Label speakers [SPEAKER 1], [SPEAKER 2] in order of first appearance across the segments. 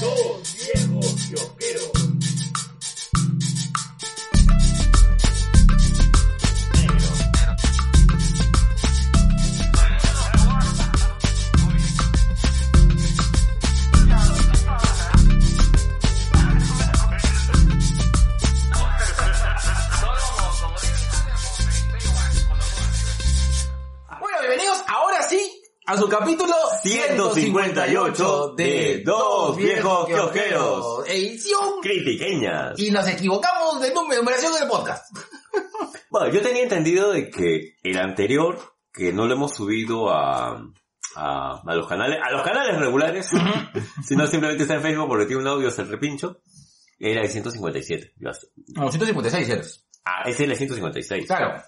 [SPEAKER 1] Somos Diego Kiosquero.
[SPEAKER 2] Bueno, bienvenidos ahora sí a su capítulo
[SPEAKER 1] 158 de Dos Viejos Kiosqueros.
[SPEAKER 2] Edición.
[SPEAKER 1] Critiqueñas.
[SPEAKER 2] Y nos equivocamos de número- numeración del podcast.
[SPEAKER 1] Bueno, yo tenía entendido de que el anterior, que no lo hemos subido a, a, a los canales, a los canales regulares, sino simplemente está en Facebook porque tiene un audio, se repincho, era el 157. Yo as-
[SPEAKER 2] 156 eres.
[SPEAKER 1] Ah, ese era el 156.
[SPEAKER 2] Claro,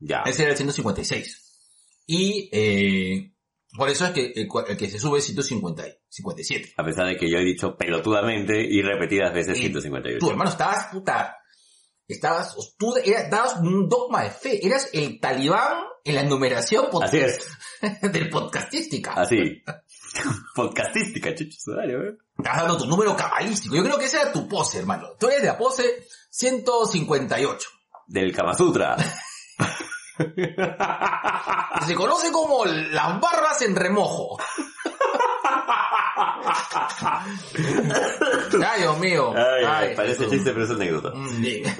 [SPEAKER 1] Ya.
[SPEAKER 2] ese era el 156. Y eh, por eso es que el, cua- el que se sube es 157.
[SPEAKER 1] A pesar de que yo he dicho pelotudamente y repetidas veces
[SPEAKER 2] Y
[SPEAKER 1] 158.
[SPEAKER 2] Tú, hermano, estabas puta. Estabas, tú eras, dabas un dogma de fe. Eras el talibán en la numeración pod-
[SPEAKER 1] Así es,
[SPEAKER 2] del podcastística.
[SPEAKER 1] así. Podcastística, chucho, dale, ¿eh?
[SPEAKER 2] Estás dando tu número cabalístico. Yo creo que esa era tu pose, hermano. Tú eres de la pose 158.
[SPEAKER 1] Del Kama Sutra.
[SPEAKER 2] Se conoce como las barbas en remojo. Ay, Dios mío.
[SPEAKER 1] Ay, ay, parece
[SPEAKER 2] Jesús.
[SPEAKER 1] chiste, pero es anécdota.
[SPEAKER 2] Mm, bien.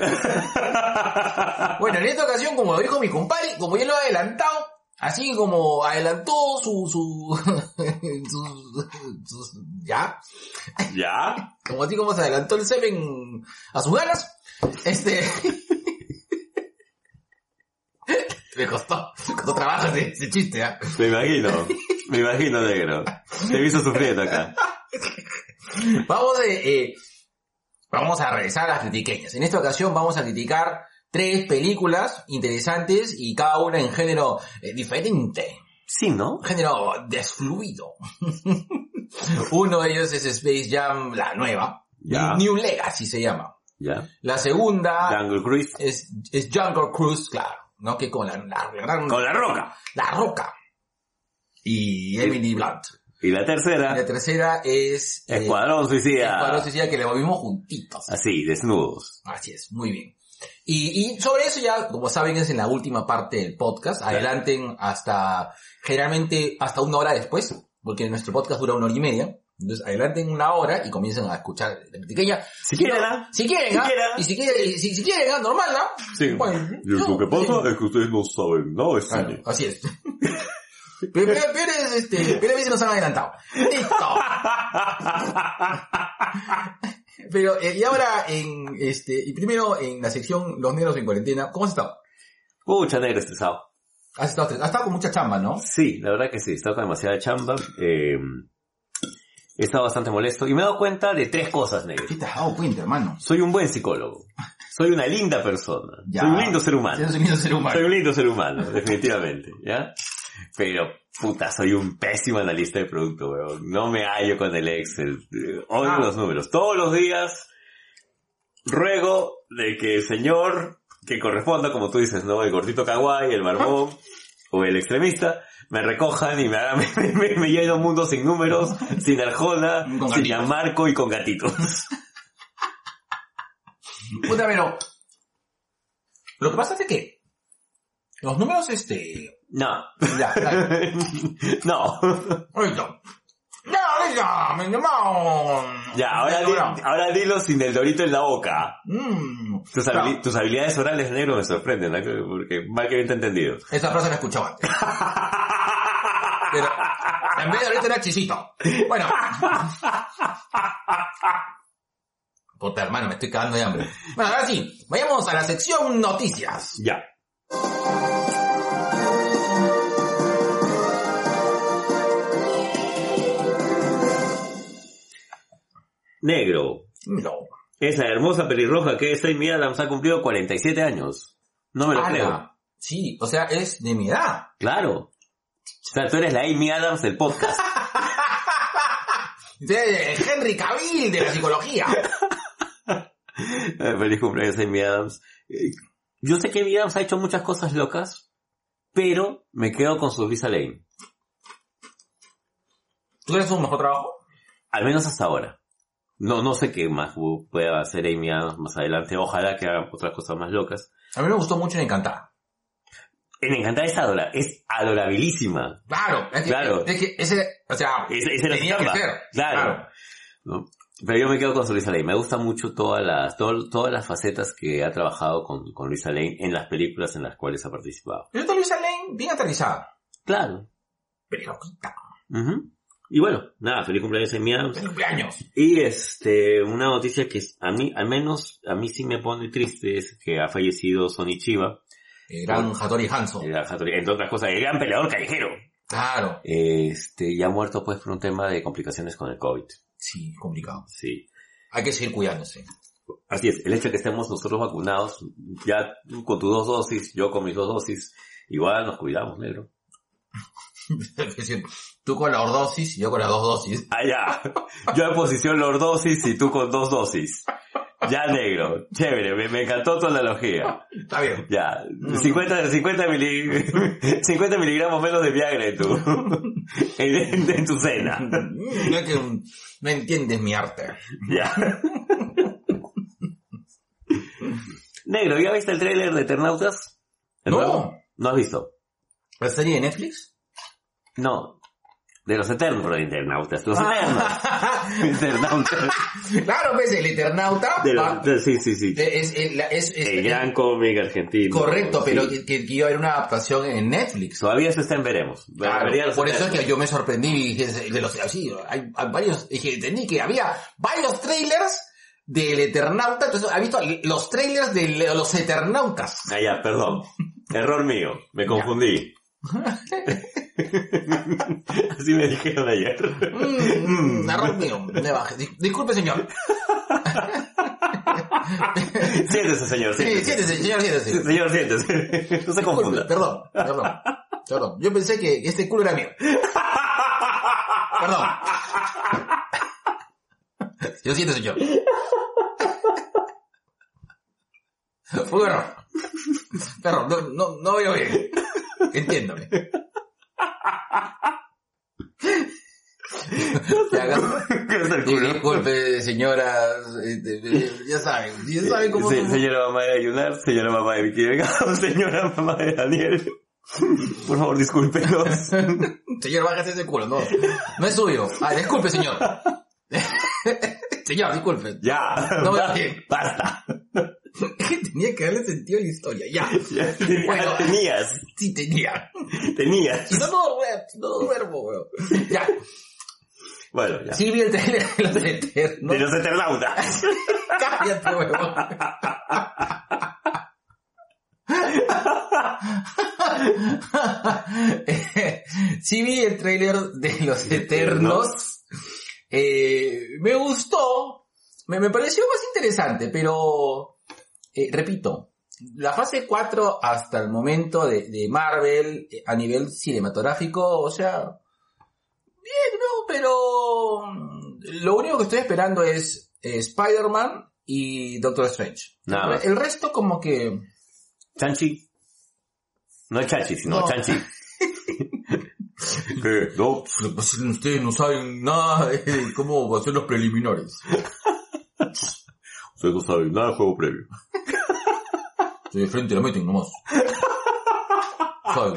[SPEAKER 2] bueno, en esta ocasión, como lo dijo mi compadre, como ya lo ha adelantado, así como adelantó su, su, su- sus- ya,
[SPEAKER 1] ¿Ya?
[SPEAKER 2] como así como se adelantó el Seven a sus ganas, este... Me costó, me costó trabajo ese, ese chiste, ¿ah?
[SPEAKER 1] Me imagino. Me imagino, negro. Te he visto sufriendo acá.
[SPEAKER 2] Vamos, de, eh, vamos a regresar a las critiqueñas. En esta ocasión vamos a criticar tres películas interesantes y cada una en género eh, diferente.
[SPEAKER 1] Sí, ¿no?
[SPEAKER 2] Género desfluido. Uno de ellos es Space Jam, la nueva.
[SPEAKER 1] Ya.
[SPEAKER 2] New Legacy se llama.
[SPEAKER 1] ¿Ya?
[SPEAKER 2] La segunda
[SPEAKER 1] Jungle Cruise.
[SPEAKER 2] es, es Jungle Cruise, claro. ¿No? Que con la, la, gran-
[SPEAKER 1] Con la roca.
[SPEAKER 2] la roca. Y Emily Blunt.
[SPEAKER 1] Y la
[SPEAKER 2] Y La
[SPEAKER 1] tercera,
[SPEAKER 2] tercera es... eh,
[SPEAKER 1] Escuadrón Suicida.
[SPEAKER 2] Escuadrón Suicida, que le volvimos juntitos.
[SPEAKER 1] Así, desnudos.
[SPEAKER 2] Así es, muy bien. Y, y sobre eso ya, como saben, es en la última parte del podcast. Adelanten hasta, generalmente hasta una hora después, porque nuestro podcast dura una hora y media. Entonces adelanten una hora y comiencen a escuchar la critiqueña.
[SPEAKER 1] Si quieren, ¿ah?
[SPEAKER 2] Si quieren,
[SPEAKER 1] Si
[SPEAKER 2] ¿ah?
[SPEAKER 1] quieren.
[SPEAKER 2] Y si quieren, y si, si quieren, ¿ah? normal, ¿ah?
[SPEAKER 1] Sí.
[SPEAKER 2] Bueno, no, sí.
[SPEAKER 1] es que ustedes no saben, ¿no? Es
[SPEAKER 2] Claro, así es. Pero, pero- pero es, este, pero a veces nos han adelantado. Listo. Pero, eh, y ahora en, este, y primero en la sección Los negros en cuarentena, ¿cómo has estado?
[SPEAKER 1] Pucha, negro estresado.
[SPEAKER 2] Has estado, has estado con mucha chamba, ¿no?
[SPEAKER 1] Sí, la verdad que sí, he estado con demasiada chamba. eh, he estado bastante molesto y me he dado cuenta de tres cosas, negro.
[SPEAKER 2] ¿Qué te has dado cuenta, hermano?
[SPEAKER 1] Soy un buen psicólogo. Soy una linda persona.
[SPEAKER 2] Ya.
[SPEAKER 1] Soy un lindo ser
[SPEAKER 2] Si
[SPEAKER 1] humano.
[SPEAKER 2] eres un lindo ser
[SPEAKER 1] Soy
[SPEAKER 2] humano.
[SPEAKER 1] un lindo ser humano, definitivamente, ¿ya? Pero, puta, soy un pésimo analista de producto, weón. No me hallo con el Excel. Eh, Odio
[SPEAKER 2] Ah.
[SPEAKER 1] los números. Todos los días ruego de que el señor que corresponda, como tú dices, ¿no? El gordito kawaii, el barbón o el extremista, me recojan y me hagan, me, me- me lleven a un mundo sin números, sin Arjona,
[SPEAKER 2] Con
[SPEAKER 1] sin
[SPEAKER 2] gatitos.
[SPEAKER 1] Marco y con gatitos.
[SPEAKER 2] Puta, pero, lo que pasa es que, los números, este,
[SPEAKER 1] No.
[SPEAKER 2] ya, ya,
[SPEAKER 1] no.
[SPEAKER 2] listo. Ya, listo, me llamado.
[SPEAKER 1] Ya, ahora, di- ahora dilo sin el dorito en la boca.
[SPEAKER 2] Mm.
[SPEAKER 1] Tus,
[SPEAKER 2] Claro,
[SPEAKER 1] habili- tus habilidades orales negro me sorprenden, ¿no? porque mal que bien te he entendido.
[SPEAKER 2] Esa frase la he escuchado antes. Pero en vez de ahorita era chisito. Bueno. Puta hermano, me estoy cagando de hambre. Bueno, ahora sí, vayamos a la sección noticias.
[SPEAKER 1] Ya. Negro,
[SPEAKER 2] No.
[SPEAKER 1] esa hermosa pelirroja que es Amy Adams ha cumplido 47 años. No me lo
[SPEAKER 2] Ala.
[SPEAKER 1] creo.
[SPEAKER 2] Sí, o sea, es de mi edad.
[SPEAKER 1] Claro. O sea, tú eres la Amy Adams del podcast.
[SPEAKER 2] De Henry Cavill de la psicología.
[SPEAKER 1] Eh, Feliz cumpleaños Amy Adams. Eh, Yo sé que Amy Adams ha hecho muchas cosas locas, pero me quedo con su Visa Lane.
[SPEAKER 2] ¿Tú eres un mejor trabajo?
[SPEAKER 1] Al menos hasta ahora. No, no sé qué más pu- pueda hacer Amy Adams más adelante. Ojalá que haga otras cosas más locas. Eh,
[SPEAKER 2] A mí me gustó mucho en Encantada.
[SPEAKER 1] En Encantada es adora, es adorabilísima.
[SPEAKER 2] Claro, es que,
[SPEAKER 1] Claro.
[SPEAKER 2] Es que ese, o sea,
[SPEAKER 1] Es, es era su
[SPEAKER 2] tenía que
[SPEAKER 1] chamba.
[SPEAKER 2] ser.
[SPEAKER 1] Claro. ¿no? Pero yo me quedo con su Luisa Lane. Me gusta mucho todas las, todo- todas las facetas que ha trabajado con, con Luisa Lane en las películas en las cuales ha participado.
[SPEAKER 2] Pero esta Luisa Lane, bien aterrizada.
[SPEAKER 1] Claro.
[SPEAKER 2] Pero, puta,
[SPEAKER 1] Ujú. Y bueno, nada, feliz cumpleaños Amy Adams.
[SPEAKER 2] feliz cumpleaños.
[SPEAKER 1] Y este, una noticia que a mí, al menos, a mí sí me pone triste es que ha fallecido Sonny Chiba.
[SPEAKER 2] El gran Eh, Hattori Hanson.
[SPEAKER 1] Era Hattori- Entre otras cosas, el gran peleador callejero.
[SPEAKER 2] Claro.
[SPEAKER 1] Este, ya ha muerto pues por un tema de complicaciones con el COVID.
[SPEAKER 2] Sí, complicado.
[SPEAKER 1] Sí.
[SPEAKER 2] Hay que seguir cuidándose.
[SPEAKER 1] Así es, el hecho de que estemos nosotros vacunados, ya tú con tus dos dosis, yo con mis dos dosis, igual nos cuidamos, negro.
[SPEAKER 2] Es decir, tú con la ordosis y yo con las dos dosis.
[SPEAKER 1] Ah, ya. Yo en posición los dosis y tú con dos dosis. Ya, negro. Chévere, me, me encantó tu analogía.
[SPEAKER 2] Está bien.
[SPEAKER 1] Ya. 50, 50, mili- 50 miligramos menos de Viagra en tu, en, en tu cena.
[SPEAKER 2] No, es que, mm, no entiendes mi arte.
[SPEAKER 1] Ya. Negro, ¿ya viste el tráiler de Eternautas? ¿El
[SPEAKER 2] No.
[SPEAKER 1] nuevo? ¿No has visto?
[SPEAKER 2] ¿La serie de Netflix?
[SPEAKER 1] No. De los eternos, pero de internautas. Los eternos.
[SPEAKER 2] Ah.
[SPEAKER 1] internautas.
[SPEAKER 2] Claro, pues el Eternauta
[SPEAKER 1] De
[SPEAKER 2] va-
[SPEAKER 1] los, de- sí, sí, sí.
[SPEAKER 2] es, es- la- es- es-
[SPEAKER 1] El
[SPEAKER 2] es-
[SPEAKER 1] gran cómic argentino.
[SPEAKER 2] Eh, correcto,
[SPEAKER 1] Sí.
[SPEAKER 2] pero que, que iba a haber una adaptación en Netflix.
[SPEAKER 1] Todavía eso está en veremos.
[SPEAKER 2] Claro,
[SPEAKER 1] Debería
[SPEAKER 2] por eso
[SPEAKER 1] ser.
[SPEAKER 2] es que yo me sorprendí y dije, de los, así, hay, hay varios, dije, entendí que había varios trailers del Eternauta, entonces ha visto los trailers de los Eternautas.
[SPEAKER 1] Ah, ya, perdón. Error mío. Me confundí. Así me dijeron ayer.
[SPEAKER 2] Mm, arroz mío, me baje. Dis- disculpe señor.
[SPEAKER 1] Siéntese, señor.
[SPEAKER 2] Sí, siéntese,
[SPEAKER 1] Siéntese.
[SPEAKER 2] señor, siéntese.
[SPEAKER 1] Sí, Señor, siéntese. No se
[SPEAKER 2] Disculpe,
[SPEAKER 1] confunda.
[SPEAKER 2] perdón, perdón, perdón. Yo pensé que este culo era mío. Perdón. Yo siento, señor. Fue un error. Perdón, no, no, no veo bien. Entiéndome. Te hagas-
[SPEAKER 1] ¿Qué es el culo?
[SPEAKER 2] Disculpe, señoras, este, ya saben, ya saben cómo
[SPEAKER 1] Se-
[SPEAKER 2] somos.
[SPEAKER 1] Señora mamá de Ayunar, señora mamá de Vicky Delgado, señora mamá de Daniel. Por favor, discúlpenos.
[SPEAKER 2] Señor, bájese ese culo, no. No es suyo. Ah, disculpe, señor. señor, disculpe.
[SPEAKER 1] Ya,
[SPEAKER 2] No me
[SPEAKER 1] ba-
[SPEAKER 2] bien.
[SPEAKER 1] basta.
[SPEAKER 2] Tenía que darle sentido a la historia, ya.
[SPEAKER 1] Ya, ya
[SPEAKER 2] Bueno.
[SPEAKER 1] tenías,
[SPEAKER 2] Sí, tenía.
[SPEAKER 1] tenías.
[SPEAKER 2] Si no, no duermo, si no duermo, weón. Ya.
[SPEAKER 1] Bueno, ya.
[SPEAKER 2] Sí vi el trailer de los
[SPEAKER 1] De
[SPEAKER 2] eternos.
[SPEAKER 1] los Eternautas.
[SPEAKER 2] Cállate, weón. Eh, sí vi el trailer de los eternos. Eh, me gustó. Me, me pareció más interesante, pero... eh, repito, la fase 4 hasta el momento de, de Marvel eh, a nivel cinematográfico, o sea, bien, ¿no? Pero mm, lo único que estoy esperando es eh, Spider-Man y Doctor Strange.
[SPEAKER 1] Nada más.
[SPEAKER 2] El resto como que...
[SPEAKER 1] Chanchi. No Chachi, sino
[SPEAKER 2] No.
[SPEAKER 1] Chanchi. Eh,
[SPEAKER 2] Lo
[SPEAKER 1] no.
[SPEAKER 2] que pasa es que ustedes pues, no saben nada de cómo hacer los preliminares.
[SPEAKER 1] Soy Gustavo, nada de juego previo.
[SPEAKER 2] Estoy de frente la meten nomás. Saben,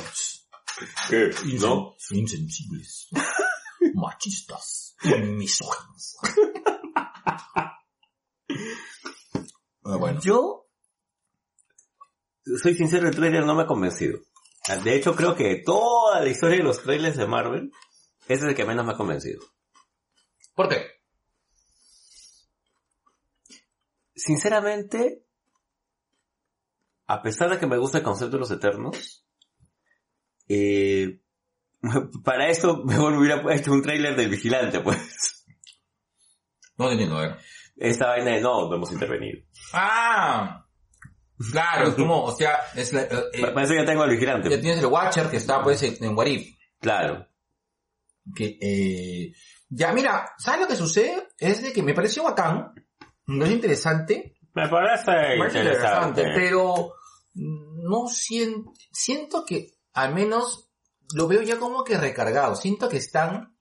[SPEAKER 1] Eh,
[SPEAKER 2] insen-
[SPEAKER 1] No.
[SPEAKER 2] insensibles, machistas y misóginos. Ah, bueno.
[SPEAKER 1] Yo, soy sincero, el trailer no me ha convencido. De hecho, creo que de toda la historia de los trailers de Marvel, ese es el que menos me ha convencido.
[SPEAKER 2] ¿Por qué?
[SPEAKER 1] Sinceramente, a pesar de que me gusta el concepto de los eternos, eh, para eso mejor me hubiera puesto un trailer del vigilante, pues.
[SPEAKER 2] No te entiendo, a ver.
[SPEAKER 1] Esta vaina de no, no hemos intervenido.
[SPEAKER 2] ¡Ah! Claro, es como, o sea, es la, eh, eh,
[SPEAKER 1] Pa- Para eso ya tengo al
[SPEAKER 2] ya
[SPEAKER 1] vigilante.
[SPEAKER 2] tienes el Watcher que está pues en en What If.
[SPEAKER 1] Claro.
[SPEAKER 2] que eh, ya mira, ¿sabes lo que sucede? Es de que me pareció bacán, no es interesante,
[SPEAKER 1] Me parece
[SPEAKER 2] me parece interesante,
[SPEAKER 1] interesante.
[SPEAKER 2] pero no siento, siento que al menos lo veo ya como que recargado, siento que están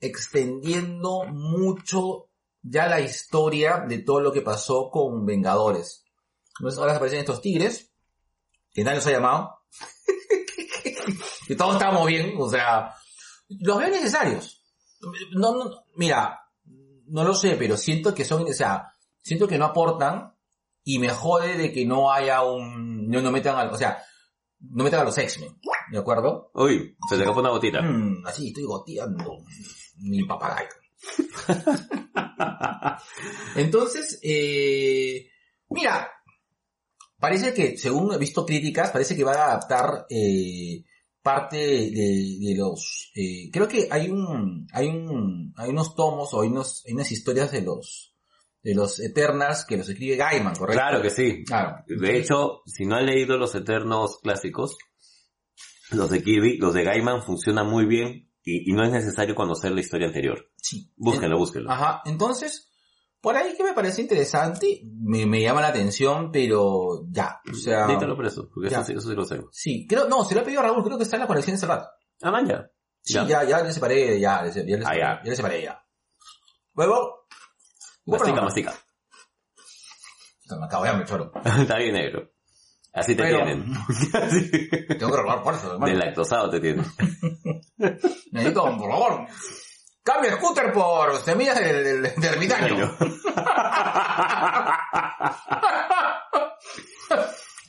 [SPEAKER 2] extendiendo mucho ya la historia de todo lo que pasó con Vengadores. Entonces ahora aparecen estos tigres, que nadie los ha llamado, que todos estamos bien, o sea, los veo necesarios. No, no, mira, no lo sé, pero siento que son, o sea, siento que no aportan y me jode de que no haya un, no, no metan al, o sea, no metan a los X-Men, ¿de acuerdo?
[SPEAKER 1] Uy, se te escapó una gotita.
[SPEAKER 2] Mm, así estoy goteando mi papagayo. Entonces, eh, mira, parece que, según he visto críticas, parece que van a adaptar eh, parte de, de los... eh, creo que hay un, hay un, hay unos tomos o hay, unos, hay unas historias de los, de los Eternals que los escribe Gaiman, ¿correcto?
[SPEAKER 1] Claro que sí.
[SPEAKER 2] Claro.
[SPEAKER 1] De hecho, si no han leído los Eternos clásicos, los de Kirby, los de Gaiman funcionan muy bien y, y no es necesario conocer la historia anterior.
[SPEAKER 2] Sí.
[SPEAKER 1] Búsquenlo, búsquenlo.
[SPEAKER 2] Ajá, entonces, por ahí que me parece interesante, me, me llama la atención, pero ya, o sea...
[SPEAKER 1] Dítalo preso, porque
[SPEAKER 2] Ya.
[SPEAKER 1] eso, sí- eso sí lo sé.
[SPEAKER 2] Sí, creo, no, se lo he pedido a Raúl, creo que está en la colección de Serrat.
[SPEAKER 1] Ah, man, ya.
[SPEAKER 2] Sí,
[SPEAKER 1] Ya.
[SPEAKER 2] ya, ya, le separé, ya, le se- ya le
[SPEAKER 1] Ah,
[SPEAKER 2] separé,
[SPEAKER 1] ya.
[SPEAKER 2] ya le separé, ya. Luego,
[SPEAKER 1] Mastica, mastica.
[SPEAKER 2] me acabo de hambre, choro.
[SPEAKER 1] Está bien negro. Así te
[SPEAKER 2] Pero-
[SPEAKER 1] tienen. Así.
[SPEAKER 2] Tengo que robar por eso, hermano.
[SPEAKER 1] Deslactosado te tienen.
[SPEAKER 2] Necesito, por favor, cambia el scooter por semillas del, del, del ermitaño.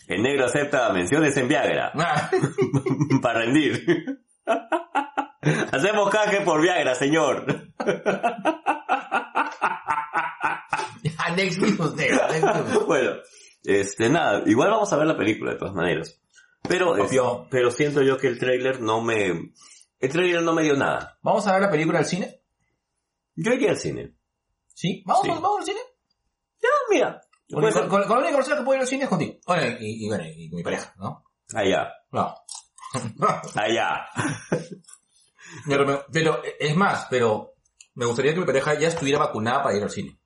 [SPEAKER 1] El negro acepta menciones en Viagra.
[SPEAKER 2] Ah,
[SPEAKER 1] Para rendir. Hacemos caje por Viagra, señor.
[SPEAKER 2] ya, next news, negro, next news.
[SPEAKER 1] Bueno, este, nada, igual vamos a ver la película de todas maneras. Pero, este,
[SPEAKER 2] Obvio.
[SPEAKER 1] pero siento yo que el trailer no me... El trailer no me dio nada.
[SPEAKER 2] Vamos a ver la película al cine.
[SPEAKER 1] Yo iría al cine.
[SPEAKER 2] ¿Sí? ¿Vamos,
[SPEAKER 1] Sí.
[SPEAKER 2] vamos al cine?
[SPEAKER 1] Ah, mira.
[SPEAKER 2] Con, con, con la única persona que puedo ir al cine es contigo. Bueno, y, y bueno, y con mi pareja, ¿no?
[SPEAKER 1] Allá,
[SPEAKER 2] No.
[SPEAKER 1] allá.
[SPEAKER 2] Pero, me- pero, es más, pero me gustaría que mi pareja ya estuviera vacunada para ir al cine.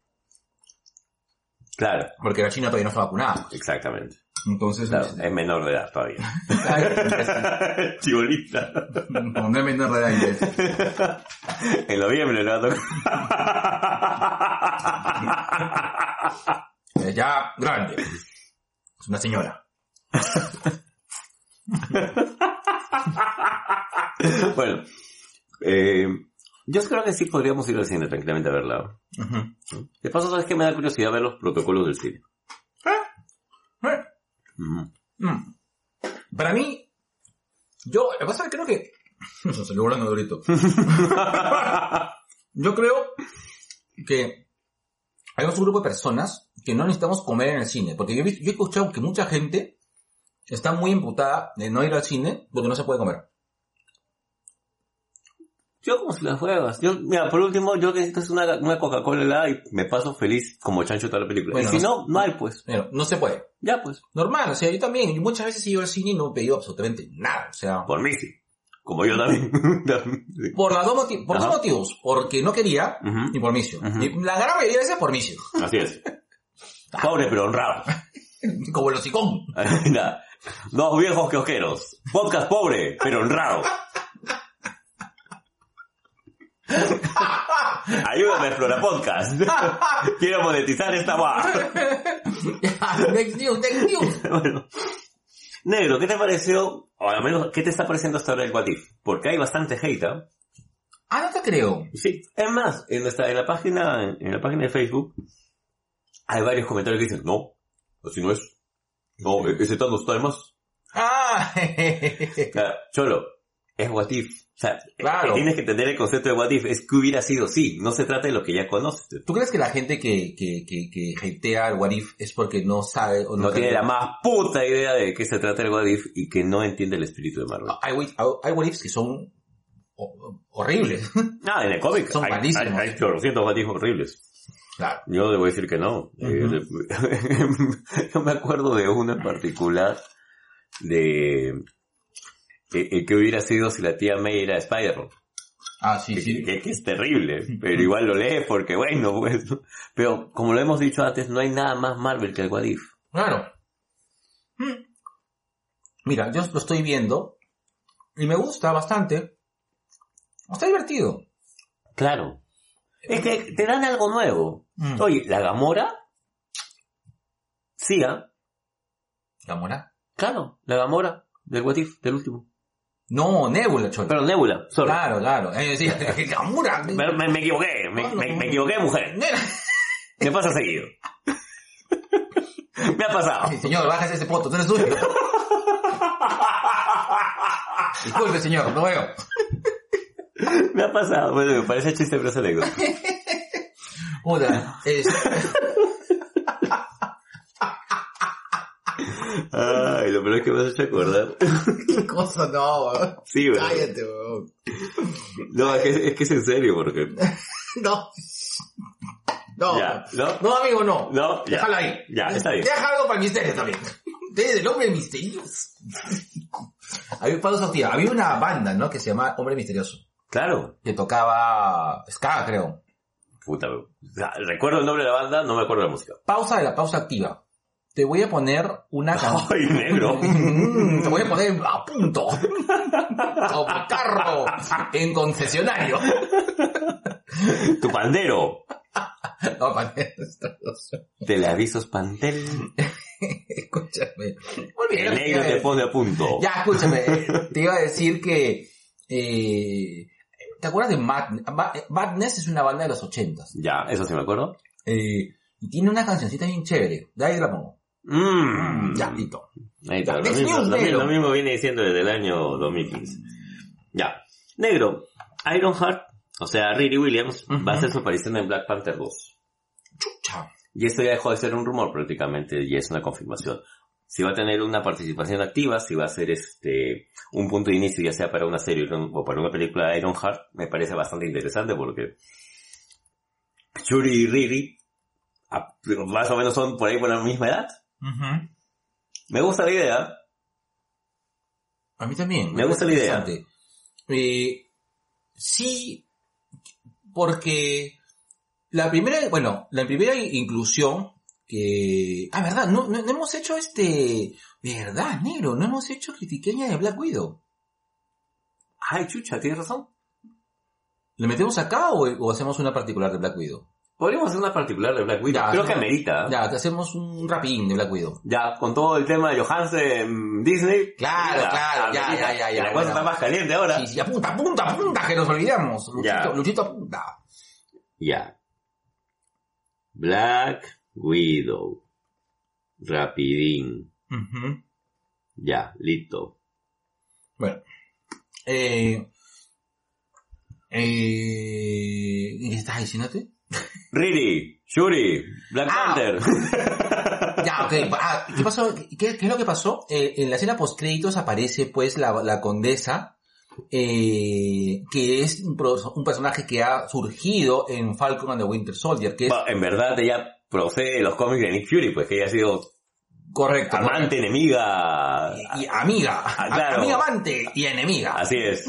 [SPEAKER 1] Claro,
[SPEAKER 2] Porque la China todavía no está vacunada.
[SPEAKER 1] exactamente.
[SPEAKER 2] Entonces,
[SPEAKER 1] Claro, es menor de edad todavía. Chibolita.
[SPEAKER 2] no me menor de edad, entonces.
[SPEAKER 1] En noviembre le va a
[SPEAKER 2] Es
[SPEAKER 1] tocar.
[SPEAKER 2] Eh, ya grande. Es una señora.
[SPEAKER 1] bueno, eh, yo creo que sí podríamos ir al cine tranquilamente a verla. De paso, sabes que me da curiosidad ver los protocolos del cine.
[SPEAKER 2] Eh,
[SPEAKER 1] Ujú.
[SPEAKER 2] mm. Para mí, yo, lo que pasa es que creo que... Se salió volando el dorito. Yo creo que hay un grupo de personas que no necesitamos comer en el cine. Porque yo, he vi- yo he escuchado que mucha gente está muy imputada de no ir al cine porque no se puede comer.
[SPEAKER 1] Yo como si las juegas. Yo, mira, por último, yo que necesito es una, una Coca-Cola helada y me paso feliz como chancho toda la película.
[SPEAKER 2] Bueno,
[SPEAKER 1] y si
[SPEAKER 2] no
[SPEAKER 1] no, no hay pues.
[SPEAKER 2] Pero no se puede.
[SPEAKER 1] Ya pues.
[SPEAKER 2] Normal, o sea, yo también. Yo muchas veces he ido al cine y no he pedido absolutamente nada. O sea,
[SPEAKER 1] Por mí sí. Como yo también. Sí.
[SPEAKER 2] por, las dos, moti- por dos
[SPEAKER 1] Ajá.
[SPEAKER 2] motivos. Porque no quería y
[SPEAKER 1] Ujú.
[SPEAKER 2] por misio.
[SPEAKER 1] Ujú.
[SPEAKER 2] Y La gran mayoría de veces por misio.
[SPEAKER 1] Así es. Pobre pero honrado.
[SPEAKER 2] Como el hocicón.
[SPEAKER 1] Nada. Dos viejos queoqueros. Podcast pobre, pero honrado. Ayúdame a explorar podcast. Quiero monetizar esta va.
[SPEAKER 2] next news, next news.
[SPEAKER 1] Bueno. Negro, ¿qué te pareció? O al menos, ¿qué te está pareciendo hasta ahora el What If? Porque hay bastante hate, ¿ah?
[SPEAKER 2] Ah, no te creo.
[SPEAKER 1] Sí. Es más, en, nuestra, en, la página, en, la página de Facebook hay varios comentarios que dicen, no, así no es. No, e- ese Thanos está de más.
[SPEAKER 2] Ah,
[SPEAKER 1] Claro, Cholo, es what if. O sea,
[SPEAKER 2] Claro.
[SPEAKER 1] tienes que entender el concepto de what if, es que hubiera sido sí, no se trata de lo que ya conoces.
[SPEAKER 2] ¿Tú crees que la gente que, que, que, que hatea al Warif es porque no sabe o
[SPEAKER 1] No tiene la más puta idea de qué se trata el what if y que no entiende el espíritu de Marvel.
[SPEAKER 2] Hay, Warif- hay Warifs que son ho- horribles.
[SPEAKER 1] Ah, en el cómic.
[SPEAKER 2] Son
[SPEAKER 1] hay,
[SPEAKER 2] malísimos.
[SPEAKER 1] Hay, hay 800 what if horribles.
[SPEAKER 2] Claro.
[SPEAKER 1] Yo debo decir que no. Eh, Yo me acuerdo de uno en particular de... eh, eh, que hubiera sido si la tía May era Spider-Man.
[SPEAKER 2] Ah, sí,
[SPEAKER 1] que,
[SPEAKER 2] sí.
[SPEAKER 1] que- que es terrible, pero igual lo lees porque bueno, pues. Pero como lo hemos dicho antes, no hay nada más Marvel que el What If.
[SPEAKER 2] Claro. Mm. Mira, yo lo estoy viendo y me gusta bastante. Está divertido.
[SPEAKER 1] Claro. Es que te dan algo nuevo.
[SPEAKER 2] Mm.
[SPEAKER 1] Oye, la Gamora. Sí, ¿ah?
[SPEAKER 2] ¿Gamora?
[SPEAKER 1] Claro, la Gamora del What If, del último.
[SPEAKER 2] No, Nebula, cholo.
[SPEAKER 1] Pero Nebula, sorry.
[SPEAKER 2] Claro, claro. Eh, sí, Gamora.
[SPEAKER 1] Me, me- me equivoqué, me, me- me equivoqué, mujer.
[SPEAKER 2] Nena.
[SPEAKER 1] Me pasa seguido. me ha pasado.
[SPEAKER 2] Sí, señor, bájese ese poto, tú eres suyo. Disculpe, señor, no veo.
[SPEAKER 1] Me ha pasado. Bueno, me parece chiste, pero es anécdota.
[SPEAKER 2] Puta, es-
[SPEAKER 1] Ay, lo peor es que me has hecho acordar.
[SPEAKER 2] qué cosa no, weón.
[SPEAKER 1] Sí, bueno.
[SPEAKER 2] Cállate, weón.
[SPEAKER 1] No, es que, es que es en serio, porque...
[SPEAKER 2] No. No.
[SPEAKER 1] Ya, ¿no?
[SPEAKER 2] No, amigo, no.
[SPEAKER 1] No, ya.
[SPEAKER 2] Déjalo ahí.
[SPEAKER 1] Ya, está bien.
[SPEAKER 2] Deja algo para el misterio también. Eres el hombre misterioso. Había, Pablo Sofía, había una banda, ¿no? Que se llama Hombre Misterioso.
[SPEAKER 1] Claro.
[SPEAKER 2] Que tocaba Ska, creo.
[SPEAKER 1] Puta, o sea, recuerdo el nombre de la banda, no me acuerdo la música.
[SPEAKER 2] Pausa de la pausa activa. Te voy a poner una canción.
[SPEAKER 1] Ay, negro.
[SPEAKER 2] Mm, te voy a poner a punto. Como carro en concesionario.
[SPEAKER 1] Tu pandero.
[SPEAKER 2] No, para nuestra traducción.
[SPEAKER 1] Te la avisos pantel.
[SPEAKER 2] Escúchame. Muy bien.
[SPEAKER 1] El negro te pone a punto.
[SPEAKER 2] Ya, escúchame. eh, Te iba a decir que... eh, ¿Te acuerdas de Mad- Ma- Madness? Es una banda de los ochentas.
[SPEAKER 1] Ya, eso sí me acuerdo.
[SPEAKER 2] Eh, y tiene una cancioncita bien chévere. De ahí te la pongo.
[SPEAKER 1] Mm.
[SPEAKER 2] Ya, listo.
[SPEAKER 1] Ahí está,
[SPEAKER 2] Ya,
[SPEAKER 1] lo,
[SPEAKER 2] es
[SPEAKER 1] mismo,
[SPEAKER 2] news,
[SPEAKER 1] lo, mismo,
[SPEAKER 2] negro.
[SPEAKER 1] lo mismo viene diciendo desde el año 2015. Ya. Negro, Ironheart, o sea, Riri Williams, va a hacer su aparición en Black Panther 2.
[SPEAKER 2] Chao.
[SPEAKER 1] Y esto ya dejó de ser un rumor prácticamente, y es una confirmación. Si va a tener una participación activa, si va a ser este, un punto de inicio, ya sea para una serie o para una película de Ironheart, me parece bastante interesante porque Shuri y Riri, a- más o menos son por ahí por la misma edad.
[SPEAKER 2] Ujú.
[SPEAKER 1] Me gusta la idea,
[SPEAKER 2] A mí también.
[SPEAKER 1] Me gusta la
[SPEAKER 2] parece
[SPEAKER 1] idea.
[SPEAKER 2] interesante. Eh, sí, porque la primera, bueno, la primera inclusión que... Ah, verdad, no, no, no hemos hecho este... Verdad, negro, no hemos hecho critiqueña de Black Widow.
[SPEAKER 1] Ay, chucha, tienes razón.
[SPEAKER 2] ¿Le metemos acá o, o hacemos una particular de Black Widow?
[SPEAKER 1] Podríamos hacer una particular de Black Widow.
[SPEAKER 2] Ya,
[SPEAKER 1] Creo
[SPEAKER 2] ya.
[SPEAKER 1] que amerita. Ya.
[SPEAKER 2] Ya, que hacemos un rapidín de Black Widow.
[SPEAKER 1] con todo el tema de Johansen, Disney.
[SPEAKER 2] Claro, claro, ya,
[SPEAKER 1] amerita.
[SPEAKER 2] ya, ya, ya,
[SPEAKER 1] La cosa
[SPEAKER 2] bueno.
[SPEAKER 1] está más caliente ahora.
[SPEAKER 2] Sí, sí, apunta, apunta, apunta, que nos olvidamos. Luchito,
[SPEAKER 1] Ya.
[SPEAKER 2] Luchito apunta.
[SPEAKER 1] Ya. Black Widow. Rapidín.
[SPEAKER 2] Ujú.
[SPEAKER 1] Ya, listo.
[SPEAKER 2] Bueno. Eh, eh, ¿Qué estás diciéndote?
[SPEAKER 1] Riri, Shuri, Black
[SPEAKER 2] Ah.
[SPEAKER 1] Panther.
[SPEAKER 2] Ya, ok. Ah, ¿Qué pasó? ¿Qué, qué es lo que pasó? Eh, en la escena post-créditos aparece pues la, la condesa, eh, que es un, pro- un personaje que ha surgido en Falcon and the Winter Soldier, que es
[SPEAKER 1] Bueno, en verdad ella procede de los cómics de Nick Fury, pues que ella ha sido
[SPEAKER 2] correcto.
[SPEAKER 1] amante, enemiga.
[SPEAKER 2] Y, y amiga,
[SPEAKER 1] Ah, claro.
[SPEAKER 2] amiga amante y enemiga.
[SPEAKER 1] Así es.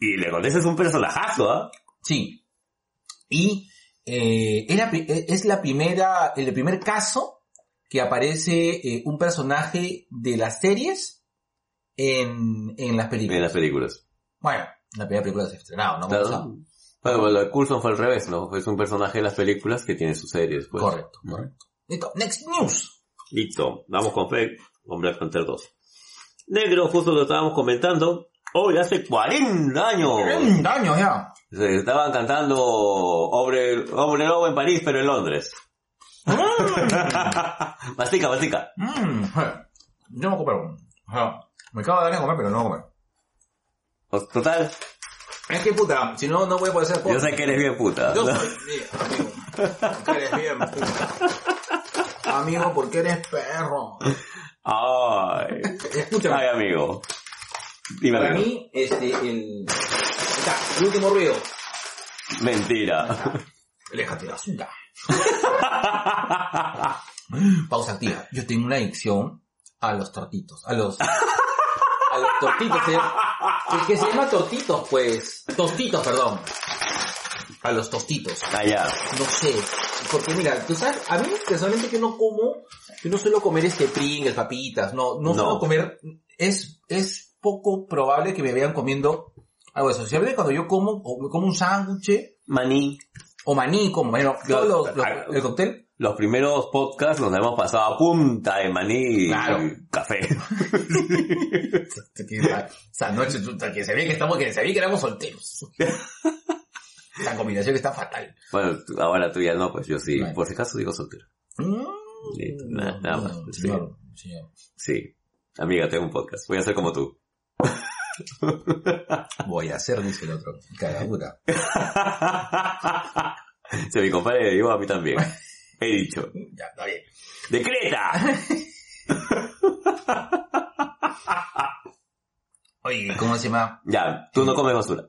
[SPEAKER 1] Y le contestas un personajazo, ¿ah?
[SPEAKER 2] Sí. Y eh, es, la, pri- es la primera, el primer caso que aparece eh, un personaje de las series en, en las películas.
[SPEAKER 1] En las películas.
[SPEAKER 2] Bueno, la primera película se ha estrenado, ¿no?
[SPEAKER 1] Claro.
[SPEAKER 2] O sea,
[SPEAKER 1] Bueno, pero lo de Coulson fue al revés, ¿no? Es un personaje de las películas que tiene sus series, pues.
[SPEAKER 2] correcto,
[SPEAKER 1] Ujú.
[SPEAKER 2] correcto. Listo, next news.
[SPEAKER 1] Listo, vamos con Fake, con Black Panther 2. Negro, justo lo estábamos comentando, hoy hace 40 años.
[SPEAKER 2] Mm, Daño ya.
[SPEAKER 1] Se estaban cantando Hombre, Hombre Lobo en París, pero en Londres. mastica, mastica.
[SPEAKER 2] Mm, ja. Yo me compro Me acabo de dar de comer, pero no voy a comer.
[SPEAKER 1] Total,
[SPEAKER 2] Es que puta, si no, no voy a poder ser
[SPEAKER 1] yo sé que eres bien puta.
[SPEAKER 2] Yo
[SPEAKER 1] ¿no?
[SPEAKER 2] soy- mira, amigo. Porque eres bien, puta. Amigo, porque eres perro.
[SPEAKER 1] Ah, Ay,
[SPEAKER 2] Escúchame.
[SPEAKER 1] ay, amigo. Dime,
[SPEAKER 2] para
[SPEAKER 1] amigo.
[SPEAKER 2] mí, este, el... Ahí Está, el último ruido.
[SPEAKER 1] Mentira.
[SPEAKER 2] Aléjate la azúcar. Pausa activa. Yo tengo una adicción a los tortitos. A los... A los tortitos. ¿eh? Es que se llama tortitos, pues. Tostitos, perdón. A los tostitos.
[SPEAKER 1] Allá.
[SPEAKER 2] No sé, porque mira, tú sabes, a mí personalmente yo no como, yo no suelo comer este Pringles, papitas, no, no,
[SPEAKER 1] No.
[SPEAKER 2] suelo comer, es, es poco probable que me vean comiendo algo de eso. Si a veces cuando yo como, o me como un sándwich,
[SPEAKER 1] Maní.
[SPEAKER 2] O maní, como bueno, todo lo- lo-
[SPEAKER 1] ah,
[SPEAKER 2] el cóctel.
[SPEAKER 1] Los primeros podcasts nos hemos pasado a punta de maní y
[SPEAKER 2] Claro.
[SPEAKER 1] café.
[SPEAKER 2] Esa noche, chuta, que se ve que estamos, que se ve que éramos solteros. La combinación está fatal.
[SPEAKER 1] Bueno, tú- ahora tú ya no, pues yo sí.
[SPEAKER 2] Bueno.
[SPEAKER 1] Por si acaso digo soltero. Listo, nada, nada más.
[SPEAKER 2] Mm,
[SPEAKER 1] Sí,
[SPEAKER 2] señor, señor.
[SPEAKER 1] sí. Amiga, tengo un podcast. Voy a ser como tú.
[SPEAKER 2] Voy a hacer, dice el otro. Cagadura.
[SPEAKER 1] Se mi compadre le digo a mí también. He dicho.
[SPEAKER 2] Ya, está bien.
[SPEAKER 1] ¡Decreta!
[SPEAKER 2] Oye, ¿cómo se llama?
[SPEAKER 1] Ya, tú no comes basura.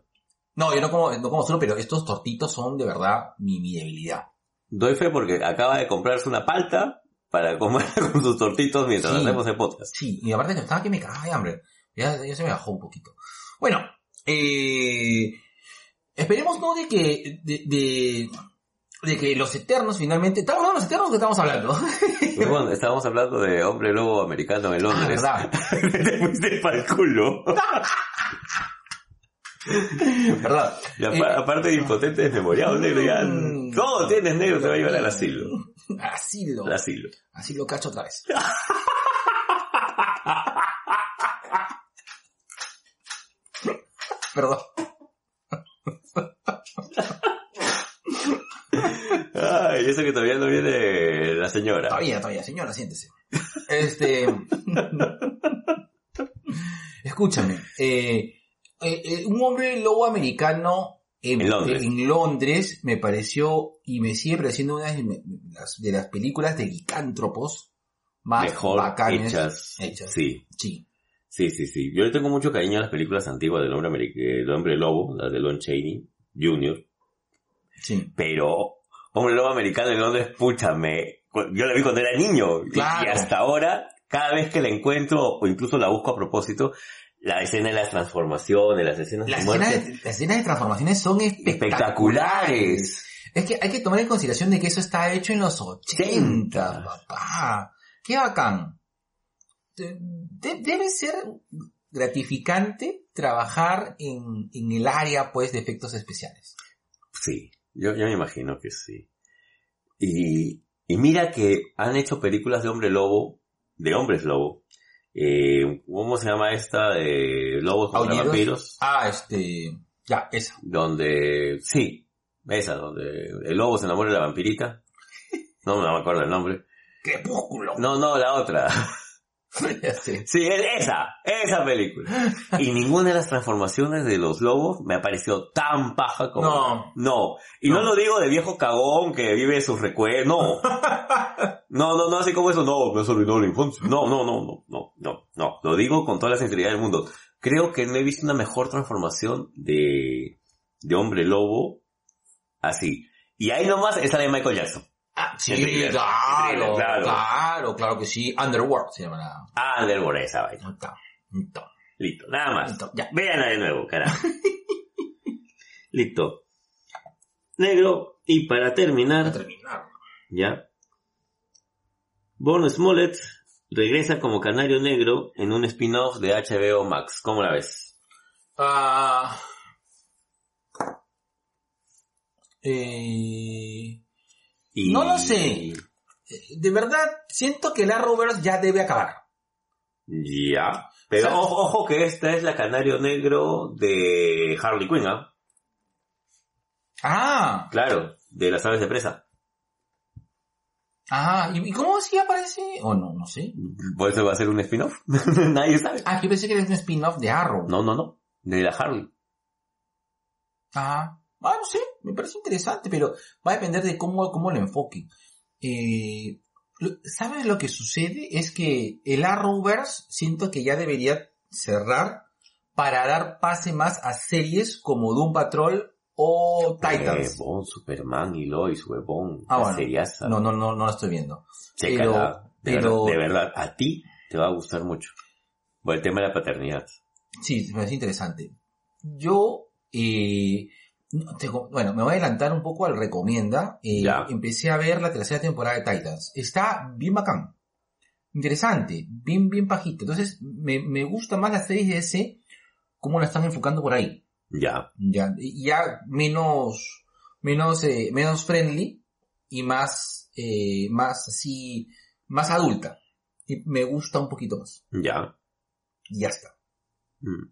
[SPEAKER 2] No, yo no como, no como solo, pero estos tortitos son de verdad mi, mi debilidad.
[SPEAKER 1] Doy fe porque acaba de comprarse una palta para comer con sus tortitos mientras
[SPEAKER 2] Sí.
[SPEAKER 1] hacemos el podcast.
[SPEAKER 2] Sí, y aparte que estaba que me cagaba de hambre. Ya, ya se me bajó un poquito. Bueno, eh, esperemos no de que, de, de, de que los eternos finalmente, ¿estamos hablando de los eternos o qué estamos hablando?
[SPEAKER 1] Y bueno, estábamos hablando de hombre lobo americano en
[SPEAKER 2] Ah,
[SPEAKER 1] Londres.
[SPEAKER 2] verdad,
[SPEAKER 1] Te fuiste pa'l culo.
[SPEAKER 2] verdad.
[SPEAKER 1] Y apa-
[SPEAKER 2] Eh,
[SPEAKER 1] aparte de impotente, desmemoriado, negro, ya...
[SPEAKER 2] Mm.
[SPEAKER 1] Todo tienes negro, te va a llevar al asilo.
[SPEAKER 2] Así lo,
[SPEAKER 1] Al asilo.
[SPEAKER 2] así lo cacho otra vez. Perdón.
[SPEAKER 1] Ay, eso que todavía no viene la señora.
[SPEAKER 2] Todavía, todavía, señora, siéntese. Este. Escúchame. eh, eh, eh, un hombre lobo americano en,
[SPEAKER 1] En Londres.
[SPEAKER 2] en Londres me pareció y me sigue pareciendo una de me- las, de las películas de licántropos más
[SPEAKER 1] Mejor
[SPEAKER 2] bacanes
[SPEAKER 1] hechas.
[SPEAKER 2] hechas.
[SPEAKER 1] Sí.
[SPEAKER 2] Sí.
[SPEAKER 1] Sí, sí, sí. Yo le tengo mucho cariño a las películas antiguas del hombre, Ameri- eh, el hombre lobo, las de Lon Chaney Jr.
[SPEAKER 2] Sí.
[SPEAKER 1] Pero hombre lobo americano en Londres, púchame. cu- Yo la vi cuando era niño. Y-
[SPEAKER 2] Claro.
[SPEAKER 1] Y hasta ahora, cada vez que la encuentro, o incluso la busco a propósito, la escena de las transformaciones, las escenas
[SPEAKER 2] Las
[SPEAKER 1] de muerte.
[SPEAKER 2] escenas de, las escenas de transformaciones son espectaculares.
[SPEAKER 1] espectaculares.
[SPEAKER 2] Es que hay que tomar en consideración de que eso está hecho en los 80,
[SPEAKER 1] Ochenta.
[SPEAKER 2] papá. Qué bacán. De- de- debe ser gratificante trabajar en, en el área, pues, de efectos especiales.
[SPEAKER 1] Sí, yo, yo me imagino que sí. Y, y mira que han hecho películas de hombre lobo, de hombres lobo. Eh, ¿Cómo se llama esta? De lobos contra
[SPEAKER 2] ¿Aullidos?
[SPEAKER 1] vampiros.
[SPEAKER 2] Ah, este... Ya, esa.
[SPEAKER 1] Donde, sí, esa, donde el lobo se enamora de la vampirita. No, no me acuerdo el nombre.
[SPEAKER 2] Crepúsculo.
[SPEAKER 1] No, no, la otra.
[SPEAKER 2] Sí.
[SPEAKER 1] Sí, es- esa, esa película. Y ninguna de las transformaciones de los lobos me ha parecido tan paja como...
[SPEAKER 2] No.
[SPEAKER 1] No. Y no,
[SPEAKER 2] No.
[SPEAKER 1] lo digo de viejo cagón que vive sus recuerdos, no. No, no, no, así como eso, no, me has arruinado la infancia. No, no, no, no, no, no, no. Lo digo con toda la sinceridad del mundo. Creo que no he visto una mejor transformación de, de hombre lobo así. Y ahí nomás está de Michael Jackson.
[SPEAKER 2] Ah, sí,
[SPEAKER 1] Thriller,
[SPEAKER 2] claro,
[SPEAKER 1] thriller,
[SPEAKER 2] claro,
[SPEAKER 1] claro.
[SPEAKER 2] claro, que sí. Underworld se llama la...
[SPEAKER 1] Ah, del Boré, esa vaina.
[SPEAKER 2] Ahí está, ahí está,
[SPEAKER 1] Listo, nada
[SPEAKER 2] ahí
[SPEAKER 1] más.
[SPEAKER 2] está, Ya.
[SPEAKER 1] Véanla de nuevo, carajo. Listo. Negro, y para terminar,
[SPEAKER 2] Para terminar.
[SPEAKER 1] ¿Ya? Born Smollett regresa como Canario Negro en un spin-off de HBO Max. ¿Cómo la ves?
[SPEAKER 2] Ah. Eh,
[SPEAKER 1] Y-
[SPEAKER 2] No lo sé. de verdad, siento que la Roberts ya debe acabar.
[SPEAKER 1] Ya. Pero
[SPEAKER 2] O sea-
[SPEAKER 1] ojo, ojo que esta es la Canario Negro de Harley Quinn, ¿ah?
[SPEAKER 2] Ah,
[SPEAKER 1] Claro, de las aves de presa.
[SPEAKER 2] ah, ¿y y cómo así aparece? O no, no sé.
[SPEAKER 1] ¿Por eso va a ser un spin-off? Nadie sabe.
[SPEAKER 2] Ah, yo pensé que era un spin-off de Arrow.
[SPEAKER 1] No, no, no. De la Harley.
[SPEAKER 2] Ah, ah, no sé, me parece interesante, pero va a depender de cómo, cómo lo enfoquen. Eh, lo- ¿Sabes lo que sucede? Es que el Arrowverse siento que ya debería cerrar para dar pase más a series como Doom Patrol o Titans.
[SPEAKER 1] Huevón, Eh, Superman y Lois, huevón.
[SPEAKER 2] Ah,
[SPEAKER 1] La
[SPEAKER 2] bueno.
[SPEAKER 1] seriaza.
[SPEAKER 2] No, no, no, no la estoy viendo.
[SPEAKER 1] Chécala. de,
[SPEAKER 2] pero-
[SPEAKER 1] verdad, de verdad, a ti te va a gustar mucho. Por el tema de la paternidad.
[SPEAKER 2] Sí, me parece interesante. Yo, eh, no tengo- bueno, me voy a adelantar un poco al recomienda. Eh,
[SPEAKER 1] Ya.
[SPEAKER 2] Empecé a ver la tercera temporada de Titans. Está bien bacán. Interesante, bien, bien pajito. Entonces, me, me gusta más las series de ese, cómo la están enfocando por ahí.
[SPEAKER 1] Ya.
[SPEAKER 2] Ya, y ya menos, menos, eh, menos friendly y más, eh, más así, más adulta. Y me gusta un poquito más.
[SPEAKER 1] Ya.
[SPEAKER 2] Y ya está.
[SPEAKER 1] Mm.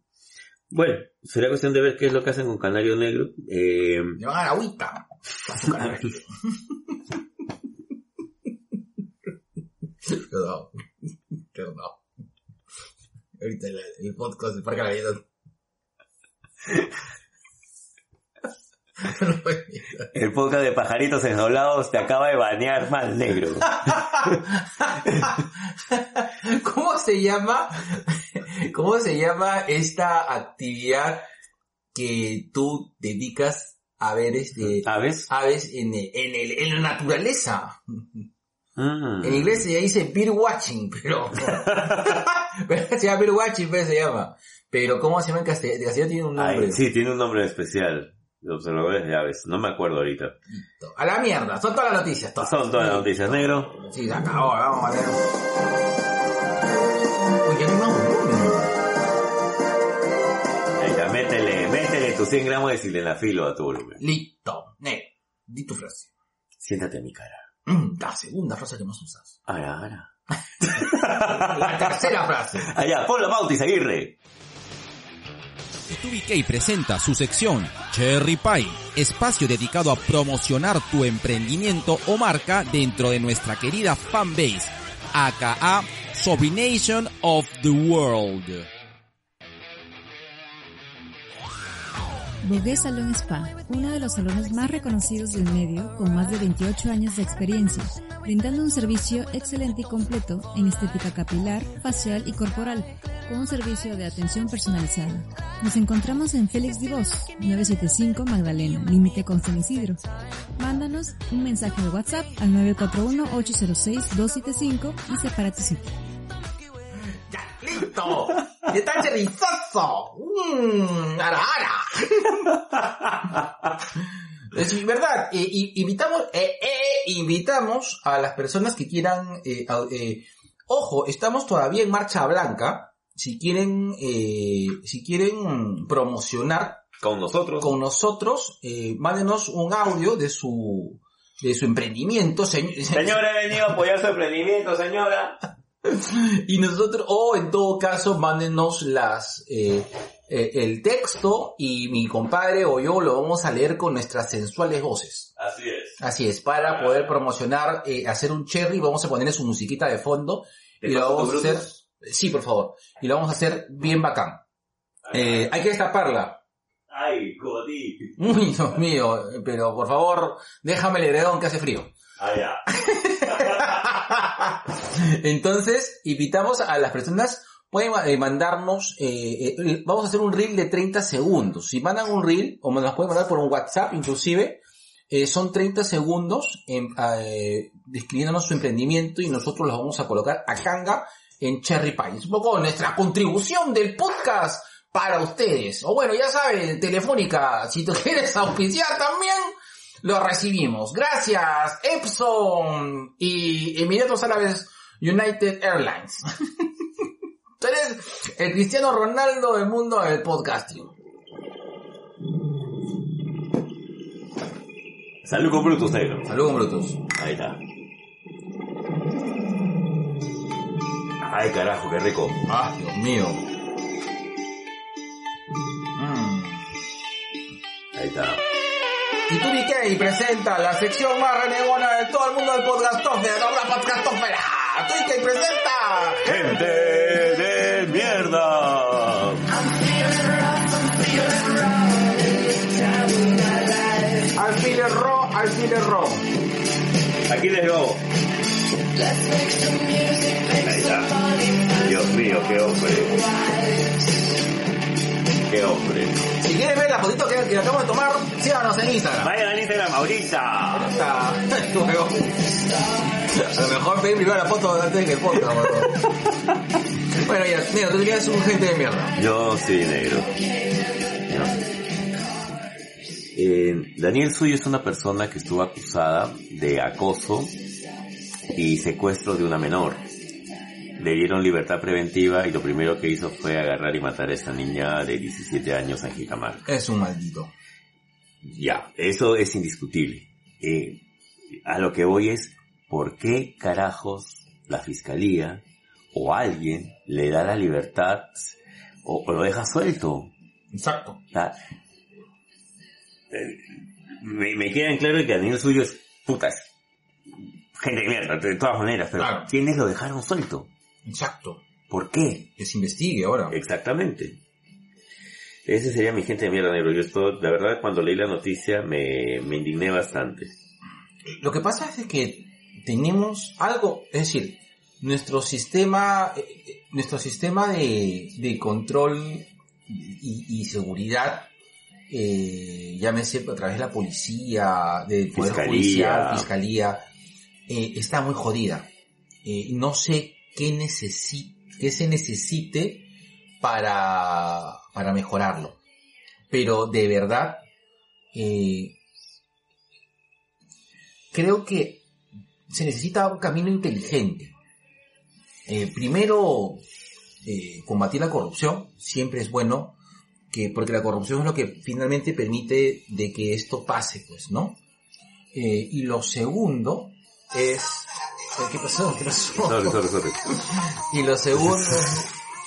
[SPEAKER 1] Bueno, será cuestión de ver qué es lo que hacen con Canario Negro. Eh,
[SPEAKER 2] Le van a dar agüita. Azúcar. Perdón. Perdón. Ahorita el, el podcast de Parque de la Vida.
[SPEAKER 1] el podcast de pajaritos enjaulados te acaba de banear más negro.
[SPEAKER 2] ¿Cómo se llama? ¿Cómo se llama esta actividad que tú dedicas a ver este
[SPEAKER 1] ¿Ah, ves?
[SPEAKER 2] aves en, el- en, el- en la naturaleza?
[SPEAKER 1] Ah. Mm.
[SPEAKER 2] En inglés se dice bird watching, pero... pero se llama bird watching, pero se llama. Pero ¿cómo se llama en castellano? En castellano tiene un
[SPEAKER 1] Ay,
[SPEAKER 2] nombre.
[SPEAKER 1] sí, tiene un nombre especial. Los observadores de aves. No me acuerdo ahorita.
[SPEAKER 2] A la mierda, son todas las noticias, todas.
[SPEAKER 1] Son todas las noticias, negro.
[SPEAKER 2] Sí, se acabó, vamos a ver. Uy, ya no hay más volumen.
[SPEAKER 1] Ahí está, métele, métele tus 100 gramos de silenafilo a tu volumen.
[SPEAKER 2] Listo, ne, di tu frase.
[SPEAKER 1] Siéntate en mi cara.
[SPEAKER 2] Mm, la segunda frase que más usas.
[SPEAKER 1] Ahora, ahora.
[SPEAKER 2] La tercera frase.
[SPEAKER 1] Allá, pon la Bautis Aguirre.
[SPEAKER 3] TubiK presenta su sección Cherry Pie, espacio dedicado a promocionar tu emprendimiento o marca dentro de nuestra querida fanbase, aka Sobrination of the World.
[SPEAKER 4] Bebé Salón Spa, uno de los salones más reconocidos del medio con más de 28 años de experiencia, brindando un servicio excelente y completo en estética capilar, facial y corporal, con un servicio de atención personalizada. Nos encontramos en Félix Divos, 975 Magdalena, límite con San Isidro. Mándanos un mensaje de WhatsApp al 941-806-275 y separa tu cita.
[SPEAKER 2] Ya, listo. ¿Qué tal cherizoso? Mmm, ara, ara. Es verdad, eh, y- invitamos, eh, eh, invitamos a las personas que quieran, eh, a- eh, ojo, estamos todavía en marcha blanca, si quieren, eh, si quieren promocionar
[SPEAKER 1] Con nosotros.
[SPEAKER 2] con nosotros, eh, mándenos un audio de su, de su emprendimiento, señ-
[SPEAKER 1] Señora, he venido a apoyar su emprendimiento, señora.
[SPEAKER 2] Y nosotros, o en todo caso, mándenos las, eh, eh, el texto y mi compadre o yo lo vamos a leer con nuestras sensuales voces.
[SPEAKER 1] Así es.
[SPEAKER 2] Así es, para poder promocionar, eh, hacer un cherry, vamos a ponerle su musiquita de fondo
[SPEAKER 1] ¿Te
[SPEAKER 2] y lo
[SPEAKER 1] paso tu
[SPEAKER 2] vamos a hacer,
[SPEAKER 1] Bluetooth?
[SPEAKER 2] sí, por favor, y lo vamos a hacer bien bacán. Eh, hay que destaparla.
[SPEAKER 1] Ay, Godí.
[SPEAKER 2] Uy, Dios mío, pero por favor, déjame el heredón que hace frío.
[SPEAKER 1] Allá.
[SPEAKER 2] Entonces, invitamos a las personas, pueden eh, mandarnos, eh, eh, vamos a hacer un reel de 30 segundos. Si mandan un reel, o nos pueden mandar por un WhatsApp inclusive, eh, son 30 segundos en, eh, describiéndonos su emprendimiento y nosotros los vamos a colocar a canga en Cherry Pie. Es un poco nuestra contribución del podcast para ustedes. O bueno, ya saben, Telefónica, si tú quieres auspiciar también, lo recibimos. Gracias, Epson y Emiratos Árabes United Airlines. Tú eres el Cristiano Ronaldo del mundo del podcasting.
[SPEAKER 1] Salud con Brutus, negro.
[SPEAKER 2] Saludos, Brutus.
[SPEAKER 1] Ahí está. Ay, carajo, qué rico.
[SPEAKER 2] Ah, Dios mío. Mm.
[SPEAKER 1] Ahí está.
[SPEAKER 2] Y Turi Kay presenta la sección más renegona de todo el mundo del podcastófera, de toda la podcastófera. Turi Kay presenta...
[SPEAKER 1] ¡Gente de mierda!
[SPEAKER 2] Alfiler Ro, Alfiler Ro.
[SPEAKER 1] Aquí les go. Ahí está. Dios mío, qué hombre. Qué hombre.
[SPEAKER 2] Si quieren ver la fotito que, que acabamos de tomar, síganos en Instagram.
[SPEAKER 1] Vayan a Instagram ahorita.
[SPEAKER 2] Está- A lo mejor pedí primero la foto antes que el podcast, weón. Bueno, ya, mira, tú tenías un gente de mierda.
[SPEAKER 1] Yo sí, negro. No. Eh, Daniel Suyo es una persona que estuvo acusada de acoso y secuestro de una menor. Le dieron libertad preventiva y lo primero que hizo fue agarrar y matar a esta niña de 17 años en Jicamar.
[SPEAKER 2] Es un maldito.
[SPEAKER 1] Ya, eso es indiscutible. Eh, a lo que voy es, ¿por qué carajos la fiscalía o alguien le da la libertad o, o lo deja suelto?
[SPEAKER 2] Exacto.
[SPEAKER 1] O sea, eh, me, me queda en claro que a nivel suyo es putas. Gente de mierda, de todas maneras, pero
[SPEAKER 2] Claro.
[SPEAKER 1] ¿quiénes lo dejaron suelto?
[SPEAKER 2] Exacto.
[SPEAKER 1] ¿Por qué?
[SPEAKER 2] Que se investigue ahora.
[SPEAKER 1] Exactamente. Ese sería mi gente de mierda negro. Yo esto, la verdad, cuando leí la noticia me, me indigné bastante.
[SPEAKER 2] Lo que pasa es que tenemos algo, es decir, nuestro sistema, eh, eh, nuestro sistema de, de control y, y seguridad, eh, llámese a través de la policía, del poder
[SPEAKER 1] Fiscalía.
[SPEAKER 2] judicial, fiscalía, eh, está muy jodida. Eh, no sé qué necesi qué se necesite para, para mejorarlo. Pero de verdad, eh, creo que se necesita un camino inteligente. Eh, primero, eh, combatir la corrupción siempre es bueno, que, porque la corrupción es lo que finalmente permite de que esto pase, pues, ¿no? Eh, y lo segundo es... eh, ¿Qué pasó? ¿Qué pasó?
[SPEAKER 1] Sorry, sorry, sorry.
[SPEAKER 2] Y lo segundo...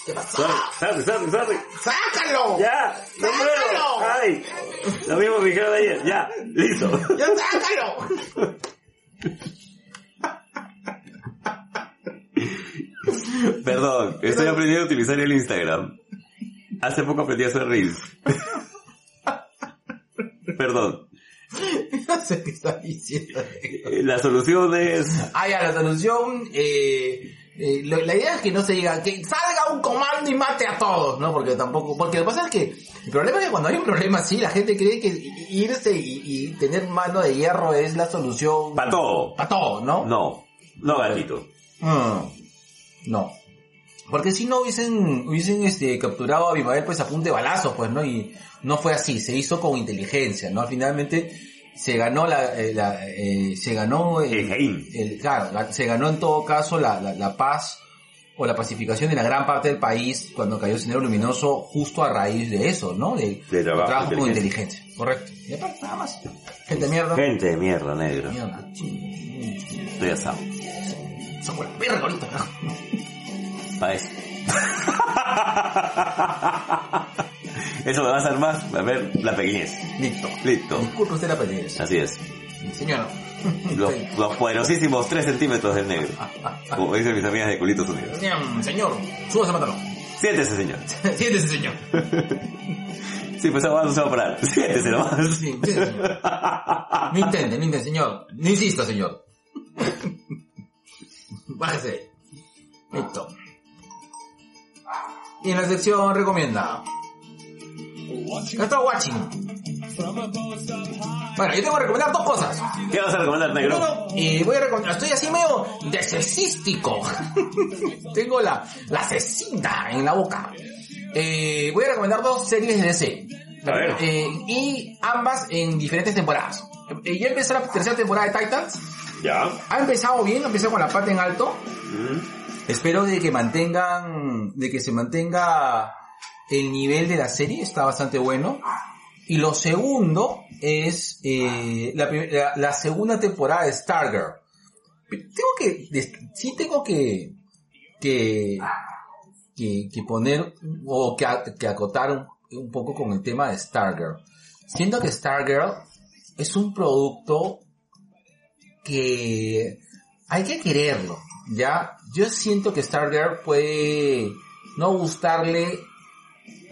[SPEAKER 2] ¿Qué pasó?
[SPEAKER 1] Sorry, sorry, sorry, sorry.
[SPEAKER 2] ¡Sácalo!
[SPEAKER 1] Ya, no puedo. Ay, lo mismo que dijeron ayer. Ya, listo.
[SPEAKER 2] ¡Ya sácalo!
[SPEAKER 1] Perdón, estoy aprendiendo a utilizar el Instagram. Hace poco aprendí a hacer reels. Perdón.
[SPEAKER 2] No sé qué está diciendo.
[SPEAKER 1] Eh, La solución es...
[SPEAKER 2] Ah, ya, la solución, eh, eh, lo- la idea es que no se diga que salga un comando y mate a todos, ¿no? Porque tampoco, porque lo que pasa es que el problema es que cuando hay un problema así, la gente cree que i- irse y, y tener mano de hierro es la solución
[SPEAKER 1] Para todo.
[SPEAKER 2] pa' todo, ¿no?
[SPEAKER 1] No, no gatito.
[SPEAKER 2] Mm, no. Porque si no hubiesen, hubiesen este, capturado a Abimael pues a punta de balazos, pues, ¿no? Y no fue así, se hizo con inteligencia, ¿no? Finalmente se ganó la, eh, la, eh, se ganó el-
[SPEAKER 1] El Jaime.
[SPEAKER 2] el- claro, la- se ganó en todo caso la, la- la paz o la pacificación de la gran parte del país cuando cayó el Sendero Luminoso justo a raíz de eso, ¿no? De,
[SPEAKER 1] De trabajo
[SPEAKER 2] con
[SPEAKER 1] inteligente.
[SPEAKER 2] inteligencia. Correcto. Y aparte, nada más. Gente de mierda.
[SPEAKER 1] Gente de mierda, negro.
[SPEAKER 2] Mierda. Ching,
[SPEAKER 1] Estoy asado.
[SPEAKER 2] Se fue la verga ahorita, carajo.
[SPEAKER 1] Pa' eso. Eso me va a hacer más, a ver, la pequeñez.
[SPEAKER 2] Listo.
[SPEAKER 1] Listo.
[SPEAKER 2] Disculpe usted la pequeñez.
[SPEAKER 1] Así es.
[SPEAKER 2] Señora.
[SPEAKER 1] Los, los poderosísimos 3 centímetros del negro. Como dicen mis amigas de Culitos Unidos.
[SPEAKER 2] Señor, señor, súbase pantalón.
[SPEAKER 1] Siéntese, señor.
[SPEAKER 2] Siéntese, señor.
[SPEAKER 1] Sí, pues vamos a operar. Siéntese nomás.
[SPEAKER 2] Sí, sí, señor. No intente, no intente, señor. No insista, señor. Bájese. Listo. Y en la sección recomienda. Acá está Watching. Bueno, yo tengo que recomendar dos cosas.
[SPEAKER 1] ¿Qué vas a recomendar, negro?
[SPEAKER 2] Primero, eh, voy a recomendar, estoy así medio desesístico. Tengo la, la cecita en la boca. Eh, voy a recomendar dos series de DC.
[SPEAKER 1] A ver.
[SPEAKER 2] Eh, y ambas en diferentes temporadas. Eh, yo empecé la tercera temporada de Titans.
[SPEAKER 1] Ya.
[SPEAKER 2] Ha empezado bien, empecé con la pata en alto.
[SPEAKER 1] Mm.
[SPEAKER 2] Espero de que mantengan, de que se mantenga el nivel de la serie, está bastante bueno. Y lo segundo es eh, la, prim- la- la segunda temporada de Stargirl. Tengo que, des- sí tengo que, que, que, que poner o que, a- que acotar un, un poco con el tema de Stargirl. Siento que Stargirl es un producto que hay que quererlo, ¿ya? Yo siento que Stargirl puede no gustarle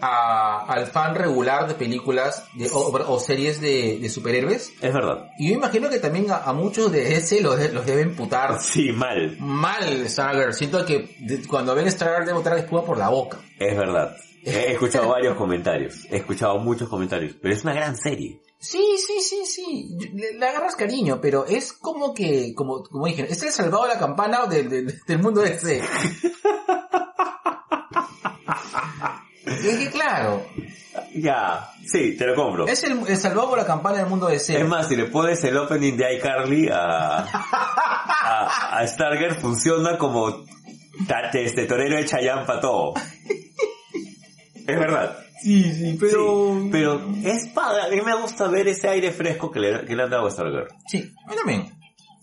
[SPEAKER 2] a- al fan regular de películas de, o, o series de, de superhéroes.
[SPEAKER 1] Es verdad.
[SPEAKER 2] Y yo imagino que también a, a muchos de ese los, de- los deben putar
[SPEAKER 1] Sí, mal.
[SPEAKER 2] mal Stargirl. Siento que de- cuando ven Stargirl deben botar la espuma por la boca.
[SPEAKER 1] Es verdad. He escuchado varios comentarios. He escuchado muchos comentarios. Pero es una gran serie.
[SPEAKER 2] Sí, sí, sí, sí. Yo- Le, le agarras cariño, pero es como que, como, como dije, es el salvado de la campana del, del, del mundo ese. es que claro,
[SPEAKER 1] Ya. Sí, te lo compro.
[SPEAKER 2] es el, el salvado por la campana del mundo ese.
[SPEAKER 1] Es más, si le pones el opening de iCarly a, a, a Stargirl, funciona como tate, este torero de Chayanne para todo. Es verdad.
[SPEAKER 2] Sí, sí, pero...
[SPEAKER 1] Sí, pero es padre. A mí me gusta ver ese aire fresco que le, que le han dado a Star Girl.
[SPEAKER 2] Sí, a mí también.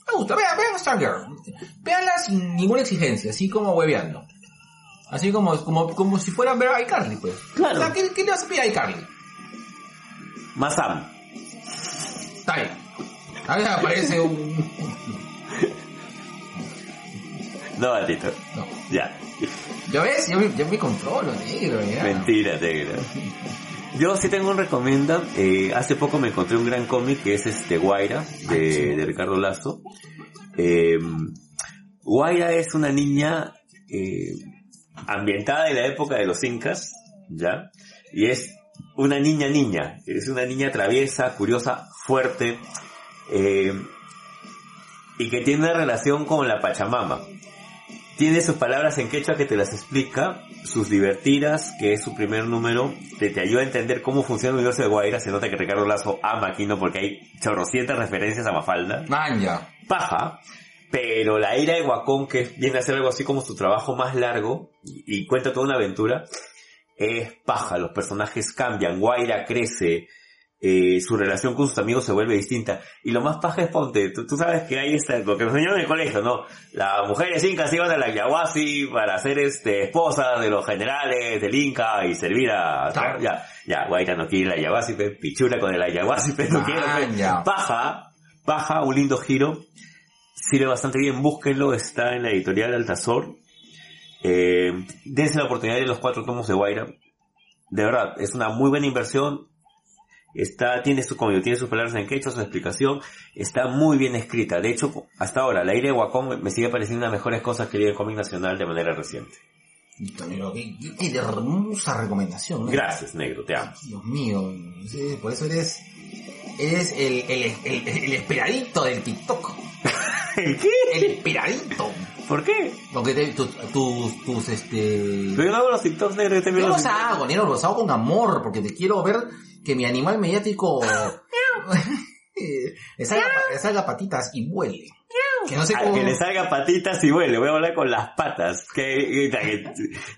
[SPEAKER 2] Me gusta, vean, vean Stargirl. Veanla sin ninguna exigencia, así como hueveando. Así como, como, como si fueran ver a iCarly, pues.
[SPEAKER 1] Claro.
[SPEAKER 2] O sea, ¿qué, qué le vas a pedir a iCarly?
[SPEAKER 1] Masam.
[SPEAKER 2] Está bien. A veces aparece un...
[SPEAKER 1] No, Batito.
[SPEAKER 2] No.
[SPEAKER 1] Ya.
[SPEAKER 2] ¿Ya ves? Yo, me- yo me controlo, negro, ya.
[SPEAKER 1] Mentira, negra. Yo sí tengo un recomienda. eh, hace poco me encontré un gran cómic que es este Guaira de, de Ricardo Lazo. Eh, Guaira es una niña eh, ambientada en la época de los incas, ¿ya? Y es una niña niña. Es una niña traviesa, curiosa, fuerte. eh, y que tiene una relación con la Pachamama. Tiene sus palabras en quechua que te las explica, sus divertidas, que es su primer número, te, te ayuda a entender cómo funciona el universo de Guaira, se nota que Ricardo Lazo ama Aquino porque hay chorrocientas referencias a Mafalda,
[SPEAKER 2] Man, ya.
[SPEAKER 1] paja, pero la ira de Guacón, que viene a ser algo así como su trabajo más largo, y, y cuenta toda una aventura, es paja, los personajes cambian, Guaira crece, eh, su relación con sus amigos se vuelve distinta. Y lo más paja es ponte, tú, tú sabes que hay esta, lo que nos enseñaron en el colegio, ¿no? Las mujeres incas iban a la ayahuasi para ser este, esposas de los generales del Inca y servir a...
[SPEAKER 2] Claro.
[SPEAKER 1] Ya, ya, Guaira no quiere la ayahuasi, pe, pichula con el ayahuasi, pe, no
[SPEAKER 2] Ah,
[SPEAKER 1] quiere, pe.
[SPEAKER 2] ya.
[SPEAKER 1] Paja, paja, un lindo giro. Sirve bastante bien, búsquenlo, está en la editorial Altazor. Eh, dense la oportunidad de los cuatro tomos de Guaira. De verdad, es una muy buena inversión. Está, tiene su, como yo, tiene sus palabras en quechua, su explicación. Está muy bien escrita. De hecho, hasta ahora, la ira de Wacom me sigue pareciendo las mejores cosas que leí el cómic nacional de manera reciente.
[SPEAKER 2] Y también, qué, qué- qué hermosa recomendación, ¿no?
[SPEAKER 1] Gracias, negro, te amo.
[SPEAKER 2] Dios mío, sí, por eso eres... Eres el, el, el, el esperadito del TikTok.
[SPEAKER 1] ¿El qué?
[SPEAKER 2] El esperadito.
[SPEAKER 1] ¿Por qué?
[SPEAKER 2] Porque te, tus, tus, tus, este...
[SPEAKER 1] Pero yo no hago los TikToks negros, yo también
[SPEAKER 2] Yo
[SPEAKER 1] los
[SPEAKER 2] los hago, negro, los hago con amor, porque te quiero ver que mi animal mediático le salga, le salga patitas y vuele. Que no sé
[SPEAKER 1] A
[SPEAKER 2] cómo...
[SPEAKER 1] Ah, que le salga patitas y vuele, voy a hablar con las patas. Que, que- que-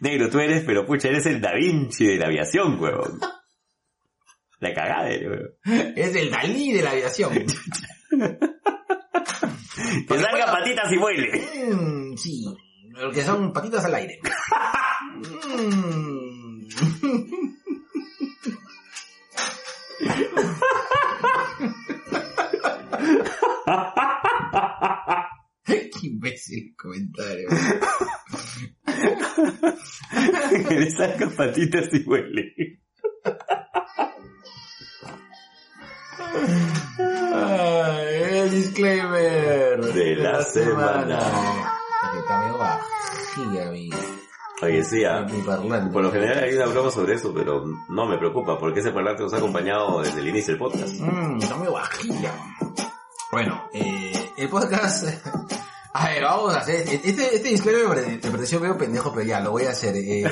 [SPEAKER 1] negro, tú eres, pero pucha, eres el Da Vinci de la aviación, huevón. La cagada, huevón.
[SPEAKER 2] Es el Dalí de la aviación.
[SPEAKER 1] Que salga
[SPEAKER 2] bueno.
[SPEAKER 1] patitas y vuele.
[SPEAKER 2] Mm, sí, lo que son patitas al aire. Mm. Qué imbécil comentario.
[SPEAKER 1] Que le salga patitas y vuele.
[SPEAKER 2] Ay, el disclaimer
[SPEAKER 1] De la semana.
[SPEAKER 2] Porque está medio bajía mi,
[SPEAKER 1] Oye, sí, ah.
[SPEAKER 2] mi parlante.
[SPEAKER 1] Por lo general hay una broma sobre eso, pero no me preocupa, porque ese parlante nos ha acompañado desde el inicio del podcast.
[SPEAKER 2] Mm, está medio bajía. Bueno, eh, el podcast... A ver, vamos a hacer... Este, este disclaimer me pare- me pareció medio pendejo, pero ya, lo voy a hacer. Eh,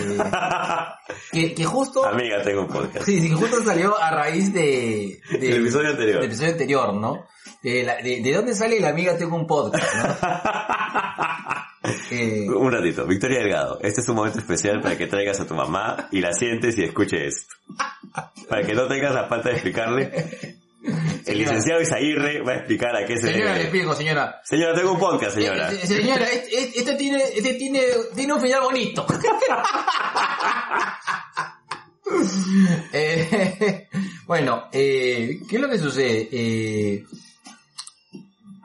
[SPEAKER 2] que, que justo...
[SPEAKER 1] Amiga, tengo un podcast.
[SPEAKER 2] Sí, sí, que justo salió a raíz de... de-
[SPEAKER 1] El episodio
[SPEAKER 2] del
[SPEAKER 1] anterior.
[SPEAKER 2] episodio anterior, ¿no? De, la- de, de dónde sale la amiga tengo un podcast, ¿no? Eh,
[SPEAKER 1] Un ratito, Victoria Delgado, este es un momento especial para que traigas a tu mamá y la sientes y escuche esto. Para que no tengas la falta de explicarle. El licenciado Isaguirre va a explicar a qué se
[SPEAKER 2] Señora, le
[SPEAKER 1] debe.
[SPEAKER 2] explico, señora.
[SPEAKER 1] Señora, tengo un podcast, señora.
[SPEAKER 2] Eh, eh, señora, este, este- este tiene, este tiene, tiene un final bonito. Eh, bueno, eh, ¿qué es lo que sucede? Eh,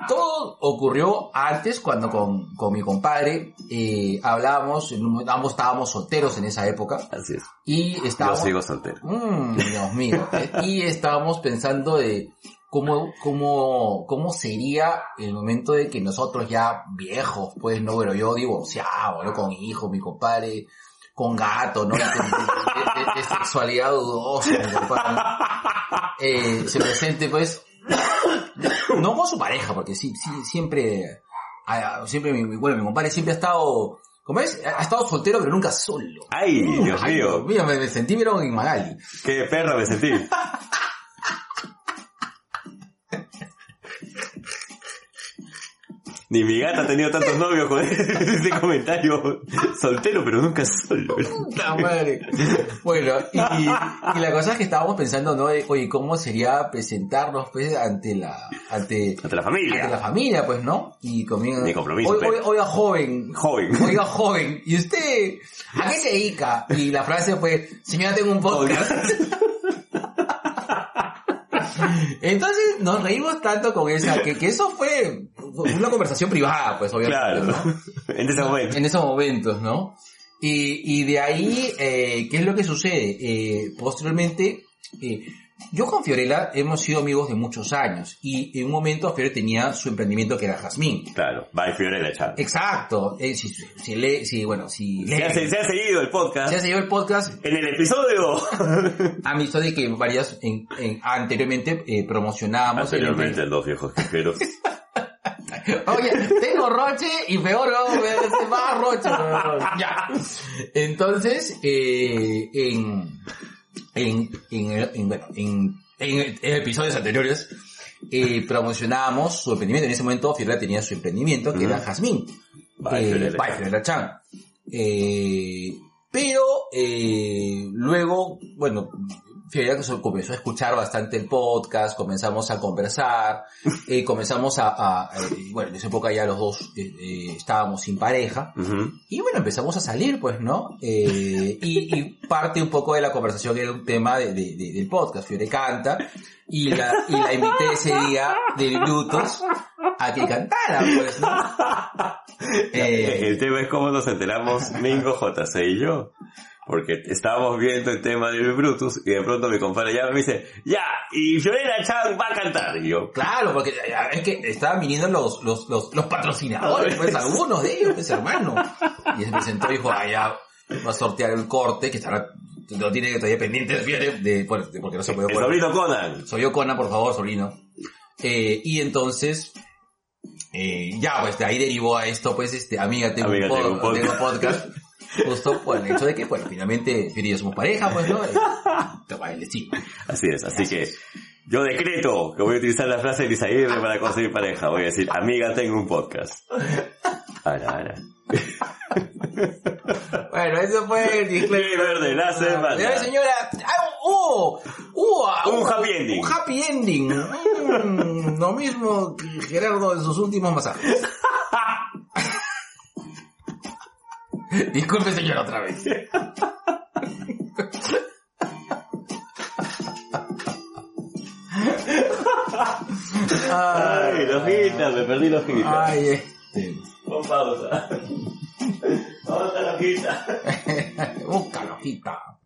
[SPEAKER 2] todo ocurrió antes cuando con, con mi compadre eh, hablábamos, en un momento- ambos estábamos solteros en esa época
[SPEAKER 1] Así es.
[SPEAKER 2] y
[SPEAKER 1] Yo
[SPEAKER 2] estábamos...
[SPEAKER 1] sigo soltero.
[SPEAKER 2] Mm, Dios mío. y estábamos pensando de cómo, cómo, cómo sería el momento de que nosotros ya viejos, pues, no, bueno, yo divorciado, ¿no? Con hijos, mi compadre, con gato, ¿no? De, de- de- de sexualidad dudosa, mi compadre. ¿no? Eh, se presente, pues, no con su pareja, porque sí, sí, siempre, ah, siempre, mi, bueno, mi compadre siempre ha estado, ¿cómo es? Ha ha estado soltero, pero nunca solo.
[SPEAKER 1] Ay, Dios
[SPEAKER 2] Uh, Ay,
[SPEAKER 1] mío,
[SPEAKER 2] Dios mío, me, me sentí pero en Magali.
[SPEAKER 1] qué perro me sentí. Ni mi gata ha tenido tantos novios con ese comentario. Soltero, pero nunca solo.
[SPEAKER 2] Puta madre. Bueno, y, y la cosa es que estábamos pensando, ¿no? De, oye, ¿cómo sería presentarnos, pues, ante la, ante,
[SPEAKER 1] Ante la familia.
[SPEAKER 2] ante la familia, pues, ¿no? Y comiendo.
[SPEAKER 1] Ni compromiso, pues.
[SPEAKER 2] Oiga,
[SPEAKER 1] pero-
[SPEAKER 2] oiga, oiga, joven.
[SPEAKER 1] Joven.
[SPEAKER 2] Oiga, joven. ¿Y usted? ¿A qué se dedica? Y la frase fue, señora, tengo un podcast. Entonces nos reímos tanto con esa, que, que eso fue una conversación privada, pues obviamente.
[SPEAKER 1] Claro.
[SPEAKER 2] ¿no?
[SPEAKER 1] En ese momento.
[SPEAKER 2] en esos momentos, ¿no? Y, y de ahí, eh, ¿qué es lo que sucede? Eh, posteriormente, eh, yo con Fiorella hemos sido amigos de muchos años y en un momento Fiorella tenía su emprendimiento que era Jazmín.
[SPEAKER 1] Claro. Bye, Fiorella, chao.
[SPEAKER 2] Exacto, eh, si, si le, si, bueno, si
[SPEAKER 1] Se ha,
[SPEAKER 2] le,
[SPEAKER 1] se ha seguido el podcast.
[SPEAKER 2] si has seguido el podcast,
[SPEAKER 1] En el episodio.
[SPEAKER 2] han visto de que varias en- en- anteriormente eh, promocionábamos el
[SPEAKER 1] Anteriormente, los viejos quejeros.
[SPEAKER 2] Oye, tengo roche y peor aún, me- se va a roche. weón. Ya. Entonces, eh, en, en, en, el- en- bueno, en, en- en episodios anteriores, eh, promocionábamos su emprendimiento. En ese momento, Fiorella tenía su emprendimiento, que era
[SPEAKER 1] Ujú.
[SPEAKER 2] Jazmín.
[SPEAKER 1] Bye,
[SPEAKER 2] Eh,
[SPEAKER 1] Fiorella.
[SPEAKER 2] bye, Fiorella Chan. Eh, pero, eh, luego, bueno, Fiorella so- comenzó a escuchar bastante el podcast, comenzamos a conversar, eh, comenzamos a, a- a- eh, bueno, en esa época ya los dos eh, eh, estábamos sin pareja,
[SPEAKER 1] Ujú.
[SPEAKER 2] y bueno, empezamos a salir, pues, ¿no? Eh, y, y parte un poco de la conversación era un tema de, de- de- del podcast. Fiore canta y la, y la invité ese día de Lutos a que cantara, pues, ¿no? Eh,
[SPEAKER 1] El tema es cómo nos enteramos Mingo, JC y yo. Porque estábamos viendo el tema de Brutus y de pronto mi compadre llama y me dice, ya, y Fiorella Chan va a cantar. Y yo,
[SPEAKER 2] claro, porque ya, es que estaban viniendo los, los, los, los patrocinadores, pues, algunos de ellos, pues, hermano. Y se presentó y dijo, ah, ya, va a sortear el corte, que estará, lo tiene todavía pendiente, Fiore, de, bueno, de- porque no se puede
[SPEAKER 1] el sobrino Conan.
[SPEAKER 2] Soy yo, Cona, por favor, sobrino. Eh, y entonces, eh, ya, pues de ahí derivó a esto, pues, este, amiga, tengo,
[SPEAKER 1] Amiga,
[SPEAKER 2] un, pod-
[SPEAKER 1] tengo un podcast.
[SPEAKER 2] tengo podcast. Justo por el hecho de que, bueno, finalmente, Firi y yo somos pareja, pues, ¿no? Eh, Toma, él sí.
[SPEAKER 1] Así es, así que yo decreto que voy a utilizar la frase de Isaías para conseguir pareja. Voy a decir, amiga, tengo un podcast. Ahora, ahora.
[SPEAKER 2] Bueno, eso fue el
[SPEAKER 1] Disclaimer de la semana.
[SPEAKER 2] Eh, señora, ah, ¡uh! ¡uh! ah,
[SPEAKER 1] Un happy ending.
[SPEAKER 2] Un happy ending. Mm, lo mismo que Gerardo en sus últimos masajes. Disculpe, señora, otra vez.
[SPEAKER 1] Ay, los hitas, me perdí los hitas.
[SPEAKER 2] Ay, este.
[SPEAKER 1] Pon pausa. ¿Dónde está los hitas?
[SPEAKER 2] Busca la hojita.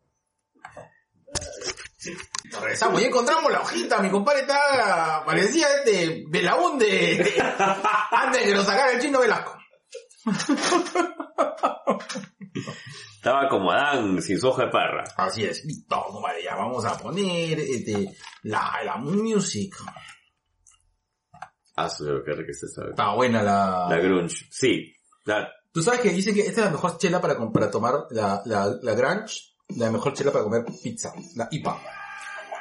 [SPEAKER 2] Regresamos y encontramos la hojita. Mi compadre está, parecía este Belaún de, antes de que lo sacara el chino Velasco.
[SPEAKER 1] Estaba como Adán, sin su hoja de parra.
[SPEAKER 2] Así es, listo, no vale, ya vamos a poner este, la, la music.
[SPEAKER 1] Ah, su lo que rica se sabe.
[SPEAKER 2] Está buena la...
[SPEAKER 1] La grunge. Sí. La-
[SPEAKER 2] Tú sabes que dicen que esta es la mejor chela para, com- para tomar la, la, la grunge, la mejor chela para comer pizza, la IPA.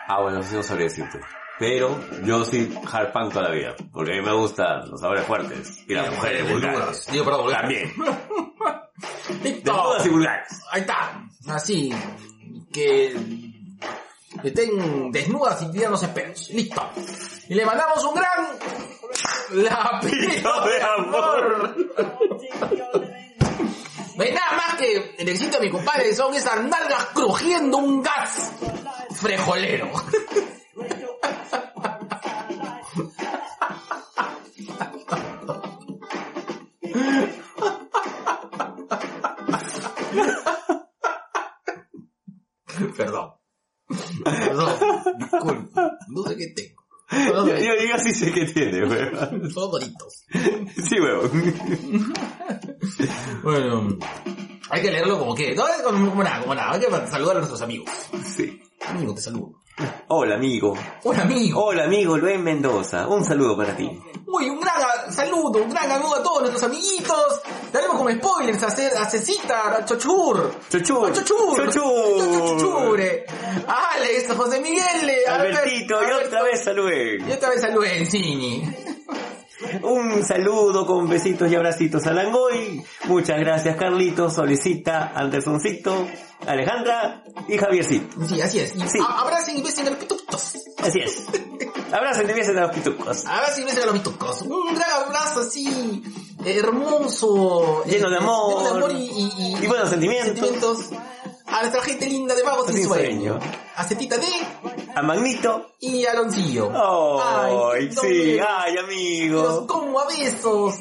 [SPEAKER 1] Ah, bueno, sí no sabría decirte. Pero yo sí hard punk toda la vida. Porque a mí me gustan los sabores fuertes. Y las mujeres vulgares.
[SPEAKER 2] Digo, perdón, vulgares.
[SPEAKER 1] También. De
[SPEAKER 2] Listo.
[SPEAKER 1] todas y vulgares.
[SPEAKER 2] Ahí está. Así. Que estén desnudas y tiran los esperos. Listo. Y le mandamos un gran lapito de amor. No hay nada más que el éxito de mi compadre son esas nalgas crujiendo un gas frejolero. Perdón. Perdón. Disculpe. No sé qué tengo.
[SPEAKER 1] Yo,
[SPEAKER 2] Son doritos.
[SPEAKER 1] yo, yo sí sé que tiene, weón.
[SPEAKER 2] Son doritos.
[SPEAKER 1] Sí, weón.
[SPEAKER 2] Bueno. Hay que leerlo como que. No es como, como nada, como nada. Hay que saludar a nuestros amigos.
[SPEAKER 1] Sí.
[SPEAKER 2] Amigo, te saludo.
[SPEAKER 1] Hola, amigo.
[SPEAKER 2] Un amigo.
[SPEAKER 1] Hola, amigo Luis Mendoza. Un saludo para ti.
[SPEAKER 2] Uy, un gran a- saludo, un gran saludo a todos nuestros amiguitos. Daremos como spoilers a, Ce- a Cecita, a Chochur.
[SPEAKER 1] Chochur.
[SPEAKER 2] A Chochur. A Chochur, eh. A Alex, a José Miguel. eh, a
[SPEAKER 1] Albertito, y
[SPEAKER 2] Albert-
[SPEAKER 1] otra vez
[SPEAKER 2] Y
[SPEAKER 1] saluden.
[SPEAKER 2] otra vez a Luencini.
[SPEAKER 1] Un saludo con besitos y abracitos a Langoy. Muchas gracias Carlitos, Solicita, Andersoncito, Alejandra y Javiercito.
[SPEAKER 5] Sí, así es. Y
[SPEAKER 1] Sí.
[SPEAKER 5] a- abracen y besen a los pitucos.
[SPEAKER 1] Así es. Abracen y besen a los pitucos.
[SPEAKER 5] Abracen y besen a los pitucos. Un gran abrazo así, hermoso.
[SPEAKER 1] Lleno de
[SPEAKER 5] eh,
[SPEAKER 1] amor.
[SPEAKER 5] Lleno de amor y, y, y-
[SPEAKER 1] Y buenos sentimientos.
[SPEAKER 5] A nuestra gente linda de Vagos sin
[SPEAKER 1] Sin sueño.
[SPEAKER 5] Sueño. A Cetita D
[SPEAKER 1] A Magnito.
[SPEAKER 5] y a Loncillo.
[SPEAKER 1] Ay,
[SPEAKER 5] Ay,
[SPEAKER 1] sí,
[SPEAKER 5] no,
[SPEAKER 1] ay
[SPEAKER 5] Los
[SPEAKER 1] amigo.
[SPEAKER 5] como a besos.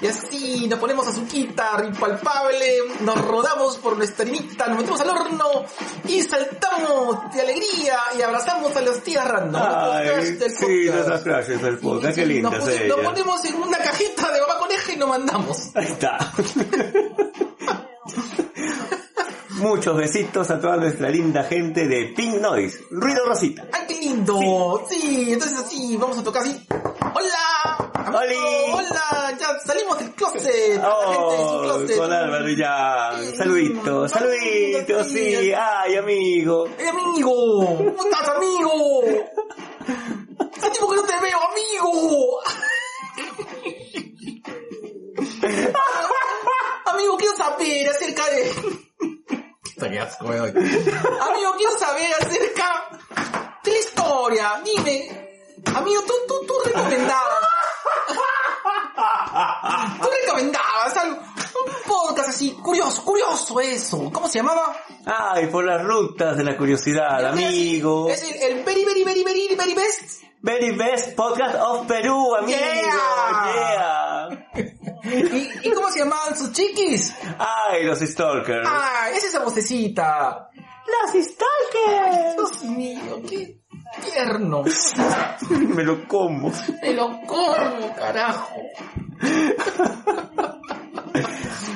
[SPEAKER 5] Y así nos ponemos azuquita, impalpable, nos rodamos por nuestra harinita, nos metemos al horno y saltamos de alegría y abrazamos a las tías random.
[SPEAKER 1] Ay,
[SPEAKER 5] Del
[SPEAKER 1] sí,
[SPEAKER 5] podcast.
[SPEAKER 1] nuestras crashes del podcast, qué
[SPEAKER 5] Sí,
[SPEAKER 1] linda
[SPEAKER 5] nos,
[SPEAKER 1] es
[SPEAKER 5] pone-
[SPEAKER 1] ella.
[SPEAKER 5] nos ponemos en una cajita de mamá coneja y nos mandamos.
[SPEAKER 1] Ahí está. Muchos besitos a toda nuestra linda gente de Pink Noise. Ruido Rosita.
[SPEAKER 5] ¡Ay, qué lindo! Sí, entonces así, vamos a tocar así. ¡Hola! amigo!
[SPEAKER 1] ¡Oli!
[SPEAKER 5] ¡Hola! Ya salimos del closet. la gente de su
[SPEAKER 1] Oh,
[SPEAKER 5] closet.
[SPEAKER 1] con Álvaro ya.
[SPEAKER 5] Sí.
[SPEAKER 1] Saluditos, saluditos, sí. Ay, amigo.
[SPEAKER 5] ¡Ey, Eh, amigo! ¿Cómo estás, amigo? ¡Hace tiempo que no te veo, amigo! amigo, quiero saber acerca de... Qué asco, weón. Amigo, quiero saber acerca de la historia. Dime. Amigo, tú, tú, tú recomendabas. Tú recomendabas algo- un podcast así, curioso, curioso eso. ¿Cómo se llamaba?
[SPEAKER 1] Ay, por las rutas de la curiosidad, amigo.
[SPEAKER 5] Es el, el very, very, very, very, very best.
[SPEAKER 1] Very best podcast of Perú, amigo.
[SPEAKER 5] Yeah.
[SPEAKER 1] Yeah.
[SPEAKER 5] ¿Y, y cómo se llamaban sus chiquis?
[SPEAKER 1] Ay, los stalkers.
[SPEAKER 5] ¡Ay, es esa vocecita!
[SPEAKER 1] Los stalkers.
[SPEAKER 5] Dios mío, qué tierno.
[SPEAKER 1] Me lo como.
[SPEAKER 5] Me lo corro, carajo.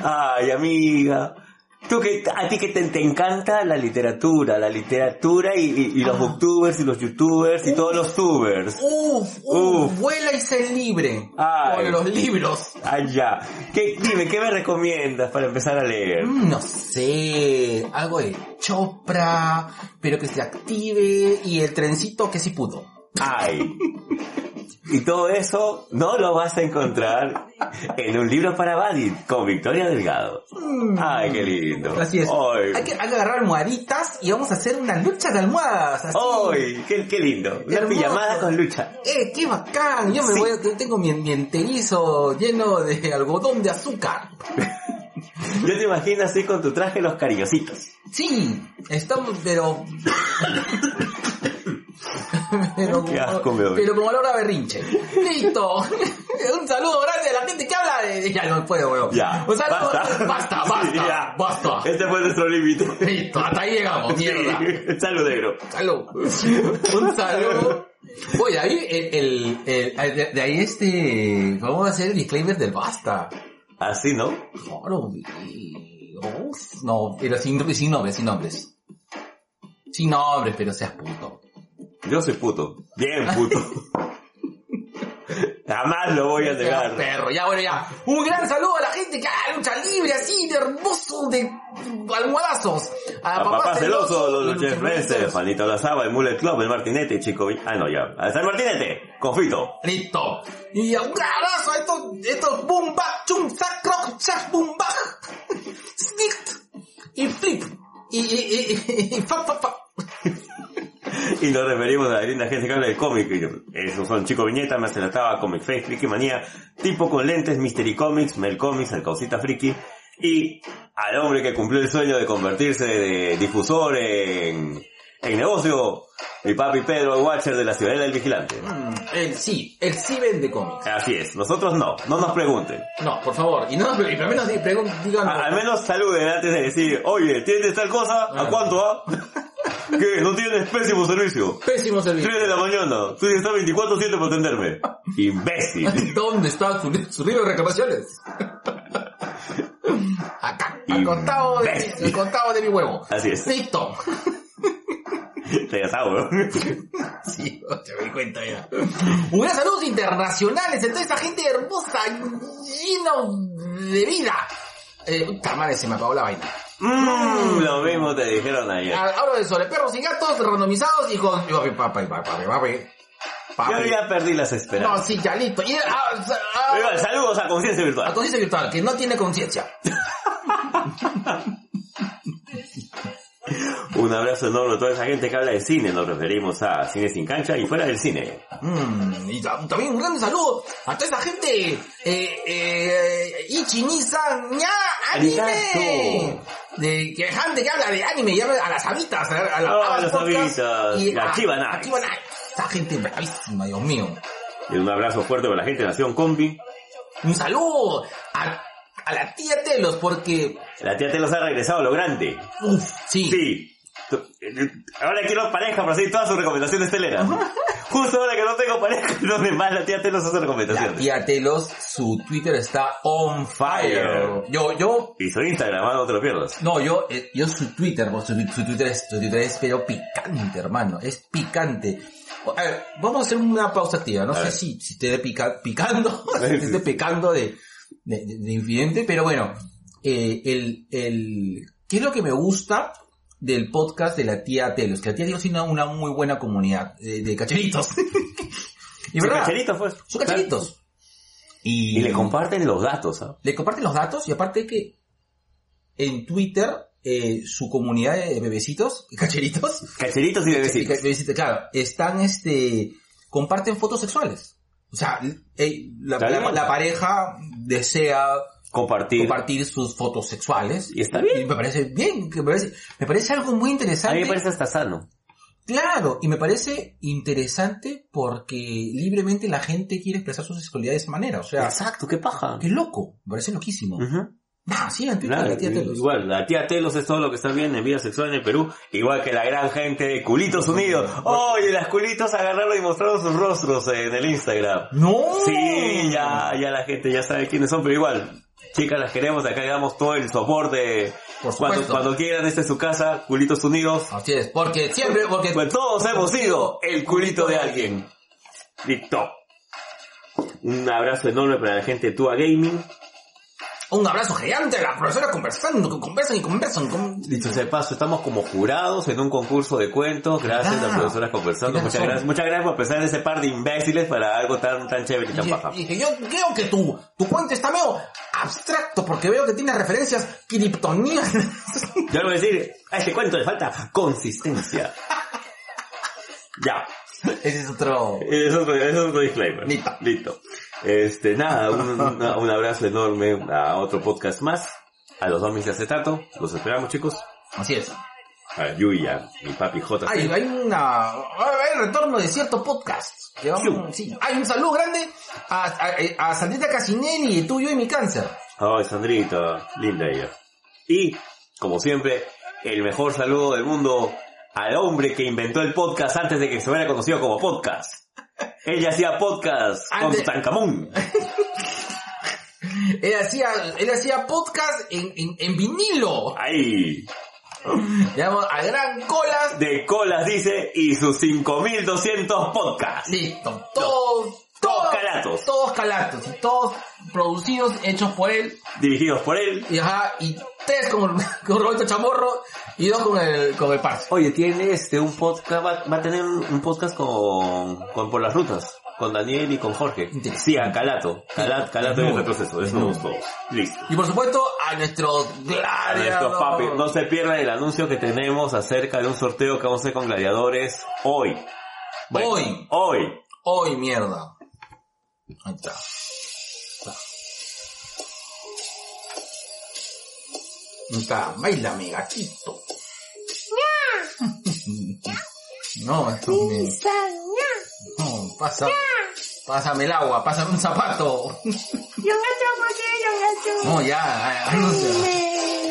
[SPEAKER 1] Ay, amiga. Tú que, a ti que te, te encanta la literatura, la literatura y, y- y los booktubers y los youtubers y todos los tubers.
[SPEAKER 5] Uf, uf,
[SPEAKER 1] Uf.
[SPEAKER 5] vuela y sé libre.
[SPEAKER 1] Ay.
[SPEAKER 5] Con los libros.
[SPEAKER 1] Ay, ya. ¿Qué, dime, ¿qué me recomiendas para empezar a leer?
[SPEAKER 5] Mm, No sé, algo de Chopra, pero que se active y el trencito que sí pudo.
[SPEAKER 1] Ay. Y todo eso no lo vas a encontrar en un libro para Badit con Victoria Delgado. Ay, qué lindo.
[SPEAKER 5] Así es.
[SPEAKER 1] Ay.
[SPEAKER 5] Hay que agarrar almohaditas y vamos a hacer una lucha de almohadas. Así.
[SPEAKER 1] Ay, qué, qué lindo. Una
[SPEAKER 5] Hermoso.
[SPEAKER 1] pijamada con lucha.
[SPEAKER 5] ¡Eh, qué bacán! Yo me
[SPEAKER 1] Sí.
[SPEAKER 5] voy, a- yo tengo mi, mi enterizo lleno de algodón de azúcar.
[SPEAKER 1] Yo te imagino así con tu traje los cariñositos.
[SPEAKER 5] Sí, estamos, pero... pero,
[SPEAKER 1] Qué
[SPEAKER 5] con-
[SPEAKER 1] asco me doy.
[SPEAKER 5] pero con olor a berrinche. ¡Listo! Un saludo grande a la gente que habla de... Ya no puedo, weón.
[SPEAKER 1] Ya.
[SPEAKER 5] Un saludo...
[SPEAKER 1] Basta.
[SPEAKER 5] basta,
[SPEAKER 1] Sí,
[SPEAKER 5] basta,
[SPEAKER 1] ya.
[SPEAKER 5] basta.
[SPEAKER 1] Este fue nuestro límite.
[SPEAKER 5] Listo, hasta ahí llegamos, mierda.
[SPEAKER 1] Sí. Salud, negro.
[SPEAKER 5] Salud. Un saludo. Oye, ahí el, el- el- Eh, de- de ahí este, vamos a hacer el disclaimer del basta.
[SPEAKER 1] Así, ¿no?
[SPEAKER 5] Claro, y- uf, no, pero sin, sin nombres, sin nombres. Sin nombres, pero seas puto.
[SPEAKER 1] Yo soy puto. Bien puto. Jamás lo voy a
[SPEAKER 5] Seas
[SPEAKER 1] negar.
[SPEAKER 5] perro, ya bueno, ya. Un gran saludo a la gente que ah, lucha libre, así, de hermoso, de almohadazos. A,
[SPEAKER 1] A papá celoso, los
[SPEAKER 5] Lucha
[SPEAKER 1] Chef Messer,
[SPEAKER 5] Messer.
[SPEAKER 1] Juanito Lazaba, el Mullet Club, el Martinete, Chico... Vi- Ah, no, ya. ¡Hasta el Martinete! Confito.
[SPEAKER 5] Listo. Y un gran abrazo a estos, estos boom bap, chum, sac, rock, chac, boom bap, snick, y flip, y, y, y, y, y fa, fa, fa.
[SPEAKER 1] Y nos referimos a la linda gente que habla de cómic. Y yo, Esos son Chico Viñeta, Me hace la Taba, Comic Face, Friki Manía, Tipo con Lentes, Mystery Comics, Mel Comics, El Causita Friki. Y al hombre que cumplió el sueño de convertirse de difusor en, en negocio, mi papi Pedro el Watcher de la Ciudadela del Vigilante.
[SPEAKER 5] Mm, El sí, el sí vende cómics.
[SPEAKER 1] Así es, nosotros no, no nos pregunten.
[SPEAKER 5] No, por favor, y no, y al menos di- pregun- digan,
[SPEAKER 1] A- al menos saluden antes de decir, oye, ¿tienes tal cosa? ¿A cuánto va? ¿Qué? ¿No tienes pésimo servicio?
[SPEAKER 5] pésimo
[SPEAKER 1] 3
[SPEAKER 5] servicio.
[SPEAKER 1] de la mañana, tú estás 24-7 para atenderme. Imbécil.
[SPEAKER 5] ¿Dónde está su, li- su libro de reclamaciones? Acá, al costado, de,
[SPEAKER 1] Imbécil.
[SPEAKER 5] al costado de mi huevo.
[SPEAKER 1] Así es.
[SPEAKER 5] Listo.
[SPEAKER 1] Te gasado,
[SPEAKER 5] Sí, se me di cuenta ya. Un gran saludo internacionales a toda esa gente hermosa, lleno de vida. Eh, puta madre, se me apagó la vaina.
[SPEAKER 1] Mmm, lo mismo te dijeron ayer.
[SPEAKER 2] Ah, Hablo de sobre perros y gatos randomizados y con... Papi, papi, papi, papi.
[SPEAKER 1] Yo
[SPEAKER 2] Papi.
[SPEAKER 1] ya perdí las
[SPEAKER 2] No,
[SPEAKER 1] esperanzas.
[SPEAKER 2] sí, ya listo. Y, ah, ah, ah,
[SPEAKER 1] Pero igual, saludos a Conciencia
[SPEAKER 2] a
[SPEAKER 1] Virtual.
[SPEAKER 2] conciencia virtual, que no tiene conciencia.
[SPEAKER 1] Un abrazo enorme a toda esa gente que habla de cine. Nos referimos a Cine Sin Cancha y Fuera del Cine.
[SPEAKER 2] Mm, y ta- también un gran saludo a toda esa gente. Eh, eh, Ichinisan, ña, anime.
[SPEAKER 1] Arigato.
[SPEAKER 2] De que gente que habla de anime, llama a las habitas, a, a, la-
[SPEAKER 1] Oh,
[SPEAKER 2] a las
[SPEAKER 1] las
[SPEAKER 2] Ah, podcast
[SPEAKER 1] habitas, la
[SPEAKER 2] a-
[SPEAKER 1] Chiba
[SPEAKER 2] a
[SPEAKER 1] Nights.
[SPEAKER 2] Chiba Nights. Esta gente bravísima, Dios mío.
[SPEAKER 1] Y un abrazo fuerte para la gente de Nación Combi.
[SPEAKER 2] Un saludo a, a la tía Telos porque,
[SPEAKER 1] La tía Telos ha regresado a lo grande.
[SPEAKER 2] uff, sí.
[SPEAKER 1] Sí. Tu- eh, Ahora quiero pareja para seguir todas sus recomendaciones teleras. Justo ahora que no tengo pareja, es donde más la tía Telos hace
[SPEAKER 2] La
[SPEAKER 1] recomendaciones.
[SPEAKER 2] tía Telos, su Twitter está on fire.
[SPEAKER 1] Fire.
[SPEAKER 2] Yo, yo
[SPEAKER 1] Y su Instagram, ah, no te lo pierdas.
[SPEAKER 2] No, yo, eh, yo su Twitter, vos, su, su Twitter es, su Twitter es, pero picante, hermano, es picante. O- A ver, vamos a hacer una pausa activa, no
[SPEAKER 1] A
[SPEAKER 2] sé
[SPEAKER 1] ver.
[SPEAKER 2] si, si te dé pica- picando, si te esté pecando de, de, de- de infidente, pero bueno, eh, el, el, ¿qué es lo que me gusta del podcast de la tía Telos? Que la tía Telos tiene una muy buena comunidad eh, de cacheritos. y
[SPEAKER 1] Su
[SPEAKER 2] verdad,
[SPEAKER 1] cacherito, pues.
[SPEAKER 2] son cacheritos.
[SPEAKER 1] Y le comparten los datos, ¿ah?
[SPEAKER 2] le comparten los datos y aparte que en Twitter eh, su comunidad de bebecitos, cacheritos,
[SPEAKER 1] Cacheritos y bebecitos.
[SPEAKER 2] bebecitos, claro, están este, comparten fotos sexuales. O sea, eh, la,
[SPEAKER 1] Está
[SPEAKER 2] la-
[SPEAKER 1] bien.
[SPEAKER 2] la pareja desea
[SPEAKER 1] Compartir.
[SPEAKER 2] compartir sus fotos sexuales.
[SPEAKER 1] Y está bien.
[SPEAKER 2] Y me parece bien, que me parece, me parece algo muy
[SPEAKER 1] A
[SPEAKER 2] interesante.
[SPEAKER 1] mí me parece hasta sano.
[SPEAKER 2] Claro, y me parece interesante porque libremente la gente quiere expresar su sexualidad de esa manera. O sea,
[SPEAKER 1] Exacto, qué paja.
[SPEAKER 2] qué loco, me parece loquísimo.
[SPEAKER 1] Ujú.
[SPEAKER 2] Ah, sí, en Twitter,
[SPEAKER 1] Nada,
[SPEAKER 2] la tía Telos.
[SPEAKER 1] Igual, la tía Telos es todo lo que está bien en vida sexual en el Perú, igual que la gran gente de Culitos Unidos. Oye, las culitos agarraron y mostraron sus rostros en el Instagram.
[SPEAKER 2] No. Oh.
[SPEAKER 1] Sí, ya, ya la gente ya sabe quiénes son, pero igual, chicas las queremos, acá le damos todo el soporte.
[SPEAKER 2] Por
[SPEAKER 1] Cuando,
[SPEAKER 2] supuesto.
[SPEAKER 1] cuando quieran, esta es su casa, Culitos Unidos.
[SPEAKER 2] Así es, porque siempre, porque...
[SPEAKER 1] Pues todos hemos sido el culito de alguien. Listo. Un abrazo enorme para la gente de Tua Gaming.
[SPEAKER 2] Un abrazo gigante a la profesora conversando, que conversan y conversan. con-
[SPEAKER 1] Dicho sea de paso, estamos como jurados en un concurso de cuentos. Gracias
[SPEAKER 2] Claro.
[SPEAKER 1] a profesoras conversando.
[SPEAKER 2] Tienes
[SPEAKER 1] Muchas
[SPEAKER 2] razón.
[SPEAKER 1] gracias, muchas gracias por pensar en ese par de imbéciles para algo tan, tan chévere y tan paja.
[SPEAKER 2] Y, y que yo creo que tu, tu cuento está medio abstracto, porque veo que tiene referencias kriptonianas.
[SPEAKER 1] Yo le voy a decir, a este cuento le falta consistencia. ya.
[SPEAKER 2] Ese es otro...
[SPEAKER 1] Ese es otro, ese es otro disclaimer.
[SPEAKER 2] Listo.
[SPEAKER 1] Listo. Este, nada, un, una- un abrazo enorme a otro podcast más. A los zombies de acetato. Los esperamos, chicos.
[SPEAKER 2] Así es.
[SPEAKER 1] A Yuya, mi papi J.
[SPEAKER 2] Hay, hay una... Ah, Hay retorno de cierto podcast. Que vamos- sí. Hay un saludo grande a, eh, a, a Sandrita Casinelli, el tuyo y mi cáncer.
[SPEAKER 1] Ay, Sandrita, linda ella. Y, como siempre, el mejor saludo del mundo al hombre que inventó el podcast antes de que se hubiera conocido como podcast. Ella hacía podcast con
[SPEAKER 2] Antes-
[SPEAKER 1] Tutankamón.
[SPEAKER 2] Él hacía, él hacía podcast en, en, en vinilo.
[SPEAKER 1] Ahí.
[SPEAKER 2] Llamamos a gran colas.
[SPEAKER 1] De colas dice y sus 5200 podcasts.
[SPEAKER 2] Listo. Todos,
[SPEAKER 1] Todos
[SPEAKER 2] todos
[SPEAKER 1] calatos.
[SPEAKER 2] Todos calatos. Y todos producidos, hechos por él.
[SPEAKER 1] Dirigidos por él.
[SPEAKER 2] Y ajá, y tres con, con Roberto Chamorro y dos con el, con el Parche.
[SPEAKER 1] Oye, tiene este un podcast, va, va a tener un, un podcast con, con Por las Rutas, con Daniel y con Jorge.
[SPEAKER 2] Interesante.
[SPEAKER 1] Sí, a Calato. Calato, Calato en el proceso, es nuevo todo. Listo.
[SPEAKER 2] Y por supuesto, a nuestros
[SPEAKER 1] A nuestros papis, no
[SPEAKER 2] gladiadores.
[SPEAKER 1] se pierdan el anuncio que tenemos acerca de un sorteo que vamos a hacer con gladiadores hoy.
[SPEAKER 2] Hoy.
[SPEAKER 1] Hoy.
[SPEAKER 2] Hoy, mierda. Ahí está. Ahí está. Baila, mi gatito. No, esto me... No, pasa... Pásame el agua, pásame un zapato. No, ya, eh, anuncia.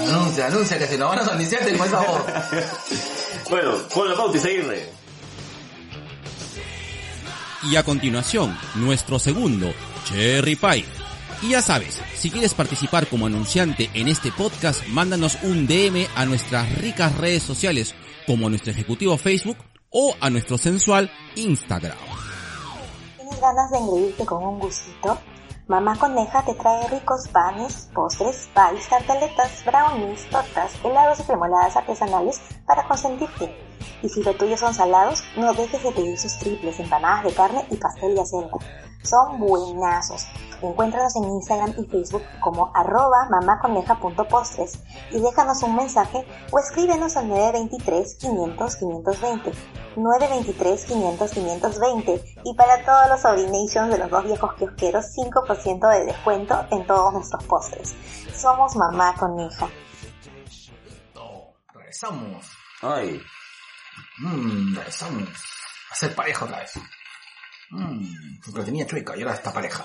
[SPEAKER 2] Anuncia, anuncia que se nos van a saniciarte con esa voz.
[SPEAKER 1] Bueno, con la pauta y seguirle.
[SPEAKER 3] Y a continuación, nuestro segundo, Cherry Pie. Y ya sabes, si quieres participar como anunciante en este podcast, mándanos un DM a nuestras ricas redes sociales, como a nuestro ejecutivo Facebook o a nuestro sensual Instagram.
[SPEAKER 6] ¿Tienes ganas de engreírte con un gustito? Mamá Coneja te trae ricos panes, postres, pies, tartaletas, brownies, tortas, helados y cremoladas artesanales para consentirte. Y si los tuyos son salados, no dejes de pedir sus triples, empanadas de carne y pastel de acelga. Son buenazos. Encuéntranos en Instagram y Facebook como arroba mamaconeja.postres y déjanos un mensaje o escríbenos al 923-500-520. 923-500-520. Y para todos los ordinations de los dos viejos kiosqueros, 5% de descuento en todos nuestros postres. Somos Mamá Coneja.
[SPEAKER 2] No, regresamos.
[SPEAKER 1] Ay,
[SPEAKER 2] Mmm, regresamos. A ser pareja otra vez. Mmm, porque la tenía chueca y ahora está pareja.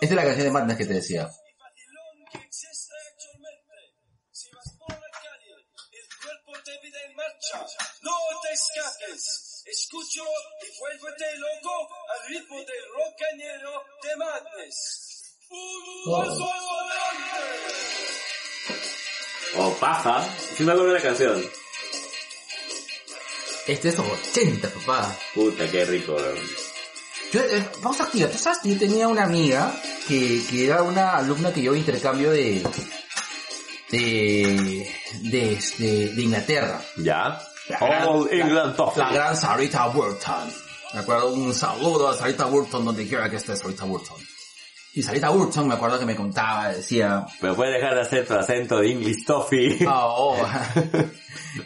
[SPEAKER 2] Esta es la canción de Madness que te decía.
[SPEAKER 7] No te escapes, escucho y vuélvete loco al ritmo del rocanero de Madness. Un
[SPEAKER 2] Oh.
[SPEAKER 7] paso adelante.
[SPEAKER 1] o Oh, paja. Si me acuerdo de la canción.
[SPEAKER 2] Este es los 80, papá.
[SPEAKER 1] Puta, qué rico, weón.
[SPEAKER 2] Yo, eh, pausa activa. ¿Tú sabes que yo tenía una amiga que, que era una alumna que yo de intercambio de... de... de, este, de Inglaterra?
[SPEAKER 1] Ya.
[SPEAKER 2] La gran-
[SPEAKER 1] All
[SPEAKER 2] la-
[SPEAKER 1] England Top.
[SPEAKER 2] La gran Sarita Burton. Me acuerdo un saludo a Sarita Burton donde quiera que esté Sarita Burton. Y Sarita Burton me acuerdo que me contaba, decía,
[SPEAKER 1] Pero puedes dejar de hacer tu acento de English Toffee.
[SPEAKER 2] oh, oh.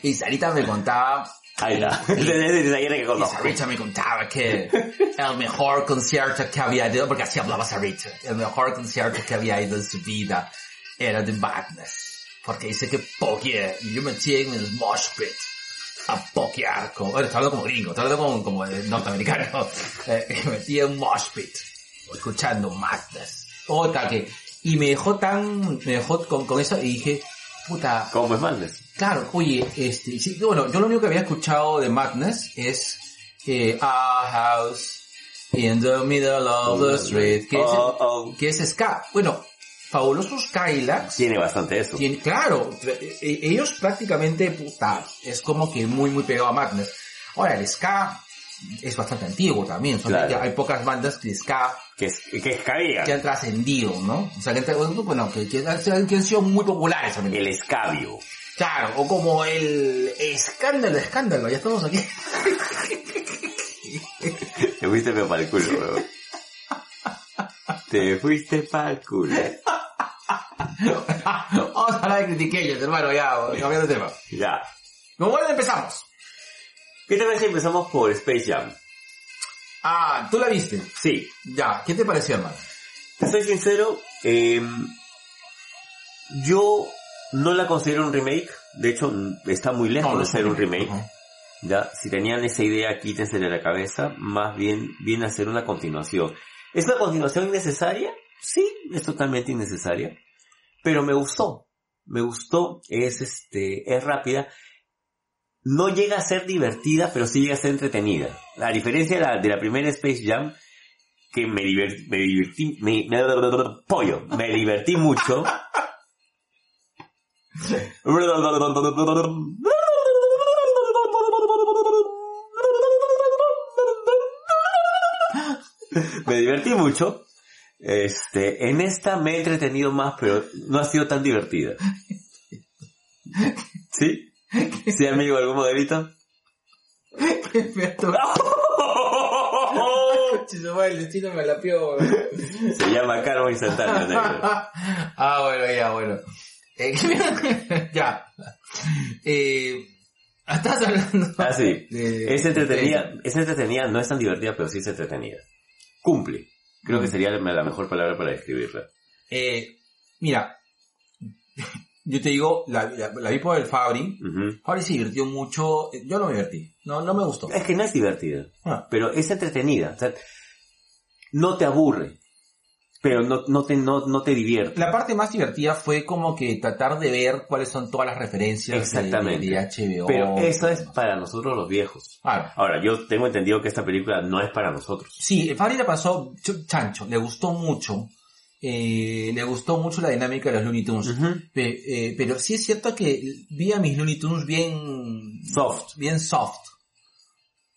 [SPEAKER 2] y Sarita me contaba,
[SPEAKER 1] Ay, la. Desde ayer que
[SPEAKER 2] y
[SPEAKER 1] conozco.
[SPEAKER 2] Sarita me contaba que el mejor concierto que había ido, porque así hablaba Sarita, el mejor concierto que había ido en su vida era de Madness. Porque dice que pogué, y yo me eché en el mosh pit a pokear como, bueno, está hablando como gringo, está hablando como, como eh, norteamericano, eh, y me metí en un mosh pit, escuchando Madness. Otra que, y me dejó tan, me dejó con, con eso y dije, puta,
[SPEAKER 1] ¿Cómo es Madness?
[SPEAKER 2] Claro, oye, este, sí, bueno, yo lo único que había escuchado de Madness es eh, A House in the Middle of the Street, que,
[SPEAKER 1] Oh,
[SPEAKER 2] es,
[SPEAKER 1] oh.
[SPEAKER 2] que es ska. Bueno, Fabulosos Kylax,
[SPEAKER 1] Tiene bastante eso.
[SPEAKER 2] tiene- claro, e- e- ellos prácticamente, puta, es como que muy, muy pegado a Madness. Ahora, el ska es bastante antiguo también, son-
[SPEAKER 1] Claro.
[SPEAKER 2] hay pocas bandas de ska
[SPEAKER 1] Que es, que es cabía.
[SPEAKER 2] que han trascendido, ¿no? O sea, que, han tra- bueno, que, que han que han sido muy populares también.
[SPEAKER 1] El escabio.
[SPEAKER 2] Claro, o como el escándalo, escándalo, ya estamos aquí.
[SPEAKER 1] Te fuiste pero para el culo, weón. Te fuiste para el culo.
[SPEAKER 2] Vamos a hablar de critiquellos, hermano, ya, cambiando de tema.
[SPEAKER 1] Ya.
[SPEAKER 2] Como bueno, empezamos.
[SPEAKER 1] ¿Qué te parece si empezamos por Space Jam?
[SPEAKER 2] Ah, tú la viste.
[SPEAKER 1] Sí.
[SPEAKER 2] Ya, ¿qué te pareció, hermano?
[SPEAKER 1] Te soy sincero, eh, yo no la considero un remake. De hecho, n- está muy lejos de ser un remake.
[SPEAKER 2] Ajá.
[SPEAKER 1] Ya, si tenían esa idea, quítensela de la cabeza. Más bien, viene a ser una continuación. ¿Es una continuación innecesaria? Sí, es totalmente innecesaria. Pero me gustó. Me gustó. Es este, es rápida. No llega a ser divertida, pero sí llega a ser entretenida. A diferencia de la, de la primera Space Jam, que me, diver- me divertí, me, me- pollo, me divertí mucho. Me divertí mucho. Este, en esta me he entretenido más, pero no ha sido tan divertida. ¿Sí? ¿Sí, amigo, algún modelito?
[SPEAKER 2] Qué feo. Chiso, madre, el destino me la eh. pio.
[SPEAKER 1] Se llama Carmo Instantáneo, negro.
[SPEAKER 2] ah, bueno, ya, bueno. Eh, ya. Eh, estás hablando...
[SPEAKER 1] Ah, sí.
[SPEAKER 2] de-
[SPEAKER 1] Es entretenida, es entretenida, no es tan divertida, pero sí es entretenida. Cumple. Creo que sería la la mejor palabra para describirla.
[SPEAKER 2] Eh, mira, yo te digo, la, la, la vi por el Fabri.
[SPEAKER 1] Ujú.
[SPEAKER 2] Fabri se divirtió mucho. eh, Yo no me divertí. No, no me gustó.
[SPEAKER 1] Es que no es divertida.
[SPEAKER 2] Ah,
[SPEAKER 1] pero es entretenida. O sea, no te aburre, pero no, no, te, no, no te divierte.
[SPEAKER 2] La parte más divertida fue como que tratar de ver cuáles son todas las referencias de-
[SPEAKER 1] Exactamente.
[SPEAKER 2] De, HBO.
[SPEAKER 1] Pero eso es para nosotros los viejos.
[SPEAKER 2] Claro.
[SPEAKER 1] Ahora, yo tengo entendido que esta película no es para nosotros.
[SPEAKER 2] Sí, el Fabri la pasó ch- chancho. Le gustó mucho. Eh, le gustó mucho la dinámica de los Looney Tunes. Pe- eh, pero sí es cierto que vi a mis Looney Tunes bien
[SPEAKER 1] Soft.
[SPEAKER 2] bien soft. Bien-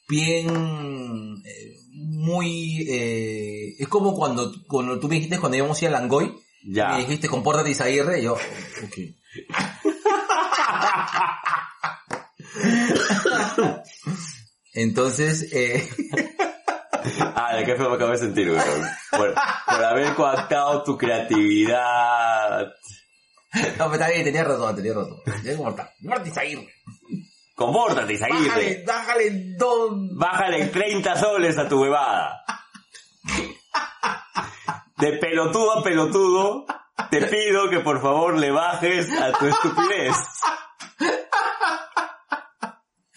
[SPEAKER 2] bien, eh, muy, eh, es como cuando, cuando tú me dijiste cuando íbamos a ir a Langoy,
[SPEAKER 1] Ya.
[SPEAKER 2] me dijiste, compórtate Isaguirre, y yo, ok. Entonces, eh,
[SPEAKER 1] Ah, de qué feo me acabo de sentir, güey. Por, por haber coactado tu creatividad.
[SPEAKER 2] no, pero está bien, tenías razón, tenías razón. Ya como está, compórtate Isaguirre.
[SPEAKER 1] Compórtate, Isaguirre.
[SPEAKER 2] Bájale, bájale dos.
[SPEAKER 1] Bájale 30 soles a tu huevada. De pelotudo a pelotudo, te pido que por favor le bajes a tu estupidez.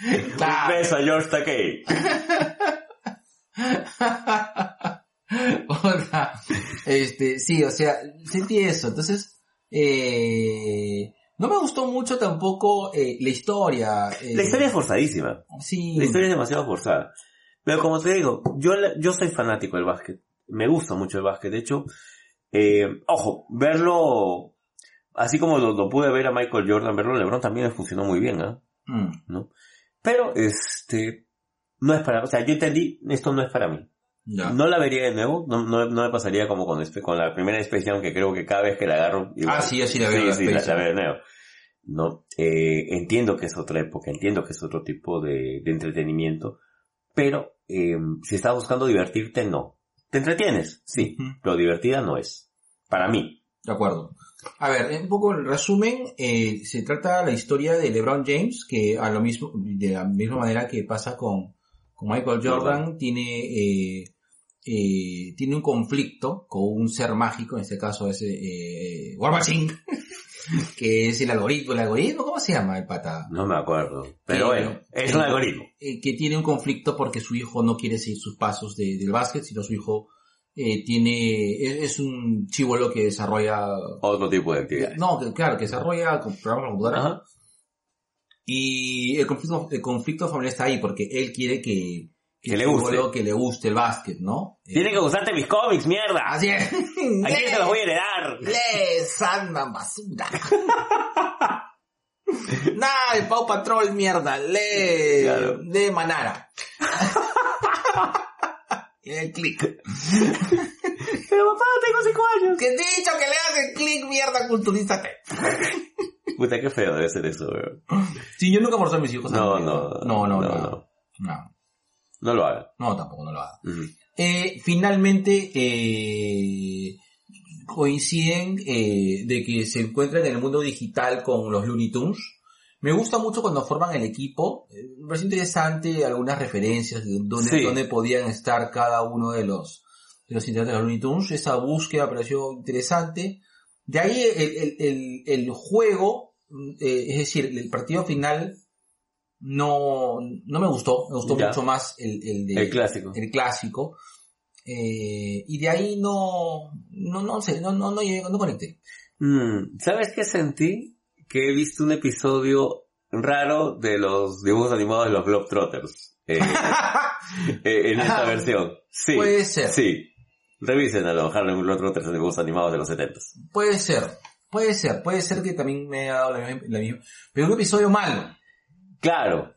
[SPEAKER 1] Un
[SPEAKER 2] Claro.
[SPEAKER 1] beso a George Takei.
[SPEAKER 2] Puta. este, sí, o sea, sentí eso. Entonces, eh, no me gustó mucho tampoco eh, la historia. eh,
[SPEAKER 1] La historia es forzadísima.
[SPEAKER 2] Sí.
[SPEAKER 1] La historia es demasiado forzada. Pero como te digo, yo, la- yo soy fanático del básquet. Me gusta mucho el básquet. De hecho, eh, ojo, verlo, así como lo, lo pude ver a Michael Jordan, verlo a LeBron también le funcionó muy bien, ¿ah?
[SPEAKER 2] Mm,
[SPEAKER 1] Pero, este, no es para, o sea, yo entendí, esto no es para mí.
[SPEAKER 2] ya.
[SPEAKER 1] No la vería de nuevo, no, no, no me pasaría como con, Spe- con la primera inspección que creo que cada vez que la agarro... igual.
[SPEAKER 2] Ah, sí, así la veo. la
[SPEAKER 1] Sí, sí, la,
[SPEAKER 2] Space.
[SPEAKER 1] la veo de nuevo. No, eh, entiendo que es otra época, entiendo que es otro tipo de, de entretenimiento, pero eh, si estás buscando divertirte, no. Te entretienes, sí,
[SPEAKER 2] Ujú.
[SPEAKER 1] pero divertida no es. Para mí.
[SPEAKER 2] De acuerdo. A ver, un poco el resumen, eh, se trata la historia de LeBron James, que a lo mismo, de la misma manera que pasa con, con Michael Jordan, tiene, eh, eh, tiene un conflicto con un ser mágico, en este caso es eh, War Machine, que es el algoritmo, el algoritmo, ¿cómo se llama el pata?
[SPEAKER 1] No me acuerdo.
[SPEAKER 2] Sí,
[SPEAKER 1] Pero bueno,
[SPEAKER 2] no.
[SPEAKER 1] es
[SPEAKER 2] Sí.
[SPEAKER 1] un algoritmo.
[SPEAKER 2] eh, que tiene un conflicto porque su hijo no quiere seguir sus pasos de- del básquet, sino su hijo eh, tiene, es, es un chivolo que desarrolla
[SPEAKER 1] Otro tipo de actividad.
[SPEAKER 2] no, que, claro, que desarrolla con programas de computadora.
[SPEAKER 1] Ajá.
[SPEAKER 2] Y el conflicto, el conflicto familiar está ahí porque él quiere que,
[SPEAKER 1] Que le
[SPEAKER 2] el
[SPEAKER 1] guste.
[SPEAKER 2] juego que le guste el básquet, ¿no? Eh,
[SPEAKER 1] Tiene que gustarte mis cómics, mierda.
[SPEAKER 2] Así es.
[SPEAKER 1] ¿A quién te los voy a heredar?
[SPEAKER 2] Le Sandman basura. Nada de Pau Patrol mierda. Le
[SPEAKER 1] Claro.
[SPEAKER 2] de Manara. Y el click.
[SPEAKER 1] Pero papá, tengo cinco años.
[SPEAKER 2] Que he dicho que le haces click mierda culturízate.
[SPEAKER 1] Puta, qué feo debe ser eso, weón.
[SPEAKER 2] Sí, yo nunca forzé a mis hijos a
[SPEAKER 1] No,
[SPEAKER 2] leer.
[SPEAKER 1] no,
[SPEAKER 2] Pues no, no, no,
[SPEAKER 1] no.
[SPEAKER 2] no.
[SPEAKER 1] No lo hagan.
[SPEAKER 2] No, tampoco no lo haga.
[SPEAKER 1] Ujú.
[SPEAKER 2] Eh, finalmente eh, coinciden eh, de que se encuentran en el mundo digital con los Looney Tunes. Me gusta mucho cuando forman el equipo. Eh, Me parece interesante algunas referencias de dónde,
[SPEAKER 1] Sí.
[SPEAKER 2] dónde podían estar cada uno de los, de los integrantes de los Looney Tunes. Esa búsqueda me pareció interesante. De ahí el, el- el- el juego, mm, eh, es decir, el partido final no, no me gustó. Me gustó
[SPEAKER 1] Ya.
[SPEAKER 2] mucho más el, el de
[SPEAKER 1] El clásico.
[SPEAKER 2] el clásico. Eh, y de ahí no, no, no sé, no, no, no, llegué, no conecté.
[SPEAKER 1] Mm, ¿Sabes qué sentí? Que he visto un episodio raro de los dibujos animados de los Globetrotters. eh, eh, en esta
[SPEAKER 2] Ah,
[SPEAKER 1] versión. Sí.
[SPEAKER 2] puede ser.
[SPEAKER 1] Sí. Revisen a los Harlem Globetrotters en dibujos animados de los 70.
[SPEAKER 2] Puede ser, puede ser, puede ser que también me haya dado la misma, la misma- pero un episodio malo.
[SPEAKER 1] Claro.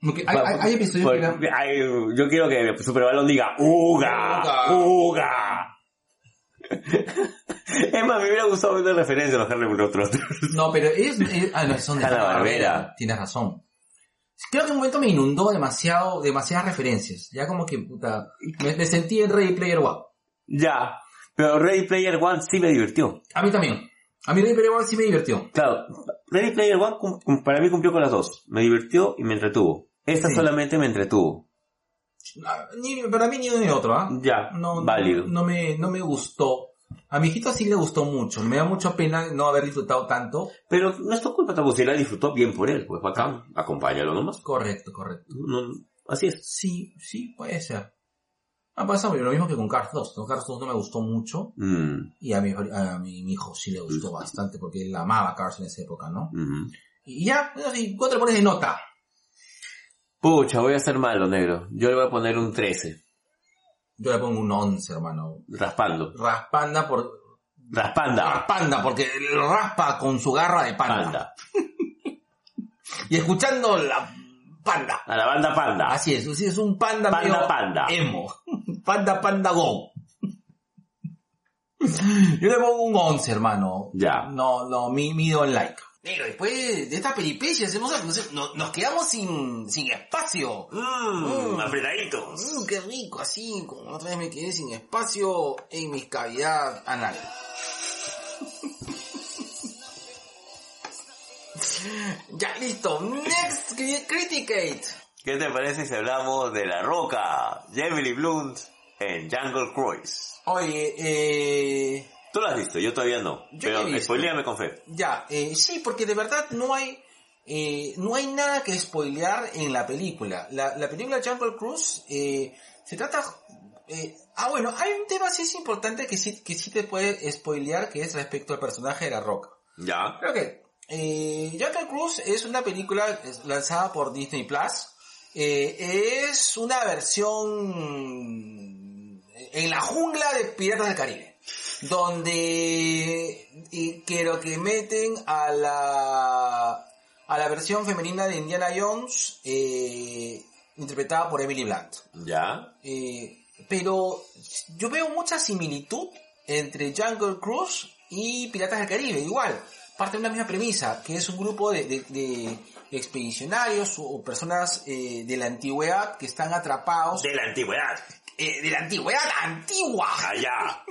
[SPEAKER 2] Porque hay, hay- hay episodios
[SPEAKER 1] Por-
[SPEAKER 2] que eran-
[SPEAKER 1] hay- yo quiero que Super Balón diga ¡Uga!
[SPEAKER 2] Uga.
[SPEAKER 1] ¡Uga! es más, me hubiera gustado ver una referencia a los Harlem Globetrotters.
[SPEAKER 2] No, pero ellos, ellos- ah, no, son de
[SPEAKER 1] Hanna
[SPEAKER 2] Hanna
[SPEAKER 1] Barbera.
[SPEAKER 2] Barbera. Tienes razón. Creo que en un momento me inundó demasiado, demasiadas referencias. Ya como que, puta, me, me sentí en Ready Player One.
[SPEAKER 1] ya. Pero Ready Player One sí me divirtió.
[SPEAKER 2] A mí también. A mí Ready Player One sí me divirtió.
[SPEAKER 1] Claro, Ready Player One cum- cum- para mí cumplió con las dos. Me divirtió y me entretuvo. Esta
[SPEAKER 2] Sí.
[SPEAKER 1] solamente me entretuvo.
[SPEAKER 2] Ah, Ni, para mí ni uno ni otro, ¿ah?
[SPEAKER 1] Ya,
[SPEAKER 2] no,
[SPEAKER 1] válido.
[SPEAKER 2] No, no me, no me gustó. A mi hijito sí le gustó mucho. Me da mucha pena no haber disfrutado tanto.
[SPEAKER 1] Pero no es tu culpa tampoco, si la disfrutó bien por él, pues bacán, acompáñalo nomás.
[SPEAKER 2] Correcto, correcto.
[SPEAKER 1] No, no, así es.
[SPEAKER 2] Sí, sí, puede ser. Ha pasado lo mismo que con Cars 2. Con Cars 2 no me gustó mucho.
[SPEAKER 1] Mm,
[SPEAKER 2] Y a mi, a mi, mi hijo sí le gustó bastante porque él amaba Cars en esa época, ¿no?
[SPEAKER 1] mhm.
[SPEAKER 2] Y ya, eso sí, ¿cuánto le pones de nota?
[SPEAKER 1] Pucha, voy a ser malo, negro. Yo le voy a poner un 13.
[SPEAKER 2] Yo le pongo un 11, hermano.
[SPEAKER 1] Raspando.
[SPEAKER 2] Raspanda por...
[SPEAKER 1] Raspanda.
[SPEAKER 2] Raspanda, porque lo raspa con su garra de panda.
[SPEAKER 1] Panda.
[SPEAKER 2] Y escuchando la
[SPEAKER 5] Panda.
[SPEAKER 1] A la banda Panda.
[SPEAKER 5] Así es, sí, es un panda
[SPEAKER 1] Panda,
[SPEAKER 5] medio
[SPEAKER 1] panda.
[SPEAKER 2] Eh,
[SPEAKER 5] emo. Panda panda go. Yo le pongo un 11, hermano.
[SPEAKER 1] Ya.
[SPEAKER 5] No, no, mi, mi don like. Pero después de estas peripecias hemos, nos, nos quedamos sin, sin espacio.
[SPEAKER 1] Mmm,
[SPEAKER 5] Mm.
[SPEAKER 1] apretaditos.
[SPEAKER 5] Mm, qué rico, así, como otra vez me quedé sin espacio en mis cavidad anal. ya, listo. Next cri- Criticate.
[SPEAKER 1] ¿Qué te parece si hablamos de La Roca, Emily Blunt en Jungle Cruise?
[SPEAKER 5] Oye, eh...
[SPEAKER 1] Tú lo has visto, yo todavía no.
[SPEAKER 5] Yo he
[SPEAKER 1] pero
[SPEAKER 5] visto.
[SPEAKER 1] spoileame con fe.
[SPEAKER 5] Ya, eh, sí, porque de verdad no hay eh, no hay nada que spoilear en la película. La, la película Jungle Cruise eh, se trata... eh, ah, bueno, hay un tema sí es importante que sí, que sí te puede spoilear, que es respecto al personaje de La Roca.
[SPEAKER 1] Ya.
[SPEAKER 5] Creo que eh, Jungle Cruise es una película es- lanzada por Disney Plus. Eh, es una versión en la jungla de Piratas del Caribe. Donde y creo que meten a la a la versión femenina de Indiana Jones eh, interpretada por Emily Blunt.
[SPEAKER 1] Ya.
[SPEAKER 5] Eh, pero yo veo mucha similitud entre Jungle Cruise y Piratas del Caribe, igual. Parte de una misma premisa, que es un grupo de, de- de expedicionarios o personas eh, de la antigüedad que están atrapados,
[SPEAKER 1] De la antigüedad.
[SPEAKER 5] eh, de la antigüedad antigua,
[SPEAKER 1] Allá.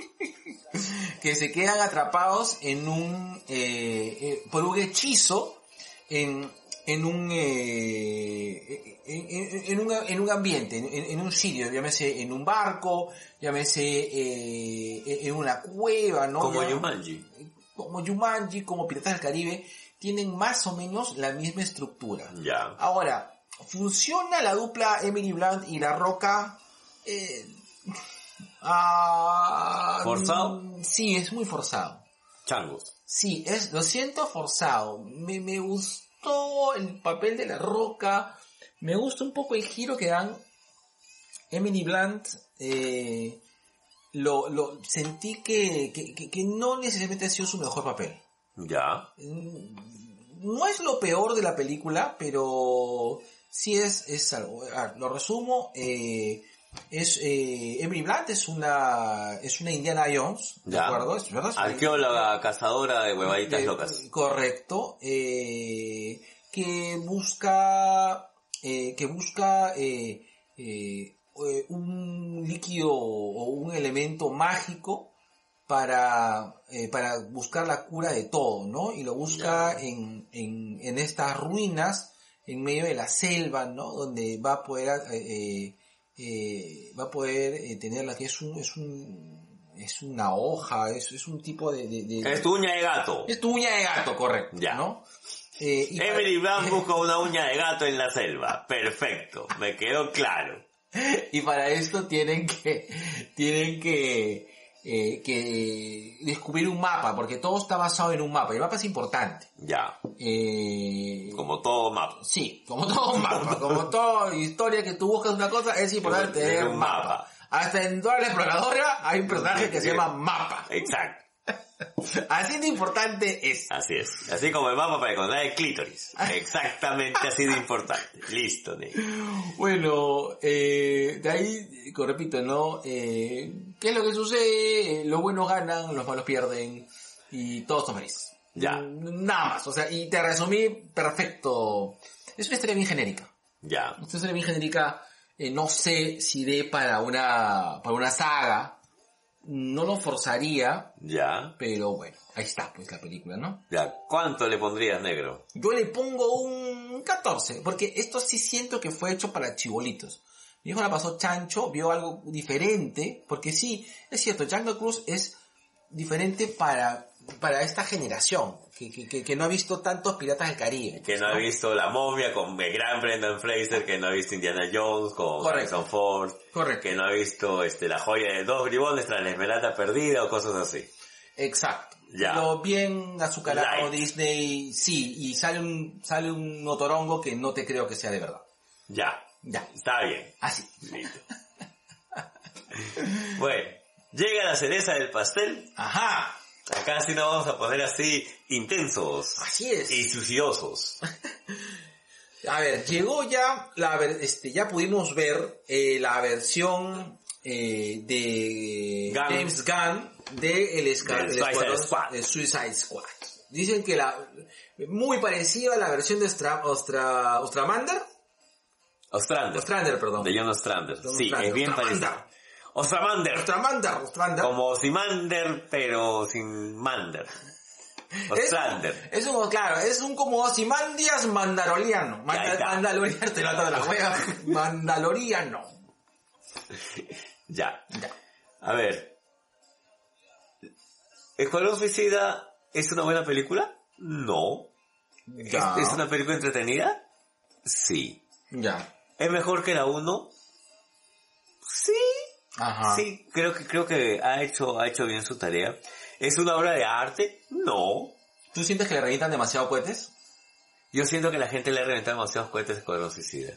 [SPEAKER 5] que se quedan atrapados en un, eh, eh, por un hechizo, en, en un, eh, en, en- en un, en un ambiente, en, en- en un sitio, llámese en un barco, llámese eh, en una cueva, ¿no?
[SPEAKER 1] Como
[SPEAKER 5] Ya-
[SPEAKER 1] Yumanji.
[SPEAKER 5] como Jumanji, como Piratas del Caribe, tienen más o menos la misma estructura.
[SPEAKER 1] Ya.
[SPEAKER 5] Ahora, ¿funciona la dupla Emily Blunt y La Roca? Eh, ah,
[SPEAKER 1] ¿Forzado?
[SPEAKER 5] mm, Sí, es muy forzado.
[SPEAKER 1] Changos.
[SPEAKER 5] Sí, es, lo siento forzado. Me, me gustó el papel de La Roca. Me gusta un poco el giro que dan Emily Blunt. eh, lo, lo sentí que, que- que- que no necesariamente ha sido su mejor papel.
[SPEAKER 1] Ya.
[SPEAKER 5] Mm, No es lo peor de la película, pero sí es, es algo. A ver, lo resumo. eh, es eh, Emily Blunt es una es una Indiana Jones, ¿de
[SPEAKER 1] Ya.
[SPEAKER 5] acuerdo? Es, ¿verdad? Es una-
[SPEAKER 1] Arqueóloga, cazadora de huevaditas
[SPEAKER 5] eh,
[SPEAKER 1] locas.
[SPEAKER 5] Correcto. eh, que busca. eh, que busca eh, eh, eh, un líquido o un elemento mágico para, eh, para buscar la cura de todo, ¿no? Y lo busca en, en, en estas ruinas, en medio de la selva, ¿no? Donde va a poder eh, eh, va a poder eh, tener la que es un, es un es una hoja, es, es un tipo de, de- de-
[SPEAKER 1] Es tu uña de gato.
[SPEAKER 5] es tu uña de gato, correcto.
[SPEAKER 1] Ya.
[SPEAKER 5] ¿no? Eh, y-
[SPEAKER 1] Emily Blunt busca una uña de gato en la selva. Perfecto. Me quedó claro.
[SPEAKER 5] Eh, y para esto tienen que tienen que eh, que descubrir un mapa porque todo está basado en un mapa y el mapa es importante
[SPEAKER 1] Ya.
[SPEAKER 5] Eh,
[SPEAKER 1] Como todo mapa.
[SPEAKER 5] sí como todo mapa como toda historia que tú buscas una cosa es importante
[SPEAKER 1] Tiene
[SPEAKER 5] tener
[SPEAKER 1] un
[SPEAKER 5] eh, un mapa.
[SPEAKER 1] mapa.
[SPEAKER 5] hasta en toda la exploradora hay un personaje que se
[SPEAKER 1] Sí.
[SPEAKER 5] llama mapa
[SPEAKER 1] Exacto.
[SPEAKER 5] así de importante es
[SPEAKER 1] Así es. Así como el mapa para encontrar el clítoris. Exactamente así de importante. Listo, negro.
[SPEAKER 5] Bueno, eh, de ahí, eh, como repito, ¿no? Eh, ¿Qué es lo que sucede? Eh, Los buenos ganan, los malos pierden y todos son felices.
[SPEAKER 1] Ya.
[SPEAKER 5] Mm, Nada más, o sea, y te resumí perfecto. Es una historia bien genérica.
[SPEAKER 1] Ya.
[SPEAKER 5] Es una historia bien genérica, eh, no sé si dé para una, para una saga, no lo forzaría,
[SPEAKER 1] Ya.
[SPEAKER 5] pero bueno, ahí está pues la película, ¿no?
[SPEAKER 1] Ya. ¿Cuánto le pondrías, negro?
[SPEAKER 5] Yo le pongo un 14, porque esto sí siento que fue hecho para chibolitos. Mi hijo la pasó chancho, vio algo diferente, porque sí, es cierto, Jungle Cruz es diferente para, para esta generación, que, que, que, que no ha visto tantos piratas del Caribe.
[SPEAKER 1] Que no ha visto La Momia con el gran Brendan Fraser, que no ha visto Indiana Jones con
[SPEAKER 5] Correcto.
[SPEAKER 1] Harrison Ford,
[SPEAKER 5] Correcto.
[SPEAKER 1] que no ha visto este La Joya de Dos Bribones tras la Esmeralda Perdida o cosas así.
[SPEAKER 5] Exacto.
[SPEAKER 1] Ya.
[SPEAKER 5] Lo bien azucarado
[SPEAKER 1] Light.
[SPEAKER 5] Disney, sí, y sale un, sale un otorongo que no te creo que sea de verdad.
[SPEAKER 1] Ya.
[SPEAKER 5] Ya.
[SPEAKER 1] Está bien.
[SPEAKER 5] Así.
[SPEAKER 1] Listo. bueno. Llega la cereza del pastel.
[SPEAKER 5] Ajá.
[SPEAKER 1] Acá sí nos vamos a poner así intensos
[SPEAKER 5] Así es.
[SPEAKER 1] y suicidosos.
[SPEAKER 2] A ver, llegó ya la ver- este ya pudimos ver eh, la versión eh, de
[SPEAKER 1] Gunn.
[SPEAKER 2] James Gunn de Eh, el, esca- el
[SPEAKER 1] Del Suicide
[SPEAKER 2] escuadrón
[SPEAKER 1] Squad.
[SPEAKER 2] de Suicide Squad. Dicen que la muy parecida a la versión de Stra- Ostra- Ostramander,
[SPEAKER 1] Ostrander.
[SPEAKER 2] Ostrander, perdón.
[SPEAKER 1] De John Ostrander.
[SPEAKER 2] John
[SPEAKER 1] sí,
[SPEAKER 2] Ostrander.
[SPEAKER 1] es bien
[SPEAKER 2] Ostramander.
[SPEAKER 1] parecido. Ostramander.
[SPEAKER 2] Ostramander, Ostrander.
[SPEAKER 1] Como Simander, pero sin Mander. Ostrander.
[SPEAKER 2] Es, es un, claro, es un como Ozymandias mandaroliano. Manda-
[SPEAKER 1] Ya está.
[SPEAKER 2] mandaloriano, te lo ato de la hueva. mandaloriano.
[SPEAKER 1] Ya.
[SPEAKER 2] Ya.
[SPEAKER 1] A ver. ¿Escuadrón Suicida es una buena película? No. ¿Es,
[SPEAKER 2] Ya.
[SPEAKER 1] es una película entretenida? Sí.
[SPEAKER 2] Ya.
[SPEAKER 1] ¿Es mejor que la 1? Sí.
[SPEAKER 2] Ajá.
[SPEAKER 1] Sí, creo que, creo que ha hecho, ha hecho bien su tarea. ¿Es una obra de arte? No.
[SPEAKER 2] ¿Tú sientes que le revientan demasiado cohetes?
[SPEAKER 1] Yo siento que la gente le ha reventado demasiados cohetes a Escuadrón Suicida.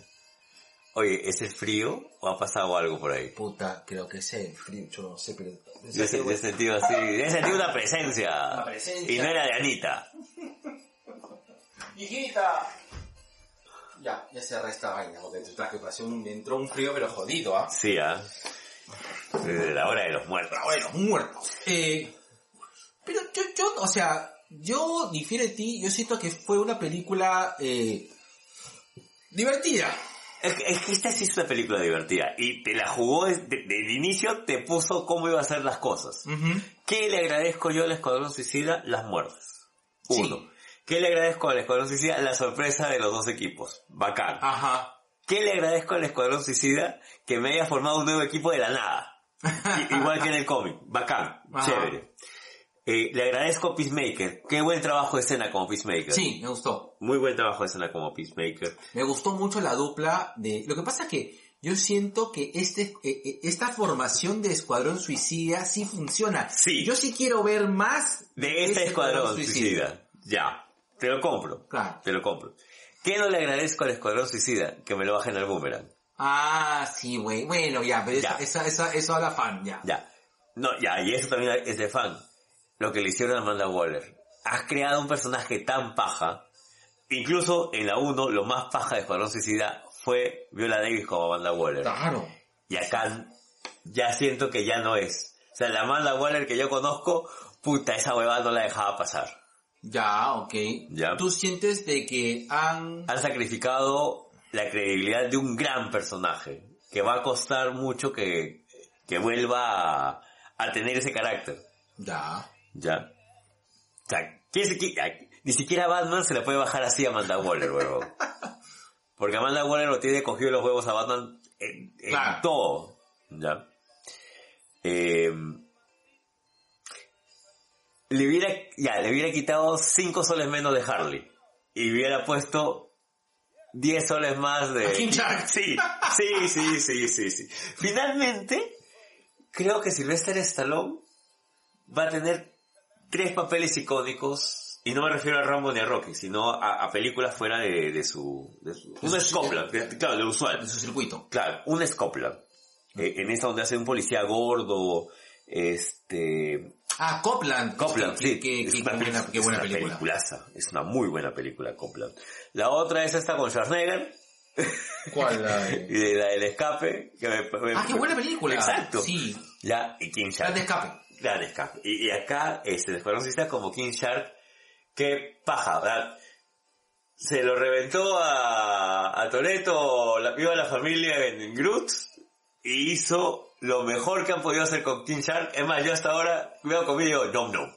[SPEAKER 1] Oye, ¿es el frío o ha pasado algo por ahí?
[SPEAKER 2] Puta, creo que sé, el frío, yo no sé, pero...
[SPEAKER 1] Yo, se- yo he sentido así, he sentido una presencia.
[SPEAKER 2] Una presencia.
[SPEAKER 1] Y no era de Anita.
[SPEAKER 2] ¡Hijita! Ya, ya cerré esta vaina, porque tu traje pasó un, entró un frío pero jodido, ¿ah?
[SPEAKER 1] Sí, ah. Eh, La hora de los muertos.
[SPEAKER 2] Bueno, muerto. Eh, pero yo, yo, o sea, yo difiero de ti, yo siento que fue una película eh, divertida.
[SPEAKER 1] Es que, es que esta sí es una película divertida. Y te la jugó desde, desde el inicio, te puso cómo iba a hacer las cosas. ¿Qué le agradezco yo al Escuadrón Suicida? Las muertes. Uno.
[SPEAKER 2] Sí.
[SPEAKER 1] ¿Qué le agradezco al Escuadrón Suicida? La sorpresa de los dos equipos. Bacán.
[SPEAKER 2] Ah. Ajá.
[SPEAKER 1] ¿Qué le agradezco al Escuadrón Suicida? Que me haya formado un nuevo equipo de la nada. I- Igual que en el cómic. Bacán.
[SPEAKER 2] Ajá.
[SPEAKER 1] Chévere. Eh, le agradezco a Peacemaker. Qué buen trabajo de escena como Peacemaker.
[SPEAKER 2] Sí, me gustó.
[SPEAKER 1] Muy buen trabajo de escena como Peacemaker.
[SPEAKER 2] Me gustó mucho la dupla de... Lo que pasa que yo siento que este, eh, eh, esta formación de Escuadrón Suicida sí funciona.
[SPEAKER 1] Sí.
[SPEAKER 2] Yo sí quiero ver más
[SPEAKER 1] De ese
[SPEAKER 2] este
[SPEAKER 1] Escuadrón Suicida. Ya. Te lo compro.
[SPEAKER 2] Claro.
[SPEAKER 1] Te lo compro. ¿Qué no le agradezco al Escuadrón Suicida? Que me lo bajen al boomerang.
[SPEAKER 2] Ah, sí, güey. Bueno, ya, pero
[SPEAKER 1] Ya.
[SPEAKER 2] Esa, esa, eso habla fan, ya.
[SPEAKER 1] Ya. No, ya, y eso también es de fan. Lo que le hicieron a Amanda Waller. Has creado un personaje tan paja. Incluso en la 1, lo más paja de Escuadrón Suicida fue Viola Davis como Amanda Waller.
[SPEAKER 2] Claro.
[SPEAKER 1] Y acá ya siento que ya no es. O sea, la Amanda Waller que yo conozco, puta, esa huevada no la dejaba pasar.
[SPEAKER 2] Ya, ok.
[SPEAKER 1] Ya.
[SPEAKER 2] ¿Tú sientes de que han...
[SPEAKER 1] Han sacrificado la credibilidad de un gran personaje. Que va a costar mucho que, que vuelva a- a tener ese carácter.
[SPEAKER 2] Ya.
[SPEAKER 1] Ya. O sea, ¿quién se qui- ay, ni siquiera Batman se le puede bajar así a Amanda Waller, huevón. Porque Amanda Waller lo tiene cogido los huevos a Batman en, en
[SPEAKER 2] Claro.
[SPEAKER 1] todo. Ya. Eh, le hubiera, ya, le hubiera quitado 5 soles menos de Harley. Y hubiera puesto 10 soles más de...
[SPEAKER 2] A King Shark.
[SPEAKER 1] Sí, sí, sí, sí, sí, sí. Finalmente, creo que Sylvester Stallone va a tener tres papeles icónicos. Y no me refiero a Rambo ni a Rocky, sino a, a películas fuera de, de su... De su un
[SPEAKER 2] su-
[SPEAKER 1] Scotland, de- claro, lo usual.
[SPEAKER 2] En su circuito.
[SPEAKER 1] Claro, un Scotland. Eh, en esa donde hace un policía gordo, este...
[SPEAKER 2] Ah, Copland.
[SPEAKER 1] Copland,
[SPEAKER 2] Qué-
[SPEAKER 1] sí.
[SPEAKER 2] qué-
[SPEAKER 1] Es
[SPEAKER 2] qué- qué
[SPEAKER 1] una
[SPEAKER 2] buena,
[SPEAKER 1] peli-
[SPEAKER 2] qué buena
[SPEAKER 1] es una
[SPEAKER 2] película.
[SPEAKER 1] peliculaza. Es una muy buena película, Copland. La otra es esta con Schwarzenegger,
[SPEAKER 2] ¿Cuál? la de-
[SPEAKER 1] y de la del escape. Que me- me-
[SPEAKER 2] Ah, qué buena película.
[SPEAKER 1] Exacto.
[SPEAKER 2] Sí.
[SPEAKER 1] Ya, y King Shark.
[SPEAKER 2] Plan de escape.
[SPEAKER 1] Gran escape. Y, y acá, este, el Escuadrón Suicida como King Shark, qué paja, ¿verdad? Se lo reventó a, a Toreto, la piba de la familia en Groot, y hizo lo mejor que han podido hacer con King Shark. Es más, yo hasta ahora veo conmigo y digo, no, no.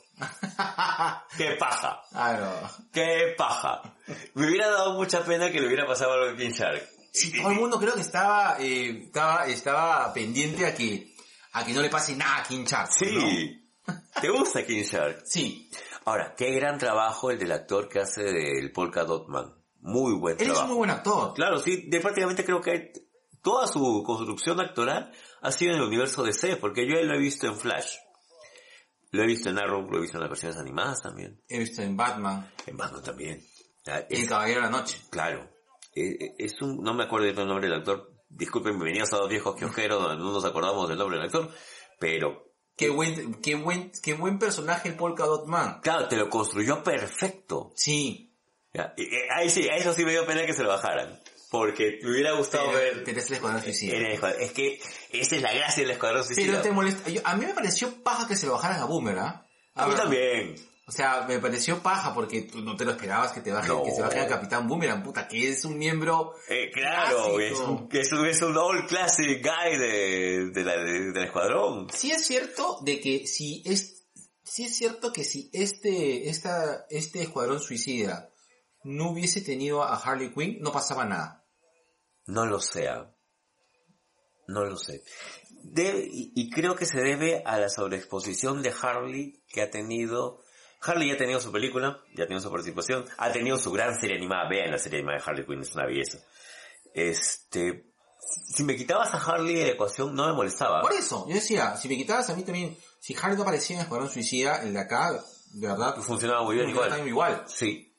[SPEAKER 1] qué paja,
[SPEAKER 2] Claro.
[SPEAKER 1] qué paja. Me hubiera dado mucha pena que le hubiera pasado algo a King Shark.
[SPEAKER 2] Sí, todo el mundo creo que estaba, eh, estaba, estaba pendiente a que, a que no le pase nada a King Shark. ¿no?
[SPEAKER 1] Sí. ¿Te gusta King Shark?
[SPEAKER 2] Sí.
[SPEAKER 1] Ahora, qué gran trabajo el del actor que hace del Polka Dotman. Muy buen
[SPEAKER 2] Él es
[SPEAKER 1] trabajo.
[SPEAKER 2] un muy buen actor.
[SPEAKER 1] Claro, sí, de prácticamente creo que toda su construcción actoral ha sido en el universo DC, porque yo él lo he visto en Flash. Lo he visto en Arrow, lo he visto en las versiones animadas también,
[SPEAKER 2] He visto en Batman,
[SPEAKER 1] en Batman también. Ah,
[SPEAKER 2] en El
[SPEAKER 1] es-
[SPEAKER 2] Caballero de la Noche.
[SPEAKER 1] claro, Eh, eh, es un, no me acuerdo del nombre del actor, disculpen, bienvenidos a dos viejos kiosqueros donde no nos acordamos del nombre del actor, pero
[SPEAKER 2] Qué buen, qué buen, qué buen personaje el Polka Dot Man.
[SPEAKER 1] claro, te lo construyó perfecto.
[SPEAKER 2] Sí.
[SPEAKER 1] Ya, y- eh, Ahí sí, a eso sí me dio pena que se lo bajaran. Porque me hubiera gustado
[SPEAKER 2] Pero
[SPEAKER 1] ver... Eh,
[SPEAKER 2] pero es el escuadrón suicida.
[SPEAKER 1] en el escuadrón. Es que esa es la gracia del escuadrón
[SPEAKER 2] Pero
[SPEAKER 1] suicida.
[SPEAKER 2] te molesta. yo- a mí me pareció paja que se lo bajaran a Boomer, ¿ah?
[SPEAKER 1] A mí
[SPEAKER 2] ver,
[SPEAKER 1] también.
[SPEAKER 2] O sea, me pareció paja porque tú no te lo esperabas que te bajen,
[SPEAKER 1] No.
[SPEAKER 2] que se bajen a Capitán Boomerang, puta, que es un miembro
[SPEAKER 1] Eh, claro,
[SPEAKER 2] Clásico.
[SPEAKER 1] es un, es, un, es un all classic guy de, de la- de- del escuadrón.
[SPEAKER 2] Sí es cierto de que si es, sí es cierto que si este, esta, este escuadrón suicida no hubiese tenido a Harley Quinn, no pasaba nada.
[SPEAKER 1] No lo sea. No lo sé. Debe- y, y creo que se debe a la sobreexposición de Harley que ha tenido. Harley ya ha tenido su película, ya ha tenido su participación, ha tenido su gran serie animada. Vean la serie animada de Harley Quinn, es una belleza. Este, si me quitabas a Harley de la ecuación no me molestaba.
[SPEAKER 2] Por eso, yo decía, si me quitabas a mí también, si Harley no aparecía en escuadrón suicida, el de acá, de verdad,
[SPEAKER 1] Funcionaba muy bien
[SPEAKER 2] funcionaba
[SPEAKER 1] igual.
[SPEAKER 2] igual.
[SPEAKER 1] Sí,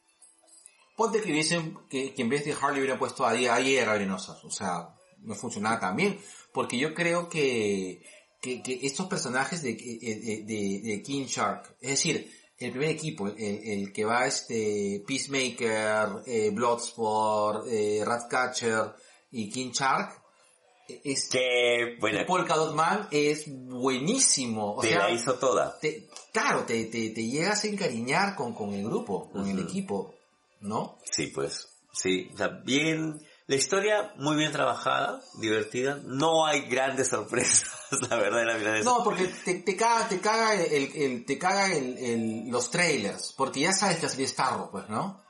[SPEAKER 2] Ponte que hubiesen, que, que en vez de Harley hubiera puesto a día ayer arenosas, o sea, no funcionaba tan bien, porque yo creo que, que, que estos personajes de, eh, de, de- de King Shark, es decir, el primer equipo, el, el que va este Peacemaker, eh, Bloodsport, eh, Ratcatcher y King Shark, eh, es,
[SPEAKER 1] qué buena.
[SPEAKER 2] Polka Dot Man es buenísimo, o
[SPEAKER 1] Te
[SPEAKER 2] sea,
[SPEAKER 1] la hizo toda.
[SPEAKER 2] te- claro, te, te, te llegas a encariñar con, con el grupo, con el
[SPEAKER 1] Ujú.
[SPEAKER 2] equipo, ¿no?
[SPEAKER 1] Sí, pues. Sí, o sea, bien. La historia muy bien trabajada, divertida. No hay grandes sorpresas, la verdad, en la vida de
[SPEAKER 2] No, porque te, te caga, te caga el, el- el- te caga el, el- los trailers, porque ya sabes que la serie es Starro, pues, ¿no?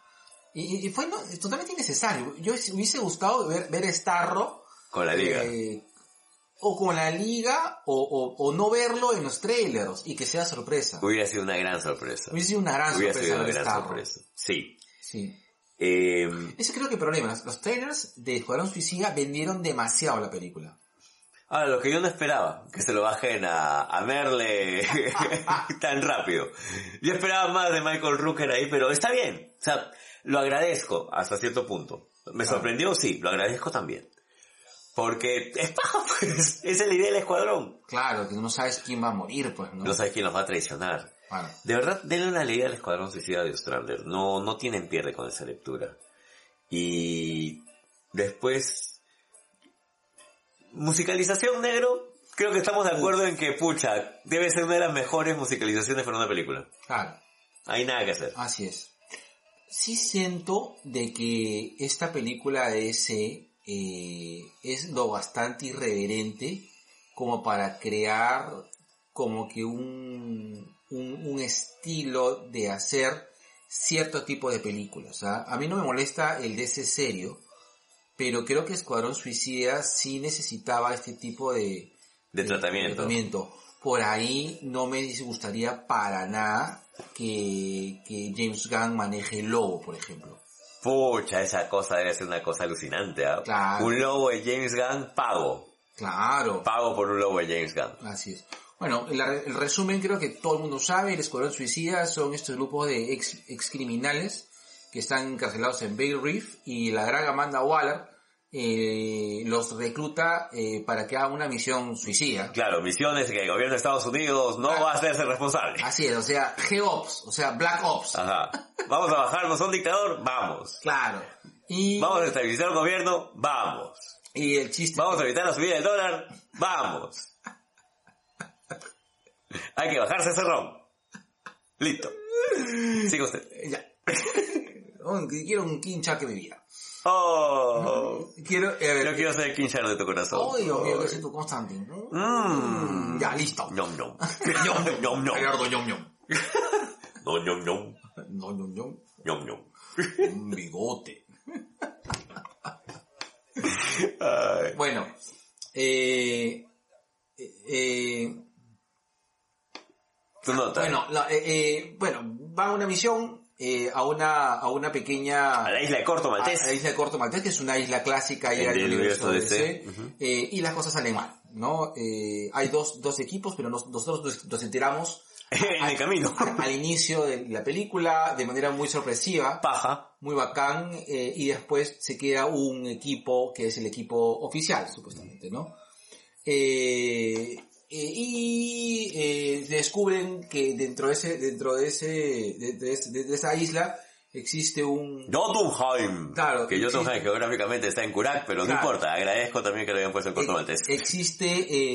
[SPEAKER 2] Y, y- y fue no, totalmente innecesario. Yo hubiese- hubiese gustado ver, ver Starro
[SPEAKER 1] con la liga.
[SPEAKER 2] eh, o con la liga o, o- o no verlo en los trailers y que sea sorpresa.
[SPEAKER 1] Hubiera sido una gran sorpresa.
[SPEAKER 2] Hubiese sido una gran
[SPEAKER 1] Hubiera
[SPEAKER 2] sorpresa
[SPEAKER 1] sido una
[SPEAKER 2] ver
[SPEAKER 1] gran
[SPEAKER 2] Starro.
[SPEAKER 1] sorpresa. Sí.
[SPEAKER 2] Sí.
[SPEAKER 1] Eh,
[SPEAKER 2] Ese creo que el problema. Los, los trailers de Escuadrón Suicida vendieron demasiado la película.
[SPEAKER 1] ahora, Ah, lo que yo no esperaba, que se lo bajen a, a Merle tan rápido. Yo esperaba más de Michael Rooker ahí, pero está bien. O sea, lo agradezco hasta cierto punto. Me sorprendió, sí, lo agradezco también. Porque es paja, pues. Esa Es la idea del escuadrón.
[SPEAKER 2] Claro, que no sabes quién va a morir, pues, ¿no?
[SPEAKER 1] No sabes quién los va a traicionar.
[SPEAKER 2] Bueno.
[SPEAKER 1] De verdad, denle una leída al Escuadrón Suicida de Ostrander. No, no tienen pierde con esa lectura. Y después, musicalización negro. Creo que estamos de acuerdo en que, pucha, debe ser una de las mejores musicalizaciones para una película.
[SPEAKER 2] Claro.
[SPEAKER 1] Hay nada que hacer.
[SPEAKER 2] Así es. Sí siento de que esta película de ese eh, es lo bastante irreverente como para crear como que un, un, un estilo de hacer cierto tipo de películas. O sea, a mí no me molesta el DC serio, pero creo que Escuadrón Suicida sí necesitaba este tipo de,
[SPEAKER 1] De tratamiento.
[SPEAKER 2] tratamiento. Por ahí no me disgustaría para nada que, que James Gunn maneje el lobo, por ejemplo.
[SPEAKER 1] Pucha, esa cosa debe ser una cosa alucinante. ¿ah?
[SPEAKER 2] Claro.
[SPEAKER 1] Un lobo de James Gunn, pago.
[SPEAKER 2] Claro.
[SPEAKER 1] Pago por un lobo de James Gunn.
[SPEAKER 2] Así es. Bueno, el, el resumen creo que todo el mundo sabe, el Escuadrón Suicida son estos grupos de ex, ex criminales que están encarcelados en Bay Reef y la gran Amanda Waller eh, los recluta eh, para que haga una misión suicida.
[SPEAKER 1] Claro, misiones que el gobierno de Estados Unidos no va a hacerse responsable.
[SPEAKER 2] Así es, o sea, G-Ops, o sea, Black Ops.
[SPEAKER 1] Ajá. Vamos a bajarnos a un dictador, vamos.
[SPEAKER 2] Claro. Y,
[SPEAKER 1] Vamos a estabilizar el gobierno, vamos.
[SPEAKER 2] y el chiste...
[SPEAKER 1] Vamos a evitar la subida del dólar, vamos. Hay que bajarse ese ron. Listo. Sigue usted.
[SPEAKER 2] Ya. Un- quiero un quincha que vivía.
[SPEAKER 1] Oh.
[SPEAKER 2] Quiero... eh, a ver,
[SPEAKER 1] Yo quiero ser el quinchero de tu corazón.
[SPEAKER 2] Ay, Dios mío, que
[SPEAKER 1] Ay.
[SPEAKER 2] siento Constantine.
[SPEAKER 1] Mm.
[SPEAKER 2] Ya, listo.
[SPEAKER 1] Ñom, ñom. Ñom, ñom, ñom.
[SPEAKER 2] Gallardo, ñom, ñom.
[SPEAKER 1] No, ñom, ñom.
[SPEAKER 2] No, ñom, ñom.
[SPEAKER 1] Ñom, ñom.
[SPEAKER 2] Un bigote.
[SPEAKER 1] Ay.
[SPEAKER 2] Bueno, eh, eh,
[SPEAKER 1] Tu nota.
[SPEAKER 2] bueno, la- eh, eh, bueno, va a una misión eh, a una a una pequeña
[SPEAKER 1] A la isla de Corto Maltés.
[SPEAKER 2] a Ah, la isla de Corto Maltés, que es una isla clásica ya
[SPEAKER 1] En
[SPEAKER 2] del
[SPEAKER 1] el
[SPEAKER 2] universo
[SPEAKER 1] universo
[SPEAKER 2] DC,
[SPEAKER 1] DC, ujú.
[SPEAKER 2] eh, y las cosas salen mal, ¿no? Eh, hay dos, dos equipos, pero nos- nosotros nos, nos enteramos
[SPEAKER 1] en el camino.
[SPEAKER 2] al inicio de la película de manera muy sorpresiva,
[SPEAKER 1] Paja.
[SPEAKER 2] muy bacán, eh, y después se queda un equipo que es el equipo oficial, supuestamente, ¿no? Eh, eh, y eh, descubren que dentro este, de ese, dentro de ese, de, de- de- de esa isla existe un...
[SPEAKER 1] Jotunheim.
[SPEAKER 2] Claro,
[SPEAKER 1] Que Jotunheim
[SPEAKER 2] existe.
[SPEAKER 1] geográficamente está en Curac, pero no
[SPEAKER 2] Claro.
[SPEAKER 1] importa. Agradezco también que lo hayan puesto en Corto Maltés.
[SPEAKER 2] E- Existe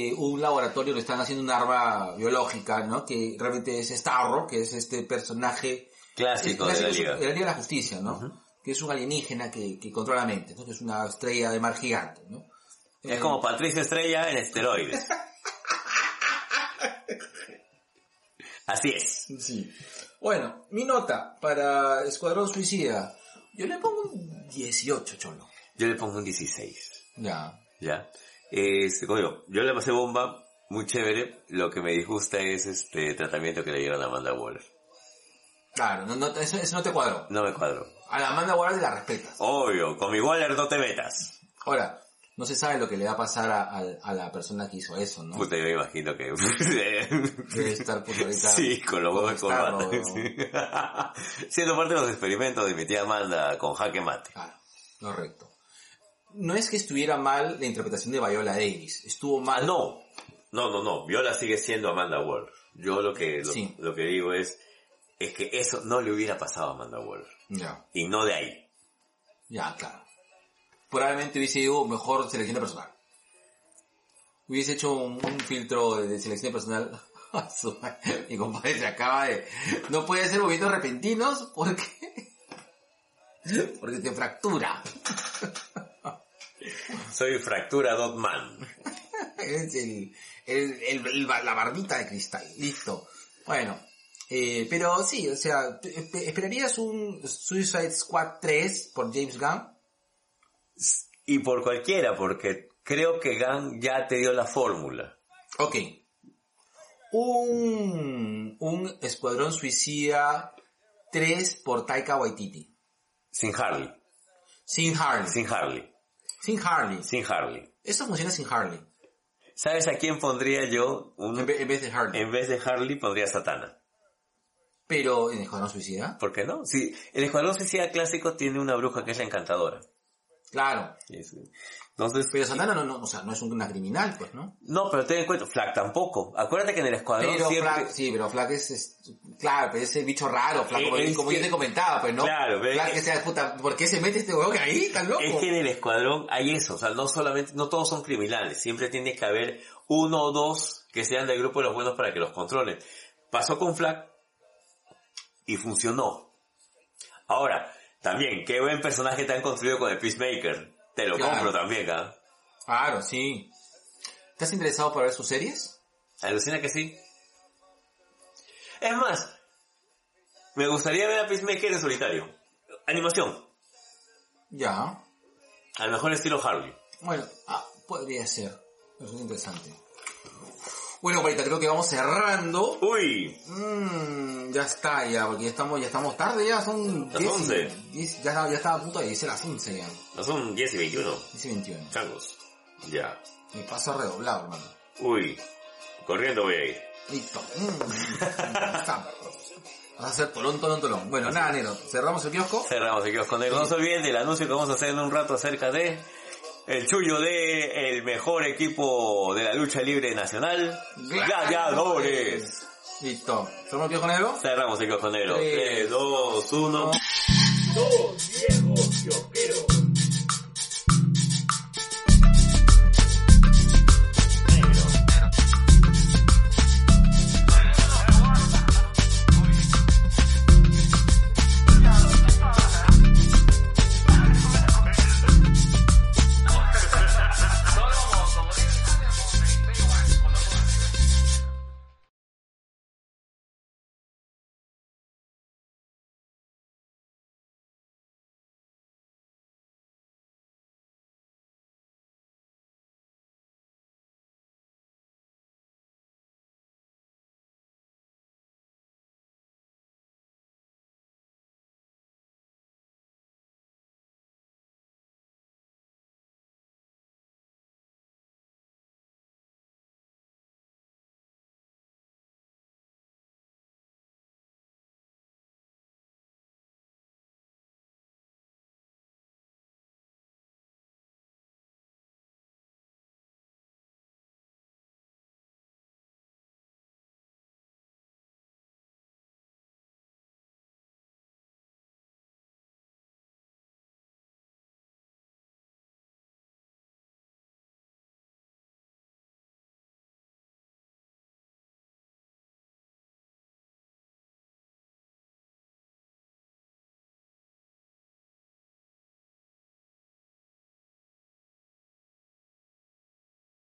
[SPEAKER 2] eh, un laboratorio, le están haciendo un arma biológica, ¿no? Que realmente es Starro, que es este personaje...
[SPEAKER 1] Clásico
[SPEAKER 2] es- eh,
[SPEAKER 1] de la
[SPEAKER 2] es un-
[SPEAKER 1] liga.
[SPEAKER 2] de la Liga de la Justicia, ¿no? Que es un alienígena que, que controla mentes, ¿no? Que es una estrella de mar gigante, ¿no?
[SPEAKER 1] Es
[SPEAKER 2] Eh,
[SPEAKER 1] como Patricia Estrella en esteroides. Así es.
[SPEAKER 2] Sí. Bueno, mi nota para Escuadrón Suicida. Yo le pongo un 18, cholo.
[SPEAKER 1] Yo le pongo un 16.
[SPEAKER 2] Ya.
[SPEAKER 1] ¿Ya? Este, como digo, yo le pasé bomba, muy chévere. Lo que me disgusta es este tratamiento que le dieron a Amanda Waller.
[SPEAKER 2] Claro, no, no, eso, eso no te cuadró.
[SPEAKER 1] No me cuadro.
[SPEAKER 2] A la Amanda Waller la respetas.
[SPEAKER 1] Obvio, con mi Waller no te metas.
[SPEAKER 2] Ahora, no se sabe lo que le va a pasar a, a- a la persona que hizo eso, ¿no?
[SPEAKER 1] Puta, yo me imagino que...
[SPEAKER 2] Debe estar puto ahorita.
[SPEAKER 1] Sí, con los huevos de
[SPEAKER 2] Star,
[SPEAKER 1] corbata. sí. Siendo parte de los experimentos de mi tía Amanda con jaque mate.
[SPEAKER 2] Claro, correcto. No es que estuviera mal la interpretación de Viola Davis. Estuvo
[SPEAKER 1] Ah,
[SPEAKER 2] mal.
[SPEAKER 1] no. No, no, no. Viola sigue siendo Amanda Waller. Yo lo que, lo,
[SPEAKER 2] Sí.
[SPEAKER 1] lo que digo es, es que eso no le hubiera pasado a Amanda Waller.
[SPEAKER 2] Ya,
[SPEAKER 1] Y no de ahí.
[SPEAKER 2] ya, claro. Probablemente hubiese ido mejor selección de personal. Hubiese hecho un, un filtro de, de selección de personal. A su- Mi compadre se acaba de... No puede ser movimientos repentinos porque... Porque te fractura.
[SPEAKER 1] Soy fractura Dot Man.
[SPEAKER 2] Es el, el- el- el- la barbita de cristal. Listo. Bueno. eh, pero sí, o sea, ¿te- te- ¿esperarías un Suicide Squad 3 por James Gunn?
[SPEAKER 1] Y por cualquiera, porque creo que Gunn ya te dio la fórmula.
[SPEAKER 2] Ok. Un, un Escuadrón Suicida 3 por Taika Waititi.
[SPEAKER 1] Sin Harley.
[SPEAKER 2] Sin Harley. Sin,
[SPEAKER 1] Sin Harley.
[SPEAKER 2] Harley.
[SPEAKER 1] Sin Harley.
[SPEAKER 2] Eso funciona sin Harley.
[SPEAKER 1] ¿Sabes a quién pondría yo? Un,
[SPEAKER 2] En, ve- en vez de Harley.
[SPEAKER 1] en vez de Harley pondría a Satana.
[SPEAKER 2] Pero en Escuadrón Suicida.
[SPEAKER 1] ¿Por qué no? Sí, el Escuadrón Suicida Clásico tiene una bruja que es la encantadora.
[SPEAKER 2] Claro.
[SPEAKER 1] Es- Entonces,
[SPEAKER 2] Pero Santana no, no, o sea, no es una criminal, pues, ¿no?
[SPEAKER 1] no, pero ten en cuenta, Flack tampoco. Acuérdate que en el Escuadrón
[SPEAKER 2] Pero
[SPEAKER 1] siempre...
[SPEAKER 2] Flack, sí, pero Flack es, es- claro, pero ese bicho raro, Flack,
[SPEAKER 1] Eh,
[SPEAKER 2] como,
[SPEAKER 1] es
[SPEAKER 2] como
[SPEAKER 1] que-
[SPEAKER 2] yo te comentaba, pues no.
[SPEAKER 1] Claro, pero-
[SPEAKER 2] Flack que sea puta, ¿por qué se mete este huevón ahí? ¿Tan loco?
[SPEAKER 1] Es que en el escuadrón hay eso, o sea, no solamente, no todos son criminales, siempre tiene que haber uno o dos que sean del grupo de los buenos para que los controlen. Pasó con Flack y funcionó. Ahora, también, qué buen personaje te han construido con el Peacemaker. Te lo
[SPEAKER 2] Claro.
[SPEAKER 1] compro también, ¿ah?
[SPEAKER 2] Claro, sí. ¿Estás interesado para ver sus series?
[SPEAKER 1] Alucina que sí. Es más, me gustaría ver a Peacemaker en solitario. Animación,
[SPEAKER 2] Ya.
[SPEAKER 1] al mejor estilo Harley.
[SPEAKER 2] Bueno, ah, podría ser. Eso es interesante. Bueno, Marita, creo que vamos cerrando.
[SPEAKER 1] Uy,
[SPEAKER 2] Mmm, ya está, ya, porque ya estamos, ya estamos tarde, ya son
[SPEAKER 1] Las
[SPEAKER 2] 10 y-
[SPEAKER 1] 11.
[SPEAKER 2] 10 ya, ya estaba a punto de decir las 11 ya.
[SPEAKER 1] no son 10 y 21,
[SPEAKER 2] 10 y 21.
[SPEAKER 1] changos. Ya.
[SPEAKER 2] Me paso redoblado, hermano.
[SPEAKER 1] Uy, corriendo voy a ir.
[SPEAKER 2] Listo. Mm. Sabroso. Vas a hacer tolón, tolón, tolón. Bueno, nada, Nero. Cerramos el kiosco.
[SPEAKER 1] Cerramos aquí con el No se olviden del anuncio que vamos a hacer en un rato acerca de el chullo de el mejor equipo de la lucha libre nacional, Gladiadores.
[SPEAKER 2] Listo. Cerramos el kiosco, Nero.
[SPEAKER 1] Cerramos el cojonero.
[SPEAKER 2] Tres,
[SPEAKER 1] 3, 2, 1.
[SPEAKER 8] Dos viejos kiosqueros